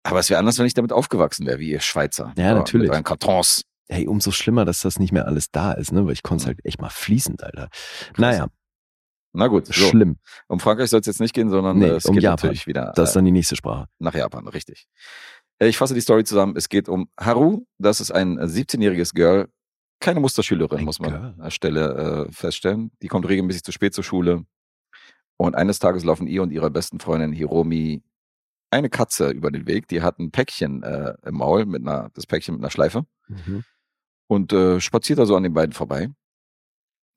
Speaker 3: Aber es wäre anders, wenn ich damit aufgewachsen wäre, wie ihr Schweizer.
Speaker 2: Ja,
Speaker 3: Aber
Speaker 2: natürlich.
Speaker 3: Mit euren Kartons.
Speaker 2: hey, umso schlimmer, dass das nicht mehr alles da ist, ne? Weil ich
Speaker 3: Mhm.
Speaker 2: konnte es halt echt mal fließend, Alter. Naja,
Speaker 3: Na gut, so.
Speaker 2: schlimm.
Speaker 3: Um Frankreich soll es jetzt nicht gehen, sondern
Speaker 2: Nee,
Speaker 3: äh, es
Speaker 2: um
Speaker 3: geht
Speaker 2: Japan.
Speaker 3: natürlich wieder äh,
Speaker 2: Das ist dann die nächste Sprache.
Speaker 3: nach Japan, richtig. Äh, Ich fasse die Story zusammen. Es geht um Haru. Das ist ein äh, 17-jähriges Girl. Keine Musterschülerin,
Speaker 2: Ein
Speaker 3: muss man
Speaker 2: Girl.
Speaker 3: an der Stelle äh, feststellen. Die kommt regelmäßig zu spät zur Schule. Und eines Tages laufen ihr und ihrer besten Freundin Hiromi eine Katze über den Weg. Die hat ein Päckchen äh, im Maul, mit einer, das Päckchen mit einer Schleife. Mhm. Und äh, spaziert da so an den beiden vorbei.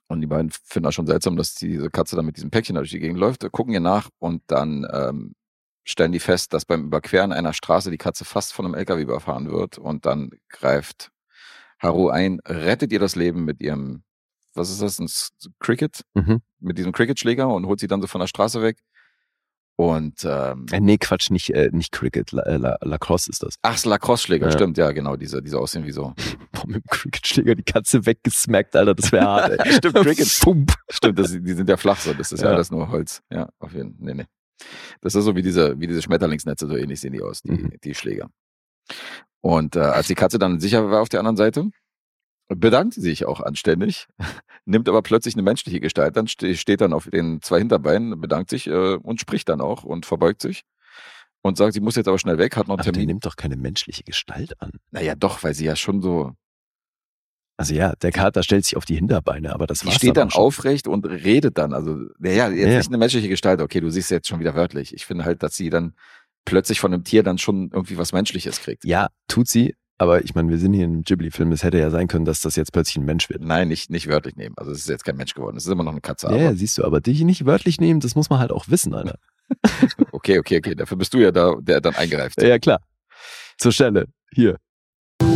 Speaker 3: Und die beiden finden das schon seltsam, dass diese Katze dann mit diesem Päckchen da durch die Gegend läuft, gucken ihr nach und dann ähm, stellen die fest, dass beim Überqueren einer Straße die Katze fast von einem LKW überfahren wird und dann greift Haru ein, rettet ihr das Leben mit ihrem, was ist das, ein S- Cricket?
Speaker 2: Mhm.
Speaker 3: Mit diesem Cricketschläger und holt sie dann so von der Straße weg. Und ähm,
Speaker 2: Äh, Nee, Quatsch, nicht, äh, nicht Cricket. La, äh, La, Lacrosse ist das.
Speaker 3: ach, Lacrosse-Schläger,
Speaker 2: Ja.
Speaker 3: stimmt, ja, genau, diese, diese aussehen wie so.
Speaker 2: Boah, mit dem Cricket-Schläger die Katze weggesmackt, Alter, das wäre hart, ey.
Speaker 3: stimmt,
Speaker 2: Pump.
Speaker 3: Stimmt, das, die sind ja flach so, das ist ja,
Speaker 2: Ja.
Speaker 3: alles nur Holz. Ja, auf jeden Fall. Nee, nee. Das ist so wie diese, wie diese Schmetterlingsnetze, so ähnlich sehen die aus, die,
Speaker 2: Mhm.
Speaker 3: die Schläger. Und äh, als die Katze dann sicher war auf der anderen Seite, bedankt sie sich auch anständig, nimmt aber plötzlich eine menschliche Gestalt, dann ste steht dann auf den zwei Hinterbeinen, bedankt sich äh, und spricht dann auch und verbeugt sich und sagt, sie muss jetzt aber schnell weg, hat noch einen
Speaker 2: Aber der
Speaker 3: Termin.
Speaker 2: nimmt doch keine menschliche Gestalt an.
Speaker 3: Naja, doch, weil sie ja schon so,
Speaker 2: Also ja, der Kater stellt sich auf die Hinterbeine, aber das
Speaker 3: Die
Speaker 2: war's
Speaker 3: steht dann
Speaker 2: auch schon.
Speaker 3: aufrecht und redet dann. Also, naja, jetzt
Speaker 2: Ja.
Speaker 3: nicht eine menschliche Gestalt. Okay, du siehst jetzt schon wieder wörtlich. Ich finde halt, dass sie dann plötzlich von einem Tier dann schon irgendwie was Menschliches kriegt.
Speaker 2: Ja, tut sie, aber ich meine, wir sind hier in einem Ghibli-Film. Es hätte ja sein können, dass das jetzt plötzlich ein Mensch wird.
Speaker 3: Nein, nicht, nicht wörtlich nehmen. Also, es ist jetzt kein Mensch geworden. Es ist immer noch eine Katze.
Speaker 2: Ja, ja, siehst du, aber dich nicht wörtlich nehmen, das muss man halt auch wissen, Alter.
Speaker 3: Aber okay, okay, okay. Dafür bist du ja da, der dann eingreift.
Speaker 2: Ja, klar. Zur Stelle. Hier.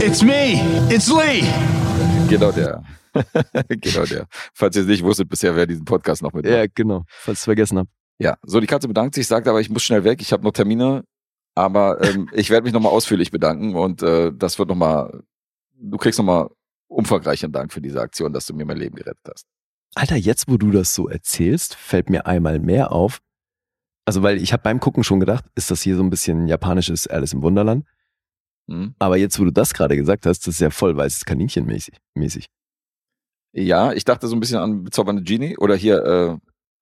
Speaker 6: It's me. It's Lee.
Speaker 3: Genau der. genau der. Falls ihr es nicht wusstet bisher, wer diesen Podcast noch mit
Speaker 2: Ja, genau. Falls ich vergessen habe.
Speaker 3: Ja, so die Katze bedankt sich, sagt aber, ich muss schnell weg, ich habe noch Termine, aber ähm, ich werde mich nochmal ausführlich bedanken und äh, das wird nochmal, du kriegst nochmal umfangreichen Dank für diese Aktion, dass du mir mein Leben gerettet hast.
Speaker 2: Alter, jetzt wo du das so erzählst, fällt mir einmal mehr auf. Also, weil ich habe beim Gucken schon gedacht, ist das hier so ein bisschen japanisches Alice im Wunderland?
Speaker 3: Hm?
Speaker 2: Aber jetzt, wo du das gerade gesagt hast, das ist ja voll weißes Kaninchen mäßig. mäßig.
Speaker 3: Ja, ich dachte so ein bisschen an bezaubernde Genie oder hier äh,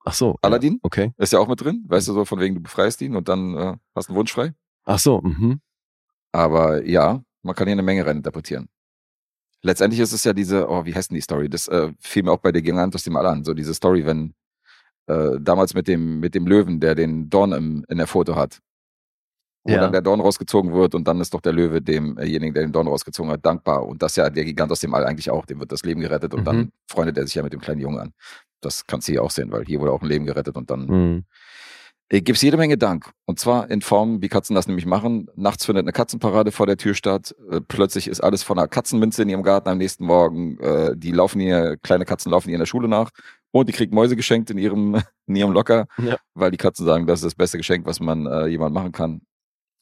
Speaker 2: Ach so.
Speaker 3: Aladdin,
Speaker 2: Ja, okay.
Speaker 3: ist ja auch mit drin, weißt du so, von wegen du befreist ihn und dann äh, hast einen Wunsch frei.
Speaker 2: Ach so, mhm.
Speaker 3: Aber ja, man kann hier eine Menge reininterpretieren. Letztendlich ist es ja diese, oh, wie heißt denn die Story? Das äh, fiel mir auch bei der Gigant aus dem All an, so diese Story, wenn äh, damals mit dem, mit dem Löwen, der den Dorn im, in der Foto hat, wo
Speaker 2: Ja.
Speaker 3: dann der Dorn rausgezogen wird und dann ist doch der Löwe demjenigen, der den Dorn rausgezogen hat, dankbar. Und das ist ja der Gigant aus dem All eigentlich auch, dem wird das Leben gerettet und
Speaker 2: Mhm.
Speaker 3: dann freundet er sich ja mit dem kleinen Jungen an. Das kannst du hier auch sehen, weil hier wurde auch ein Leben gerettet und dann
Speaker 2: Mhm.
Speaker 3: gibt es Äh, jede Menge Dank. Und zwar in Form, wie Katzen das nämlich machen. Nachts findet eine Katzenparade vor der Tür statt. Äh, plötzlich ist alles von einer Katzenminze in ihrem Garten am nächsten Morgen. Äh, die laufen ihr, kleine Katzen laufen ihr in der Schule nach. Und die kriegt Mäuse geschenkt in ihrem, in ihrem Locker,
Speaker 2: Ja.
Speaker 3: weil die Katzen sagen, das ist das beste Geschenk, was man äh, jemand machen kann.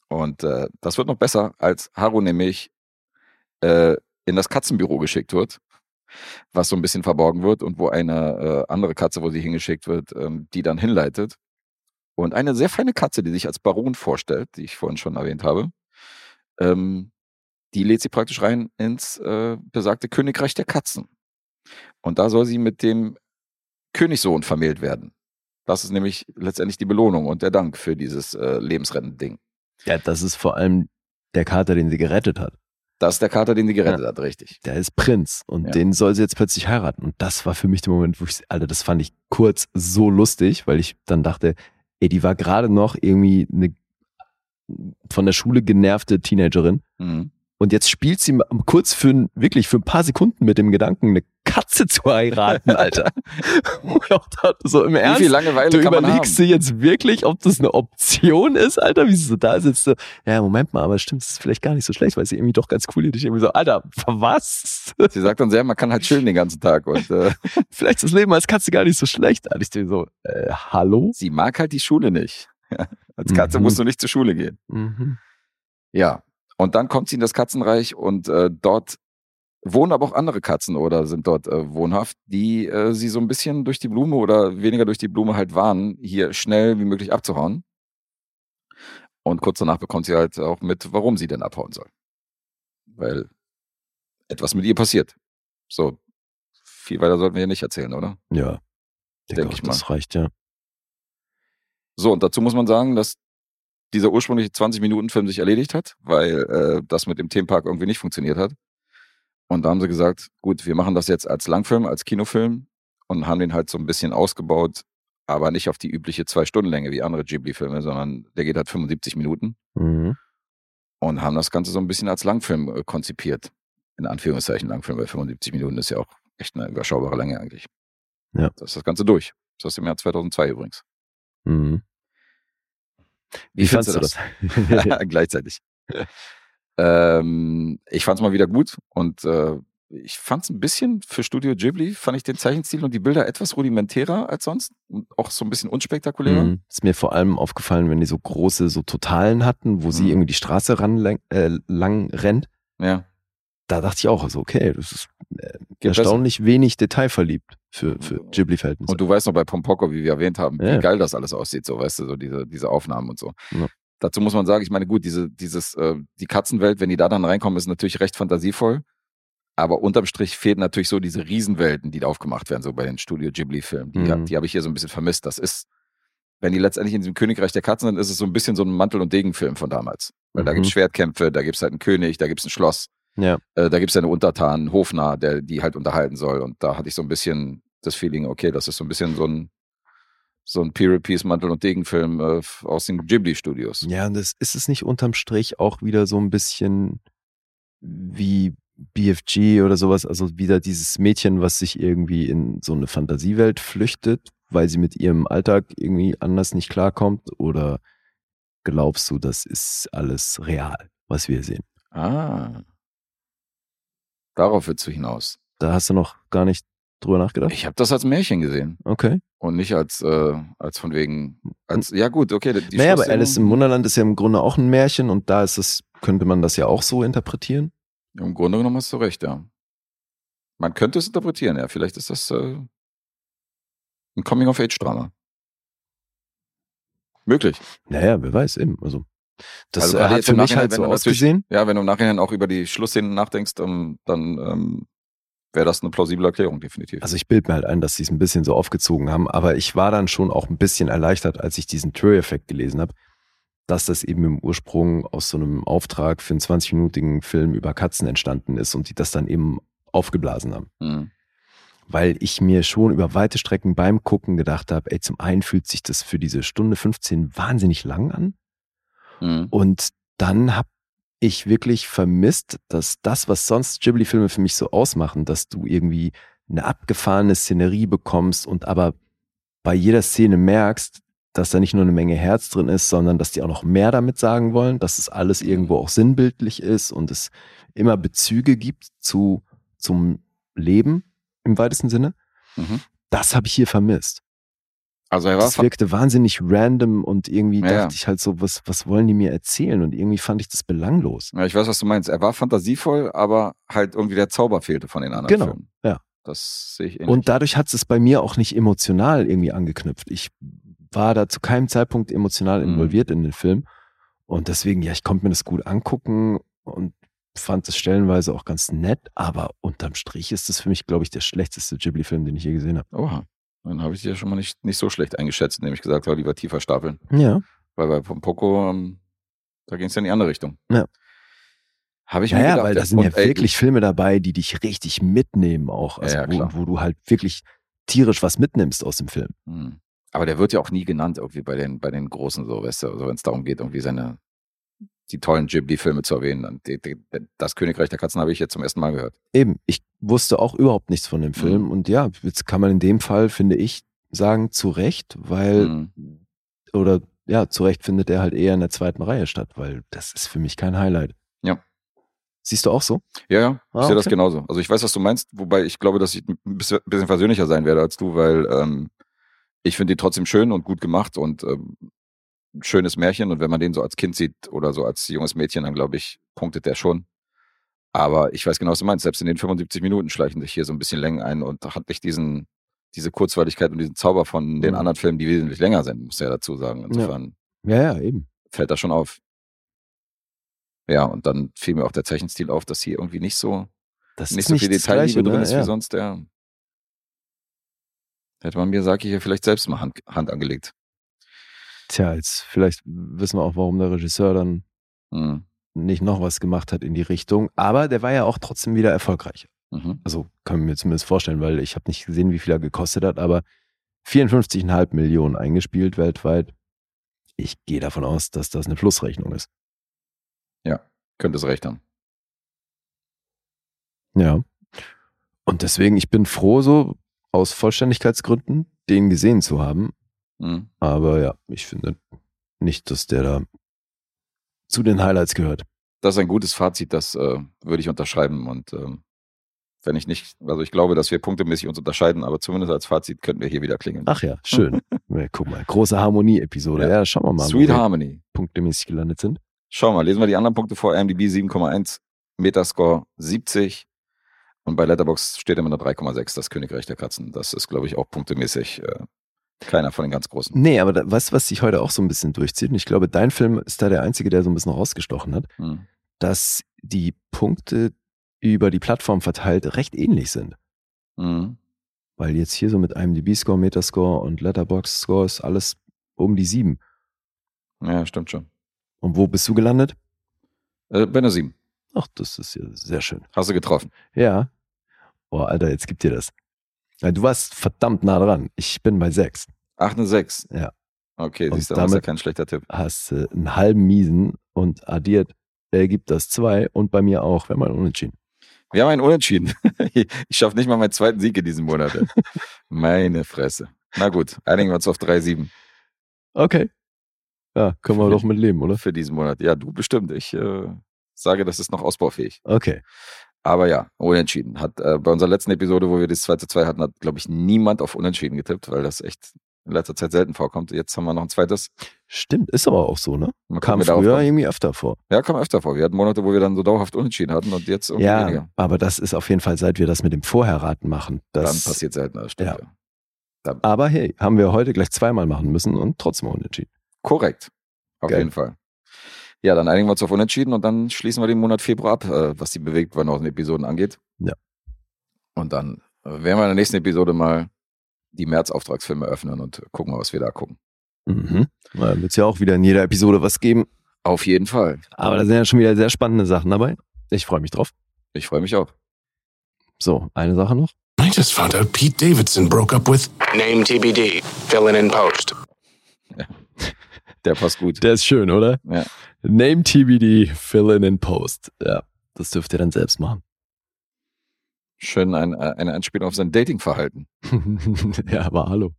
Speaker 3: Und äh, das wird noch besser, als Haru nämlich äh, in das Katzenbüro geschickt wird, was so ein bisschen verborgen wird und wo eine äh, andere Katze, wo sie hingeschickt wird, ähm, die dann hinleitet. Und eine sehr feine Katze, die sich als Baron vorstellt, die ich vorhin schon erwähnt habe, ähm, die lädt sie praktisch rein ins äh, besagte Königreich der Katzen. Und da soll sie mit dem Königssohn vermählt werden. Das ist nämlich letztendlich die Belohnung und der Dank für dieses äh, lebensrettende Ding.
Speaker 2: Ja, das ist vor allem der Kater, den sie gerettet hat.
Speaker 3: Das ist der Kater, den sie gerettet hat, richtig.
Speaker 2: der ist Prinz und
Speaker 3: Ja.
Speaker 2: den soll sie jetzt plötzlich heiraten. Und das war für mich der Moment, wo ich, Alter, das fand ich kurz so lustig, weil ich dann dachte, ey, die war gerade noch irgendwie eine von der Schule genervte Teenagerin
Speaker 3: Mhm.
Speaker 2: und jetzt spielt sie mal kurz für ein, wirklich für ein paar Sekunden mit dem Gedanken, eine Katze zu heiraten, Alter. Wo ich auch dachte, so im
Speaker 3: Wie
Speaker 2: Ernst.
Speaker 3: viel Langeweile
Speaker 2: Du
Speaker 3: kann man
Speaker 2: überlegst
Speaker 3: haben?
Speaker 2: dir jetzt wirklich, ob das eine Option ist, Alter, wie sie so da sitzt. So, ja, Moment mal, aber stimmt, das ist vielleicht gar nicht so schlecht, weil sie irgendwie doch ganz cool ist. Ich irgendwie so, Alter, was?
Speaker 3: Sie sagt dann sehr, man kann halt chillen den ganzen Tag. Und äh,
Speaker 2: vielleicht ist das Leben als Katze gar nicht so schlecht. Alter, ich denke so, äh, hallo?
Speaker 3: sie mag halt die Schule nicht. Als Katze
Speaker 2: Mhm.
Speaker 3: musst du nicht zur Schule gehen.
Speaker 2: Mhm.
Speaker 3: Ja. Und dann kommt sie in das Katzenreich und äh, dort wohnen aber auch andere Katzen oder sind dort äh, wohnhaft, die äh, sie so ein bisschen durch die Blume oder weniger durch die Blume halt warnen, hier schnell wie möglich abzuhauen. Und kurz danach bekommt sie halt auch mit, warum sie denn abhauen soll. Weil etwas mit ihr passiert. So, viel weiter sollten wir hier nicht erzählen, oder?
Speaker 2: Ja,
Speaker 3: Denk ich
Speaker 2: das reicht ja.
Speaker 3: So, und dazu muss man sagen, dass dieser ursprüngliche 20-Minuten-Film sich erledigt hat, weil äh, das mit dem Themenpark irgendwie nicht funktioniert hat. Und da haben sie gesagt, gut, wir machen das jetzt als Langfilm, als Kinofilm und haben den halt so ein bisschen ausgebaut, aber nicht auf die übliche Zwei-Stunden-Länge wie andere Ghibli-Filme, sondern der geht halt 75 Minuten
Speaker 2: Mhm.
Speaker 3: und haben das Ganze so ein bisschen als Langfilm äh, konzipiert. In Anführungszeichen Langfilm, weil 75 Minuten ist ja auch echt eine überschaubare Länge eigentlich.
Speaker 2: Ja.
Speaker 3: Das ist das Ganze durch. Das ist aus dem Jahr 2002 übrigens.
Speaker 2: Mhm. Wie,
Speaker 3: findest
Speaker 2: fandst du das?
Speaker 3: gleichzeitig. ähm, ich fand es mal wieder gut und äh, ich fand es ein bisschen für Studio Ghibli, fand ich den Zeichenstil und die Bilder etwas rudimentärer als sonst und auch so ein bisschen unspektakulärer.
Speaker 2: Mhm. Ist mir vor allem aufgefallen, wenn die so große, so Totalen hatten, wo sie
Speaker 3: Mhm.
Speaker 2: irgendwie die Straße ran, äh, lang rennt.
Speaker 3: Ja.
Speaker 2: Da dachte ich auch, so, okay, das ist äh,
Speaker 3: Geht
Speaker 2: erstaunlich wenig detailverliebt für, für Ghibli-Verhältnisse.
Speaker 3: Und du weißt noch bei Pompoko, wie wir erwähnt haben,
Speaker 2: Ja.
Speaker 3: wie geil das alles aussieht, so weißt du, so diese, diese Aufnahmen und so.
Speaker 2: Ja.
Speaker 3: Dazu muss man sagen, ich meine, gut, diese, dieses, äh, die Katzenwelt, wenn die da dann reinkommen, ist natürlich recht fantasievoll. Aber unterm Strich fehlen natürlich so diese Riesenwelten, die da aufgemacht werden, so bei den Studio Ghibli-Filmen. Die,
Speaker 2: Mhm.
Speaker 3: die habe ich hier so ein bisschen vermisst. Das ist, wenn die letztendlich in diesem Königreich der Katzen sind, ist es so ein bisschen so ein Mantel- und Degenfilm von damals. Weil da
Speaker 2: Mhm.
Speaker 3: gibt es Schwertkämpfe, da gibt es halt einen König, da gibt es ein Schloss
Speaker 2: Ja.
Speaker 3: äh, da gibt's ja eine Untertanen, einen Hofnarr, der die halt unterhalten soll. Und da hatte ich so ein bisschen das Feeling, okay, das ist so ein bisschen so ein, so ein Period Piece Mantel- und Degenfilm äh, f- aus den Ghibli-Studios.
Speaker 2: Ja, und das ist es nicht unterm Strich auch wieder so ein bisschen wie BFG oder sowas, also wieder dieses Mädchen, was sich irgendwie in so eine Fantasiewelt flüchtet, weil sie mit ihrem Alltag irgendwie anders nicht klarkommt? Oder glaubst du, das ist alles real, was wir sehen?
Speaker 3: Ah. Darauf willst du hinaus.
Speaker 2: Da hast du noch gar nicht drüber nachgedacht?
Speaker 3: Ich habe das als Märchen gesehen
Speaker 2: Okay.
Speaker 3: und nicht als, äh, als von wegen, als, ja gut, okay. Die
Speaker 2: naja, aber
Speaker 3: Schlussszene-
Speaker 2: Alice im Wunderland ist ja im Grunde auch ein Märchen und da ist es, könnte man das ja auch so interpretieren.
Speaker 3: Im Grunde genommen hast du recht, ja. Man könnte es interpretieren, ja. Vielleicht ist das äh, ein Coming-of-Age-Drama. Möglich.
Speaker 2: Naja, wer weiß eben. Also, das
Speaker 3: Also
Speaker 2: äh,
Speaker 3: gerade
Speaker 2: hat
Speaker 3: jetzt
Speaker 2: für
Speaker 3: im
Speaker 2: mich
Speaker 3: Nachhinein,
Speaker 2: halt
Speaker 3: wenn
Speaker 2: so
Speaker 3: du natürlich-
Speaker 2: ausgesehen.
Speaker 3: Ja, wenn du im Nachhinein auch über die Schlussszenen nachdenkst, ähm, dann ähm, wäre das eine plausible Erklärung, definitiv.
Speaker 2: Also ich bilde mir halt ein, dass sie es ein bisschen so aufgezogen haben, aber ich war dann schon auch ein bisschen erleichtert, als ich diesen True-Effekt gelesen habe, dass das eben im Ursprung aus so einem Auftrag für einen 20-minütigen Film über Katzen entstanden ist und die das dann eben aufgeblasen haben.
Speaker 3: Mhm.
Speaker 2: Weil ich mir schon über weite Strecken beim Gucken gedacht habe, ey, zum einen fühlt sich das für diese Stunde 15 wahnsinnig lang an
Speaker 3: Mhm.
Speaker 2: und dann habe ich wirklich vermisst, dass das, was sonst Ghibli-Filme für mich so ausmachen, dass du irgendwie eine abgefahrene Szenerie bekommst und aber bei jeder Szene merkst, dass da nicht nur eine Menge Herz drin ist, sondern dass die auch noch mehr damit sagen wollen, dass es alles irgendwo auch sinnbildlich ist und es immer Bezüge gibt zu, zum Leben im weitesten Sinne.
Speaker 3: Mhm.
Speaker 2: Das habe ich hier vermisst.
Speaker 3: Also er war
Speaker 2: Das
Speaker 3: fa-
Speaker 2: wirkte wahnsinnig random und irgendwie
Speaker 3: Ja, ja.
Speaker 2: dachte ich halt so, was, was wollen die mir erzählen? Und irgendwie fand ich das belanglos.
Speaker 3: ja, ich weiß, was du meinst. Er war fantasievoll, aber halt irgendwie der Zauber fehlte von den anderen
Speaker 2: Genau,
Speaker 3: Filmen.
Speaker 2: ja.
Speaker 3: Das sehe ich eh ähnlich.
Speaker 2: Und dadurch hat es bei mir auch nicht emotional irgendwie angeknüpft. Ich war da zu keinem Zeitpunkt emotional
Speaker 3: Mhm.
Speaker 2: involviert in den Film. Und deswegen, ja, ich konnte mir das gut angucken und fand es stellenweise auch ganz nett. Aber unterm Strich ist das für mich, glaube ich, der schlechteste Ghibli-Film, den ich je gesehen habe.
Speaker 3: Oha. Dann habe ich dich ja schon mal nicht, nicht so schlecht eingeschätzt, indem ich gesagt habe, lieber tiefer stapeln.
Speaker 2: Ja.
Speaker 3: Weil bei Pompoko, ähm, da ging es ja in die andere Richtung.
Speaker 2: Ja.
Speaker 3: Habe ich mir
Speaker 2: Naja,
Speaker 3: gedacht.
Speaker 2: weil da sind
Speaker 3: Und,
Speaker 2: ja
Speaker 3: ey,
Speaker 2: wirklich Filme dabei, die dich richtig mitnehmen auch. Also
Speaker 3: Ja, ja, klar.
Speaker 2: wo, wo du halt wirklich tierisch was mitnimmst aus dem Film.
Speaker 3: Hm. Aber der wird ja auch nie genannt, irgendwie bei den, bei den Großen, so, weißt du, also wenn es darum geht, irgendwie seine, die tollen Ghibli-Filme zu erwähnen. Und die, die, das Königreich der Katzen habe ich jetzt zum ersten Mal gehört.
Speaker 2: Eben, ich wusste auch überhaupt nichts von dem
Speaker 3: Mhm.
Speaker 2: Film. Und ja, jetzt kann man in dem Fall, finde ich, sagen, zu Recht, weil,
Speaker 3: Mhm.
Speaker 2: oder ja, zu Recht findet er halt eher in der zweiten Reihe statt, weil das ist für mich kein Highlight.
Speaker 3: Ja.
Speaker 2: Siehst du auch so?
Speaker 3: Ja, ja, ich
Speaker 2: Ah,
Speaker 3: sehe das
Speaker 2: okay.
Speaker 3: genauso. Also ich weiß, was du meinst, wobei ich glaube, dass ich ein bisschen bisschen versöhnlicher sein werde als du, weil ähm, ich finde die trotzdem schön und gut gemacht und ähm, ein schönes Märchen. Und wenn man den so als Kind sieht oder so als junges Mädchen, dann glaube ich, punktet der schon. Aber ich weiß genau, was du meinst. Selbst in den 75 Minuten schleichen sich hier so ein bisschen Längen ein und hat nicht diesen, diese Kurzweiligkeit und diesen Zauber von den
Speaker 2: Mhm.
Speaker 3: anderen Filmen, die wesentlich länger sind, muss ich ja dazu sagen. Insofern
Speaker 2: Ja, ja, eben.
Speaker 3: fällt das schon auf. Ja, und dann fiel mir auch der Zeichenstil auf, dass hier irgendwie nicht so
Speaker 2: Das
Speaker 3: nicht
Speaker 2: ist
Speaker 3: so viel
Speaker 2: das
Speaker 3: Detailliebe
Speaker 2: Gleiche,
Speaker 3: drin
Speaker 2: ne?
Speaker 3: ist wie
Speaker 2: ja.
Speaker 3: sonst, ja. Hätte man mir, sag ich, hier vielleicht selbst mal Hand, Hand angelegt.
Speaker 2: Tja, jetzt vielleicht wissen wir auch, warum der Regisseur dann
Speaker 3: Mhm.
Speaker 2: nicht noch was gemacht hat in die Richtung. Aber der war ja auch trotzdem wieder erfolgreich.
Speaker 3: Mhm.
Speaker 2: Also kann ich mir zumindest vorstellen, weil ich habe nicht gesehen, wie viel er gekostet hat, aber 54,5 Millionen eingespielt weltweit. Ich gehe davon aus, dass das eine Plusrechnung ist.
Speaker 3: Könnte es recht haben.
Speaker 2: Ja. Und deswegen, ich bin froh, so aus Vollständigkeitsgründen, den gesehen zu haben.
Speaker 3: Mhm.
Speaker 2: Aber ja, ich finde nicht, dass der da zu den Highlights gehört.
Speaker 3: Das ist ein gutes Fazit, das äh, würde ich unterschreiben. Und ähm, wenn ich nicht, also ich glaube, dass wir punktemäßig uns unterscheiden, aber zumindest als Fazit könnten wir hier wieder klingeln.
Speaker 2: Ach ja, schön. Ja, Guck mal, große Harmonie-Episode.
Speaker 3: Ja.
Speaker 2: Ja. schauen wir mal,
Speaker 3: Sweet
Speaker 2: wo wir
Speaker 3: Harmony.
Speaker 2: punktemäßig gelandet sind.
Speaker 3: Schau mal, lesen wir die anderen Punkte vor. IMDb 7,1, Metascore 70 und bei Letterbox steht immer eine 3,6, das Königreich der Katzen. Das ist, glaube ich, auch punktemäßig äh, keiner von den ganz großen.
Speaker 2: Nee, aber da, weißt du, was sich heute auch so ein bisschen durchzieht? Und ich glaube, dein Film ist da der einzige, der so ein bisschen rausgestochen hat,
Speaker 3: Mhm.
Speaker 2: dass die Punkte über die Plattform verteilt recht ähnlich sind.
Speaker 3: Mhm.
Speaker 2: Weil jetzt hier so mit IMDb-Score, Metascore und Letterbox-Score ist alles um die sieben.
Speaker 3: Ja, stimmt schon.
Speaker 2: Und wo bist du gelandet?
Speaker 3: Äh, bei einer 7.
Speaker 2: Ach, das ist ja sehr schön.
Speaker 3: Hast du getroffen.
Speaker 2: Ja. Boah, Alter, jetzt gibt dir das. Ja, Du warst verdammt nah dran. Ich bin bei sechs.
Speaker 3: Ach, eine 6.
Speaker 2: Ja.
Speaker 3: Okay,
Speaker 2: Und
Speaker 3: siehst du, das ist ja
Speaker 2: damit-
Speaker 3: kein schlechter Tipp.
Speaker 2: hast äh, einen halben Miesen und addiert, ergibt das zwei und bei mir auch, wenn man unentschieden.
Speaker 3: Wir haben einen Unentschieden. ich schaffe nicht mal meinen zweiten Sieg in diesem Monat. Meine Fresse. Na gut, einigen wir uns auf 3,7
Speaker 2: Okay. Ja, können wir
Speaker 3: Für-
Speaker 2: doch mit leben, oder?
Speaker 3: für diesen Monat. Ja, du bestimmt. Ich äh, sage, das ist noch ausbaufähig.
Speaker 2: Okay.
Speaker 3: Aber ja, unentschieden. Hat äh, bei unserer letzten Episode, wo wir das 2 zu 2 hatten, hat, glaube ich, niemand auf Unentschieden getippt, weil das echt in letzter Zeit selten vorkommt. Jetzt haben wir noch ein zweites.
Speaker 2: Stimmt, ist aber auch so, ne?
Speaker 3: Man
Speaker 2: Kam früher irgendwie öfter vor.
Speaker 3: Ja, kam öfter vor. Wir hatten Monate, wo wir dann so dauerhaft unentschieden hatten und jetzt irgendwie
Speaker 2: Ja,
Speaker 3: weniger.
Speaker 2: aber das ist auf jeden Fall, seit wir das mit dem Vorherraten machen.
Speaker 3: Dann
Speaker 2: Das,
Speaker 3: passiert selten. Das stimmt,
Speaker 2: Ja.
Speaker 3: ja.
Speaker 2: aber hey, haben wir heute gleich zweimal machen müssen und trotzdem unentschieden.
Speaker 3: Korrekt. Auf
Speaker 2: Geil.
Speaker 3: jeden Fall. Ja, dann einigen wir uns auf Unentschieden und dann schließen wir den Monat Februar ab, äh, was die Bewegtwandhausen-Episoden angeht.
Speaker 2: Ja.
Speaker 3: Und dann äh, werden wir in der nächsten Episode mal die März-Auftragsfilme öffnen und gucken mal, was wir da gucken.
Speaker 2: Mhm. Na, Dann wird es ja auch wieder in jeder Episode was geben.
Speaker 3: Auf jeden Fall.
Speaker 2: Aber da sind ja schon wieder sehr spannende Sachen dabei. Ich freue mich drauf.
Speaker 3: Ich freue mich auch.
Speaker 2: So, eine Sache noch.
Speaker 5: I just found out Pete Davidson broke up with
Speaker 7: Name TBD. Fill in in post.
Speaker 3: Der passt gut.
Speaker 2: Der ist schön, oder?
Speaker 3: Ja.
Speaker 2: Name TBD, fill in in post. Ja, das dürft ihr dann selbst machen.
Speaker 3: Schön ein, äh, eine Anspielung auf sein Datingverhalten.
Speaker 2: ja, aber hallo.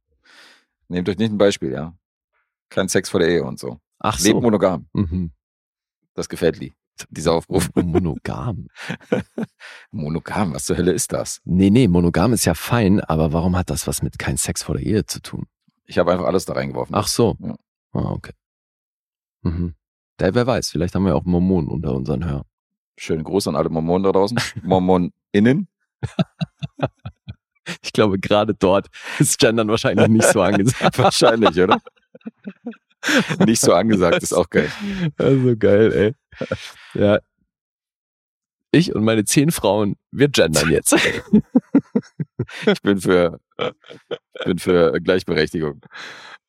Speaker 3: Nehmt euch nicht ein Beispiel, ja. Kein Sex vor der Ehe und so.
Speaker 2: Ach
Speaker 3: Lebt monogam.
Speaker 2: Mhm.
Speaker 3: Das gefällt Lee. Dieser Aufruf.
Speaker 2: Monogam.
Speaker 3: Monogam, was zur Hölle ist das?
Speaker 2: Nee, nee, monogam ist ja fein, aber warum hat das was mit kein Sex vor der Ehe zu tun?
Speaker 3: Ich habe einfach alles da reingeworfen.
Speaker 2: Ach so.
Speaker 3: Ja.
Speaker 2: Ah, okay. Mhm. Da, wer weiß, vielleicht haben wir auch Mormonen unter unseren Hörern.
Speaker 3: Schönen Gruß an alle Mormonen da draußen. MormonInnen.
Speaker 2: Ich glaube, gerade dort ist Gendern wahrscheinlich nicht so angesagt.
Speaker 3: Wahrscheinlich, oder? Nicht so angesagt, ist auch geil.
Speaker 2: Also geil, ey. Ja. Ich und meine zehn Frauen, wir gendern jetzt.
Speaker 3: Ich bin für, ich bin für Gleichberechtigung.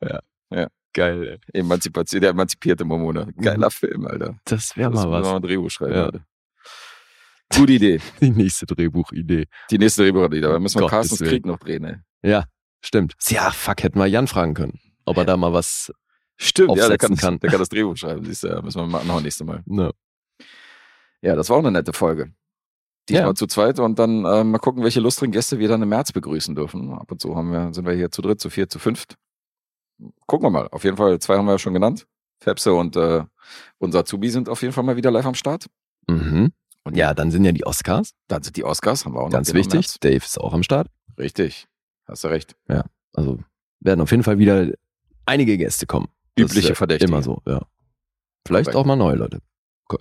Speaker 2: geil, ey.
Speaker 3: Emanzipation, der emanzipierte Mormone. Geiler Film, Alter.
Speaker 2: Das wäre
Speaker 3: das
Speaker 2: Mhm. mal
Speaker 3: müssen wir
Speaker 2: was.
Speaker 3: ein Drehbuch schreiben,
Speaker 2: Ja.
Speaker 3: Alter. Gute Idee.
Speaker 2: Die nächste Drehbuchidee.
Speaker 3: Die nächste Drehbuchidee. Da müssen wir
Speaker 2: Gottes
Speaker 3: Carstens
Speaker 2: Willen.
Speaker 3: Krieg noch drehen, ey.
Speaker 2: Ja, stimmt. Ja, fuck, hätten wir Jan fragen können, ob er da mal was
Speaker 3: Stimmt, ja, der kann,
Speaker 2: aufsetzen kann.
Speaker 3: der kann das Drehbuch schreiben. Siehst du, ja, müssen wir mal noch nächstes Mal.
Speaker 2: Ne.
Speaker 3: Ja, das war auch eine nette Folge. Diesmal
Speaker 2: Ja.
Speaker 3: zu zweit und dann äh, mal gucken, welche lustigen Gäste wir dann im März begrüßen dürfen. Ab und zu haben wir, sind wir hier zu dritt, zu viert, zu fünft. Gucken wir mal. Auf jeden Fall, zwei haben wir ja schon genannt. Fepse und äh, unser Zubi sind auf jeden Fall mal wieder live am Start.
Speaker 2: Mhm.
Speaker 3: Und
Speaker 2: Ja, dann sind ja die Oscars.
Speaker 3: dann sind die Oscars, haben wir auch noch
Speaker 2: Ganz
Speaker 3: den im
Speaker 2: wichtig.
Speaker 3: März.
Speaker 2: Dave ist auch am Start.
Speaker 3: Richtig. Hast du recht.
Speaker 2: Also werden auf jeden Fall wieder einige Gäste kommen. Das
Speaker 3: Übliche
Speaker 2: ist ja
Speaker 3: Verdächtige.
Speaker 2: Immer so, ja. Vielleicht
Speaker 3: Korrekt.
Speaker 2: auch mal neue Leute.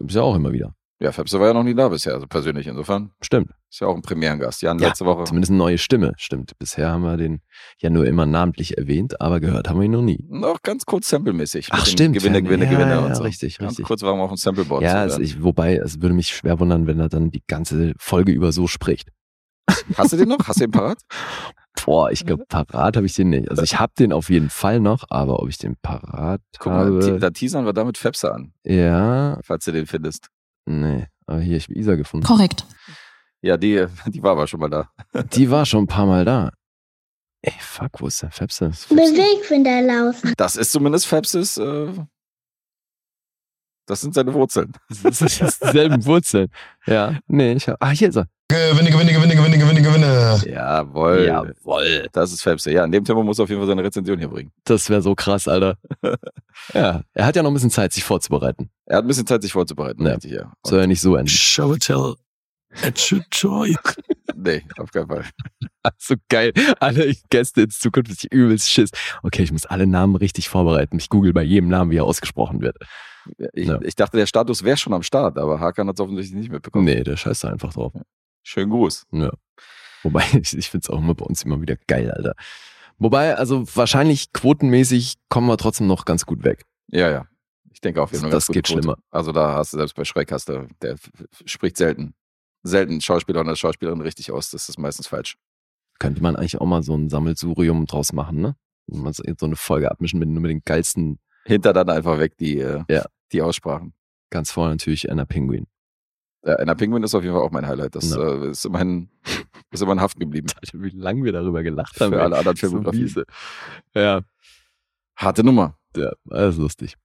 Speaker 2: Ist ja auch immer wieder.
Speaker 3: Ja, Fepse war ja noch nie da bisher, also persönlich insofern.
Speaker 2: Stimmt.
Speaker 3: Ist ja auch ein Premierengast. Jan,
Speaker 2: Ja,
Speaker 3: letzte Woche.
Speaker 2: Zumindest eine neue Stimme. Stimmt. Bisher haben wir den ja nur immer namentlich erwähnt, aber gehört haben wir ihn noch nie.
Speaker 3: Noch ganz kurz samplemäßig.
Speaker 2: Ach,
Speaker 3: mit den
Speaker 2: stimmt.
Speaker 3: Gewinne,
Speaker 2: ja,
Speaker 3: Gewinne,
Speaker 2: ja,
Speaker 3: Gewinne
Speaker 2: Ja,
Speaker 3: und so.
Speaker 2: richtig,
Speaker 3: Ganz
Speaker 2: richtig.
Speaker 3: kurz waren wir auf dem Sampleboard. zu
Speaker 2: Ja,
Speaker 3: hören.
Speaker 2: also ich, wobei, es würde mich schwer wundern, wenn er dann die ganze Folge über so spricht.
Speaker 3: Hast du den noch? Hast du den parat?
Speaker 2: Boah, ich
Speaker 3: Mhm.
Speaker 2: glaube, parat habe ich den nicht. Also ich habe den auf jeden Fall noch, aber ob ich den parat
Speaker 3: Guck mal, te-
Speaker 2: habe,
Speaker 3: da teasern wir damit Fepse an,
Speaker 2: ja,
Speaker 3: falls du den findest.
Speaker 2: nee. Aber hier, ich habe Isa gefunden.
Speaker 8: Korrekt.
Speaker 3: Ja, die, die war aber schon mal da.
Speaker 2: Die war schon ein paar Mal da. Ey, fuck, wo ist der Fepse?
Speaker 9: Bewegfinder laufen.
Speaker 3: Das ist zumindest Fepses, äh, das sind seine Wurzeln.
Speaker 2: Das ist aus dieselben Wurzeln. Ja, nee, ich habe. Ah, hier ist er.
Speaker 5: Gewinne, gewinne, gewinne, gewinne, gewinne, gewinne.
Speaker 3: Jawohl.
Speaker 2: Jawohl.
Speaker 3: Das ist Fepse. Ja, in dem Tempo muss er auf jeden Fall seine Rezension hier bringen.
Speaker 2: Das wäre so krass, Alter. Ja, er hat ja noch ein bisschen Zeit, sich vorzubereiten.
Speaker 3: Er hat ein bisschen Zeit, sich vorzubereiten.
Speaker 2: Ja.
Speaker 3: Richtig, ja. Und,
Speaker 2: Soll ja nicht so enden.
Speaker 6: Show and tell. At your joy.
Speaker 3: Nee, auf keinen Fall.
Speaker 2: So geil. Alle Gäste in Zukunft ist übelst Schiss. Okay, ich muss alle Namen richtig vorbereiten. Ich google bei jedem Namen, wie er ausgesprochen wird.
Speaker 3: Ich,
Speaker 2: Ja.
Speaker 3: ich dachte, der Status wäre schon am Start, aber Hakan hat es offensichtlich nicht mitbekommen.
Speaker 2: Nee, der scheißt da einfach drauf.
Speaker 3: Schönen Gruß.
Speaker 2: Wobei, ich, ich find's auch immer bei uns immer wieder geil, Alter. Wobei, also wahrscheinlich quotenmäßig kommen wir trotzdem noch ganz gut weg.
Speaker 3: Ja, ja. Ich denke auf jeden Fall.
Speaker 2: Das
Speaker 3: ganz gut
Speaker 2: geht
Speaker 3: Quote.
Speaker 2: schlimmer.
Speaker 3: Also da hast du selbst bei Schreck hast du, der f- f- spricht selten. Selten Schauspieler oder Schauspielerin richtig aus. Das ist meistens falsch.
Speaker 2: Könnte man eigentlich auch mal so ein Sammelsurium draus machen, ne? Wenn man so so eine Folge abmischen mit nur mit den geilsten,
Speaker 3: Hinter dann einfach weg die, äh,
Speaker 2: Ja.
Speaker 3: die Aussprachen.
Speaker 2: ganz vorne natürlich Anna Penguin.
Speaker 3: Ja, Anna Penguin ist auf jeden Fall auch mein Highlight. Das
Speaker 2: Ja.
Speaker 3: äh, ist, immerhin, ist immerhin haften geblieben.
Speaker 2: Alter, wie lange wir darüber gelacht haben.
Speaker 3: Für alle anderen
Speaker 2: ey. so
Speaker 3: Filmografien.
Speaker 2: miese. ja,
Speaker 3: Harte Nummer.
Speaker 2: ja, alles lustig.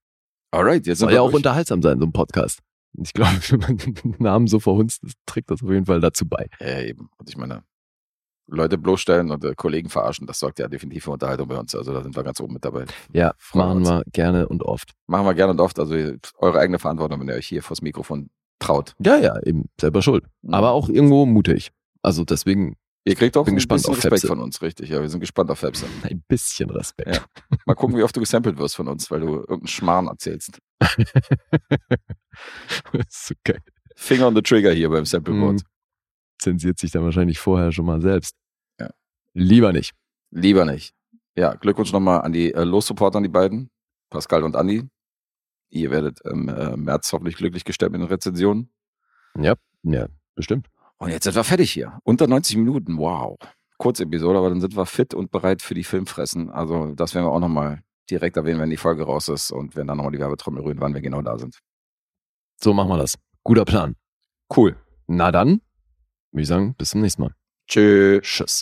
Speaker 3: Alright, jetzt sind
Speaker 2: Soll ja
Speaker 3: wir
Speaker 2: auch
Speaker 3: durch.
Speaker 2: unterhaltsam sein, so ein Podcast. Und ich glaube, wenn man den Namen so verhunzt, das trägt das auf jeden Fall dazu bei.
Speaker 3: Ja, eben. Und ich meine, Leute bloßstellen und äh, Kollegen verarschen, das sorgt ja definitiv für Unterhaltung bei uns. Also da sind wir ganz oben mit dabei.
Speaker 2: Ja, machen
Speaker 3: Freuen wir
Speaker 2: wir gerne und oft.
Speaker 3: Machen wir gerne und oft. Also ihr- eure eigene Verantwortung, wenn ihr euch hier vors Mikrofon traut.
Speaker 2: Ja, ja, eben selber schuld. Aber auch irgendwo mutig. Also deswegen
Speaker 3: Ihr kriegt auch
Speaker 2: Bin
Speaker 3: ein
Speaker 2: gespannt
Speaker 3: bisschen
Speaker 2: auf
Speaker 3: Respekt
Speaker 2: Fepse.
Speaker 3: von uns, richtig. Ja, wir sind gespannt auf Fepse.
Speaker 2: ein bisschen Respekt.
Speaker 3: Ja. Mal gucken, wie oft du gesampelt wirst von uns, weil du irgendeinen Schmarrn erzählst.
Speaker 2: ist so geil.
Speaker 3: Finger on the Trigger hier beim Sampleboard.
Speaker 2: Mhm. Zensiert sich dann wahrscheinlich vorher schon mal selbst.
Speaker 3: Ja.
Speaker 2: Lieber nicht.
Speaker 3: Lieber nicht. Ja, Glückwunsch nochmal an die äh, Los-Supporter, an die beiden, Pascal und Andi. Ihr werdet im äh, März hoffentlich glücklich gestellt mit den Rezensionen.
Speaker 2: Ja, bestimmt.
Speaker 3: Und jetzt sind wir fertig hier. Unter 90 Minuten, wow. Kurze Episode, aber dann sind wir fit und bereit für die Filmfressen. Also das werden wir auch nochmal direkt erwähnen, wenn die Folge raus ist und werden dann nochmal die Werbetrommel rühren, wann wir genau da sind.
Speaker 2: So machen wir das. Guter Plan.
Speaker 3: Cool.
Speaker 2: Na dann, würde ich sagen, bis zum nächsten Mal.
Speaker 3: Tschüss.
Speaker 2: Tschüss.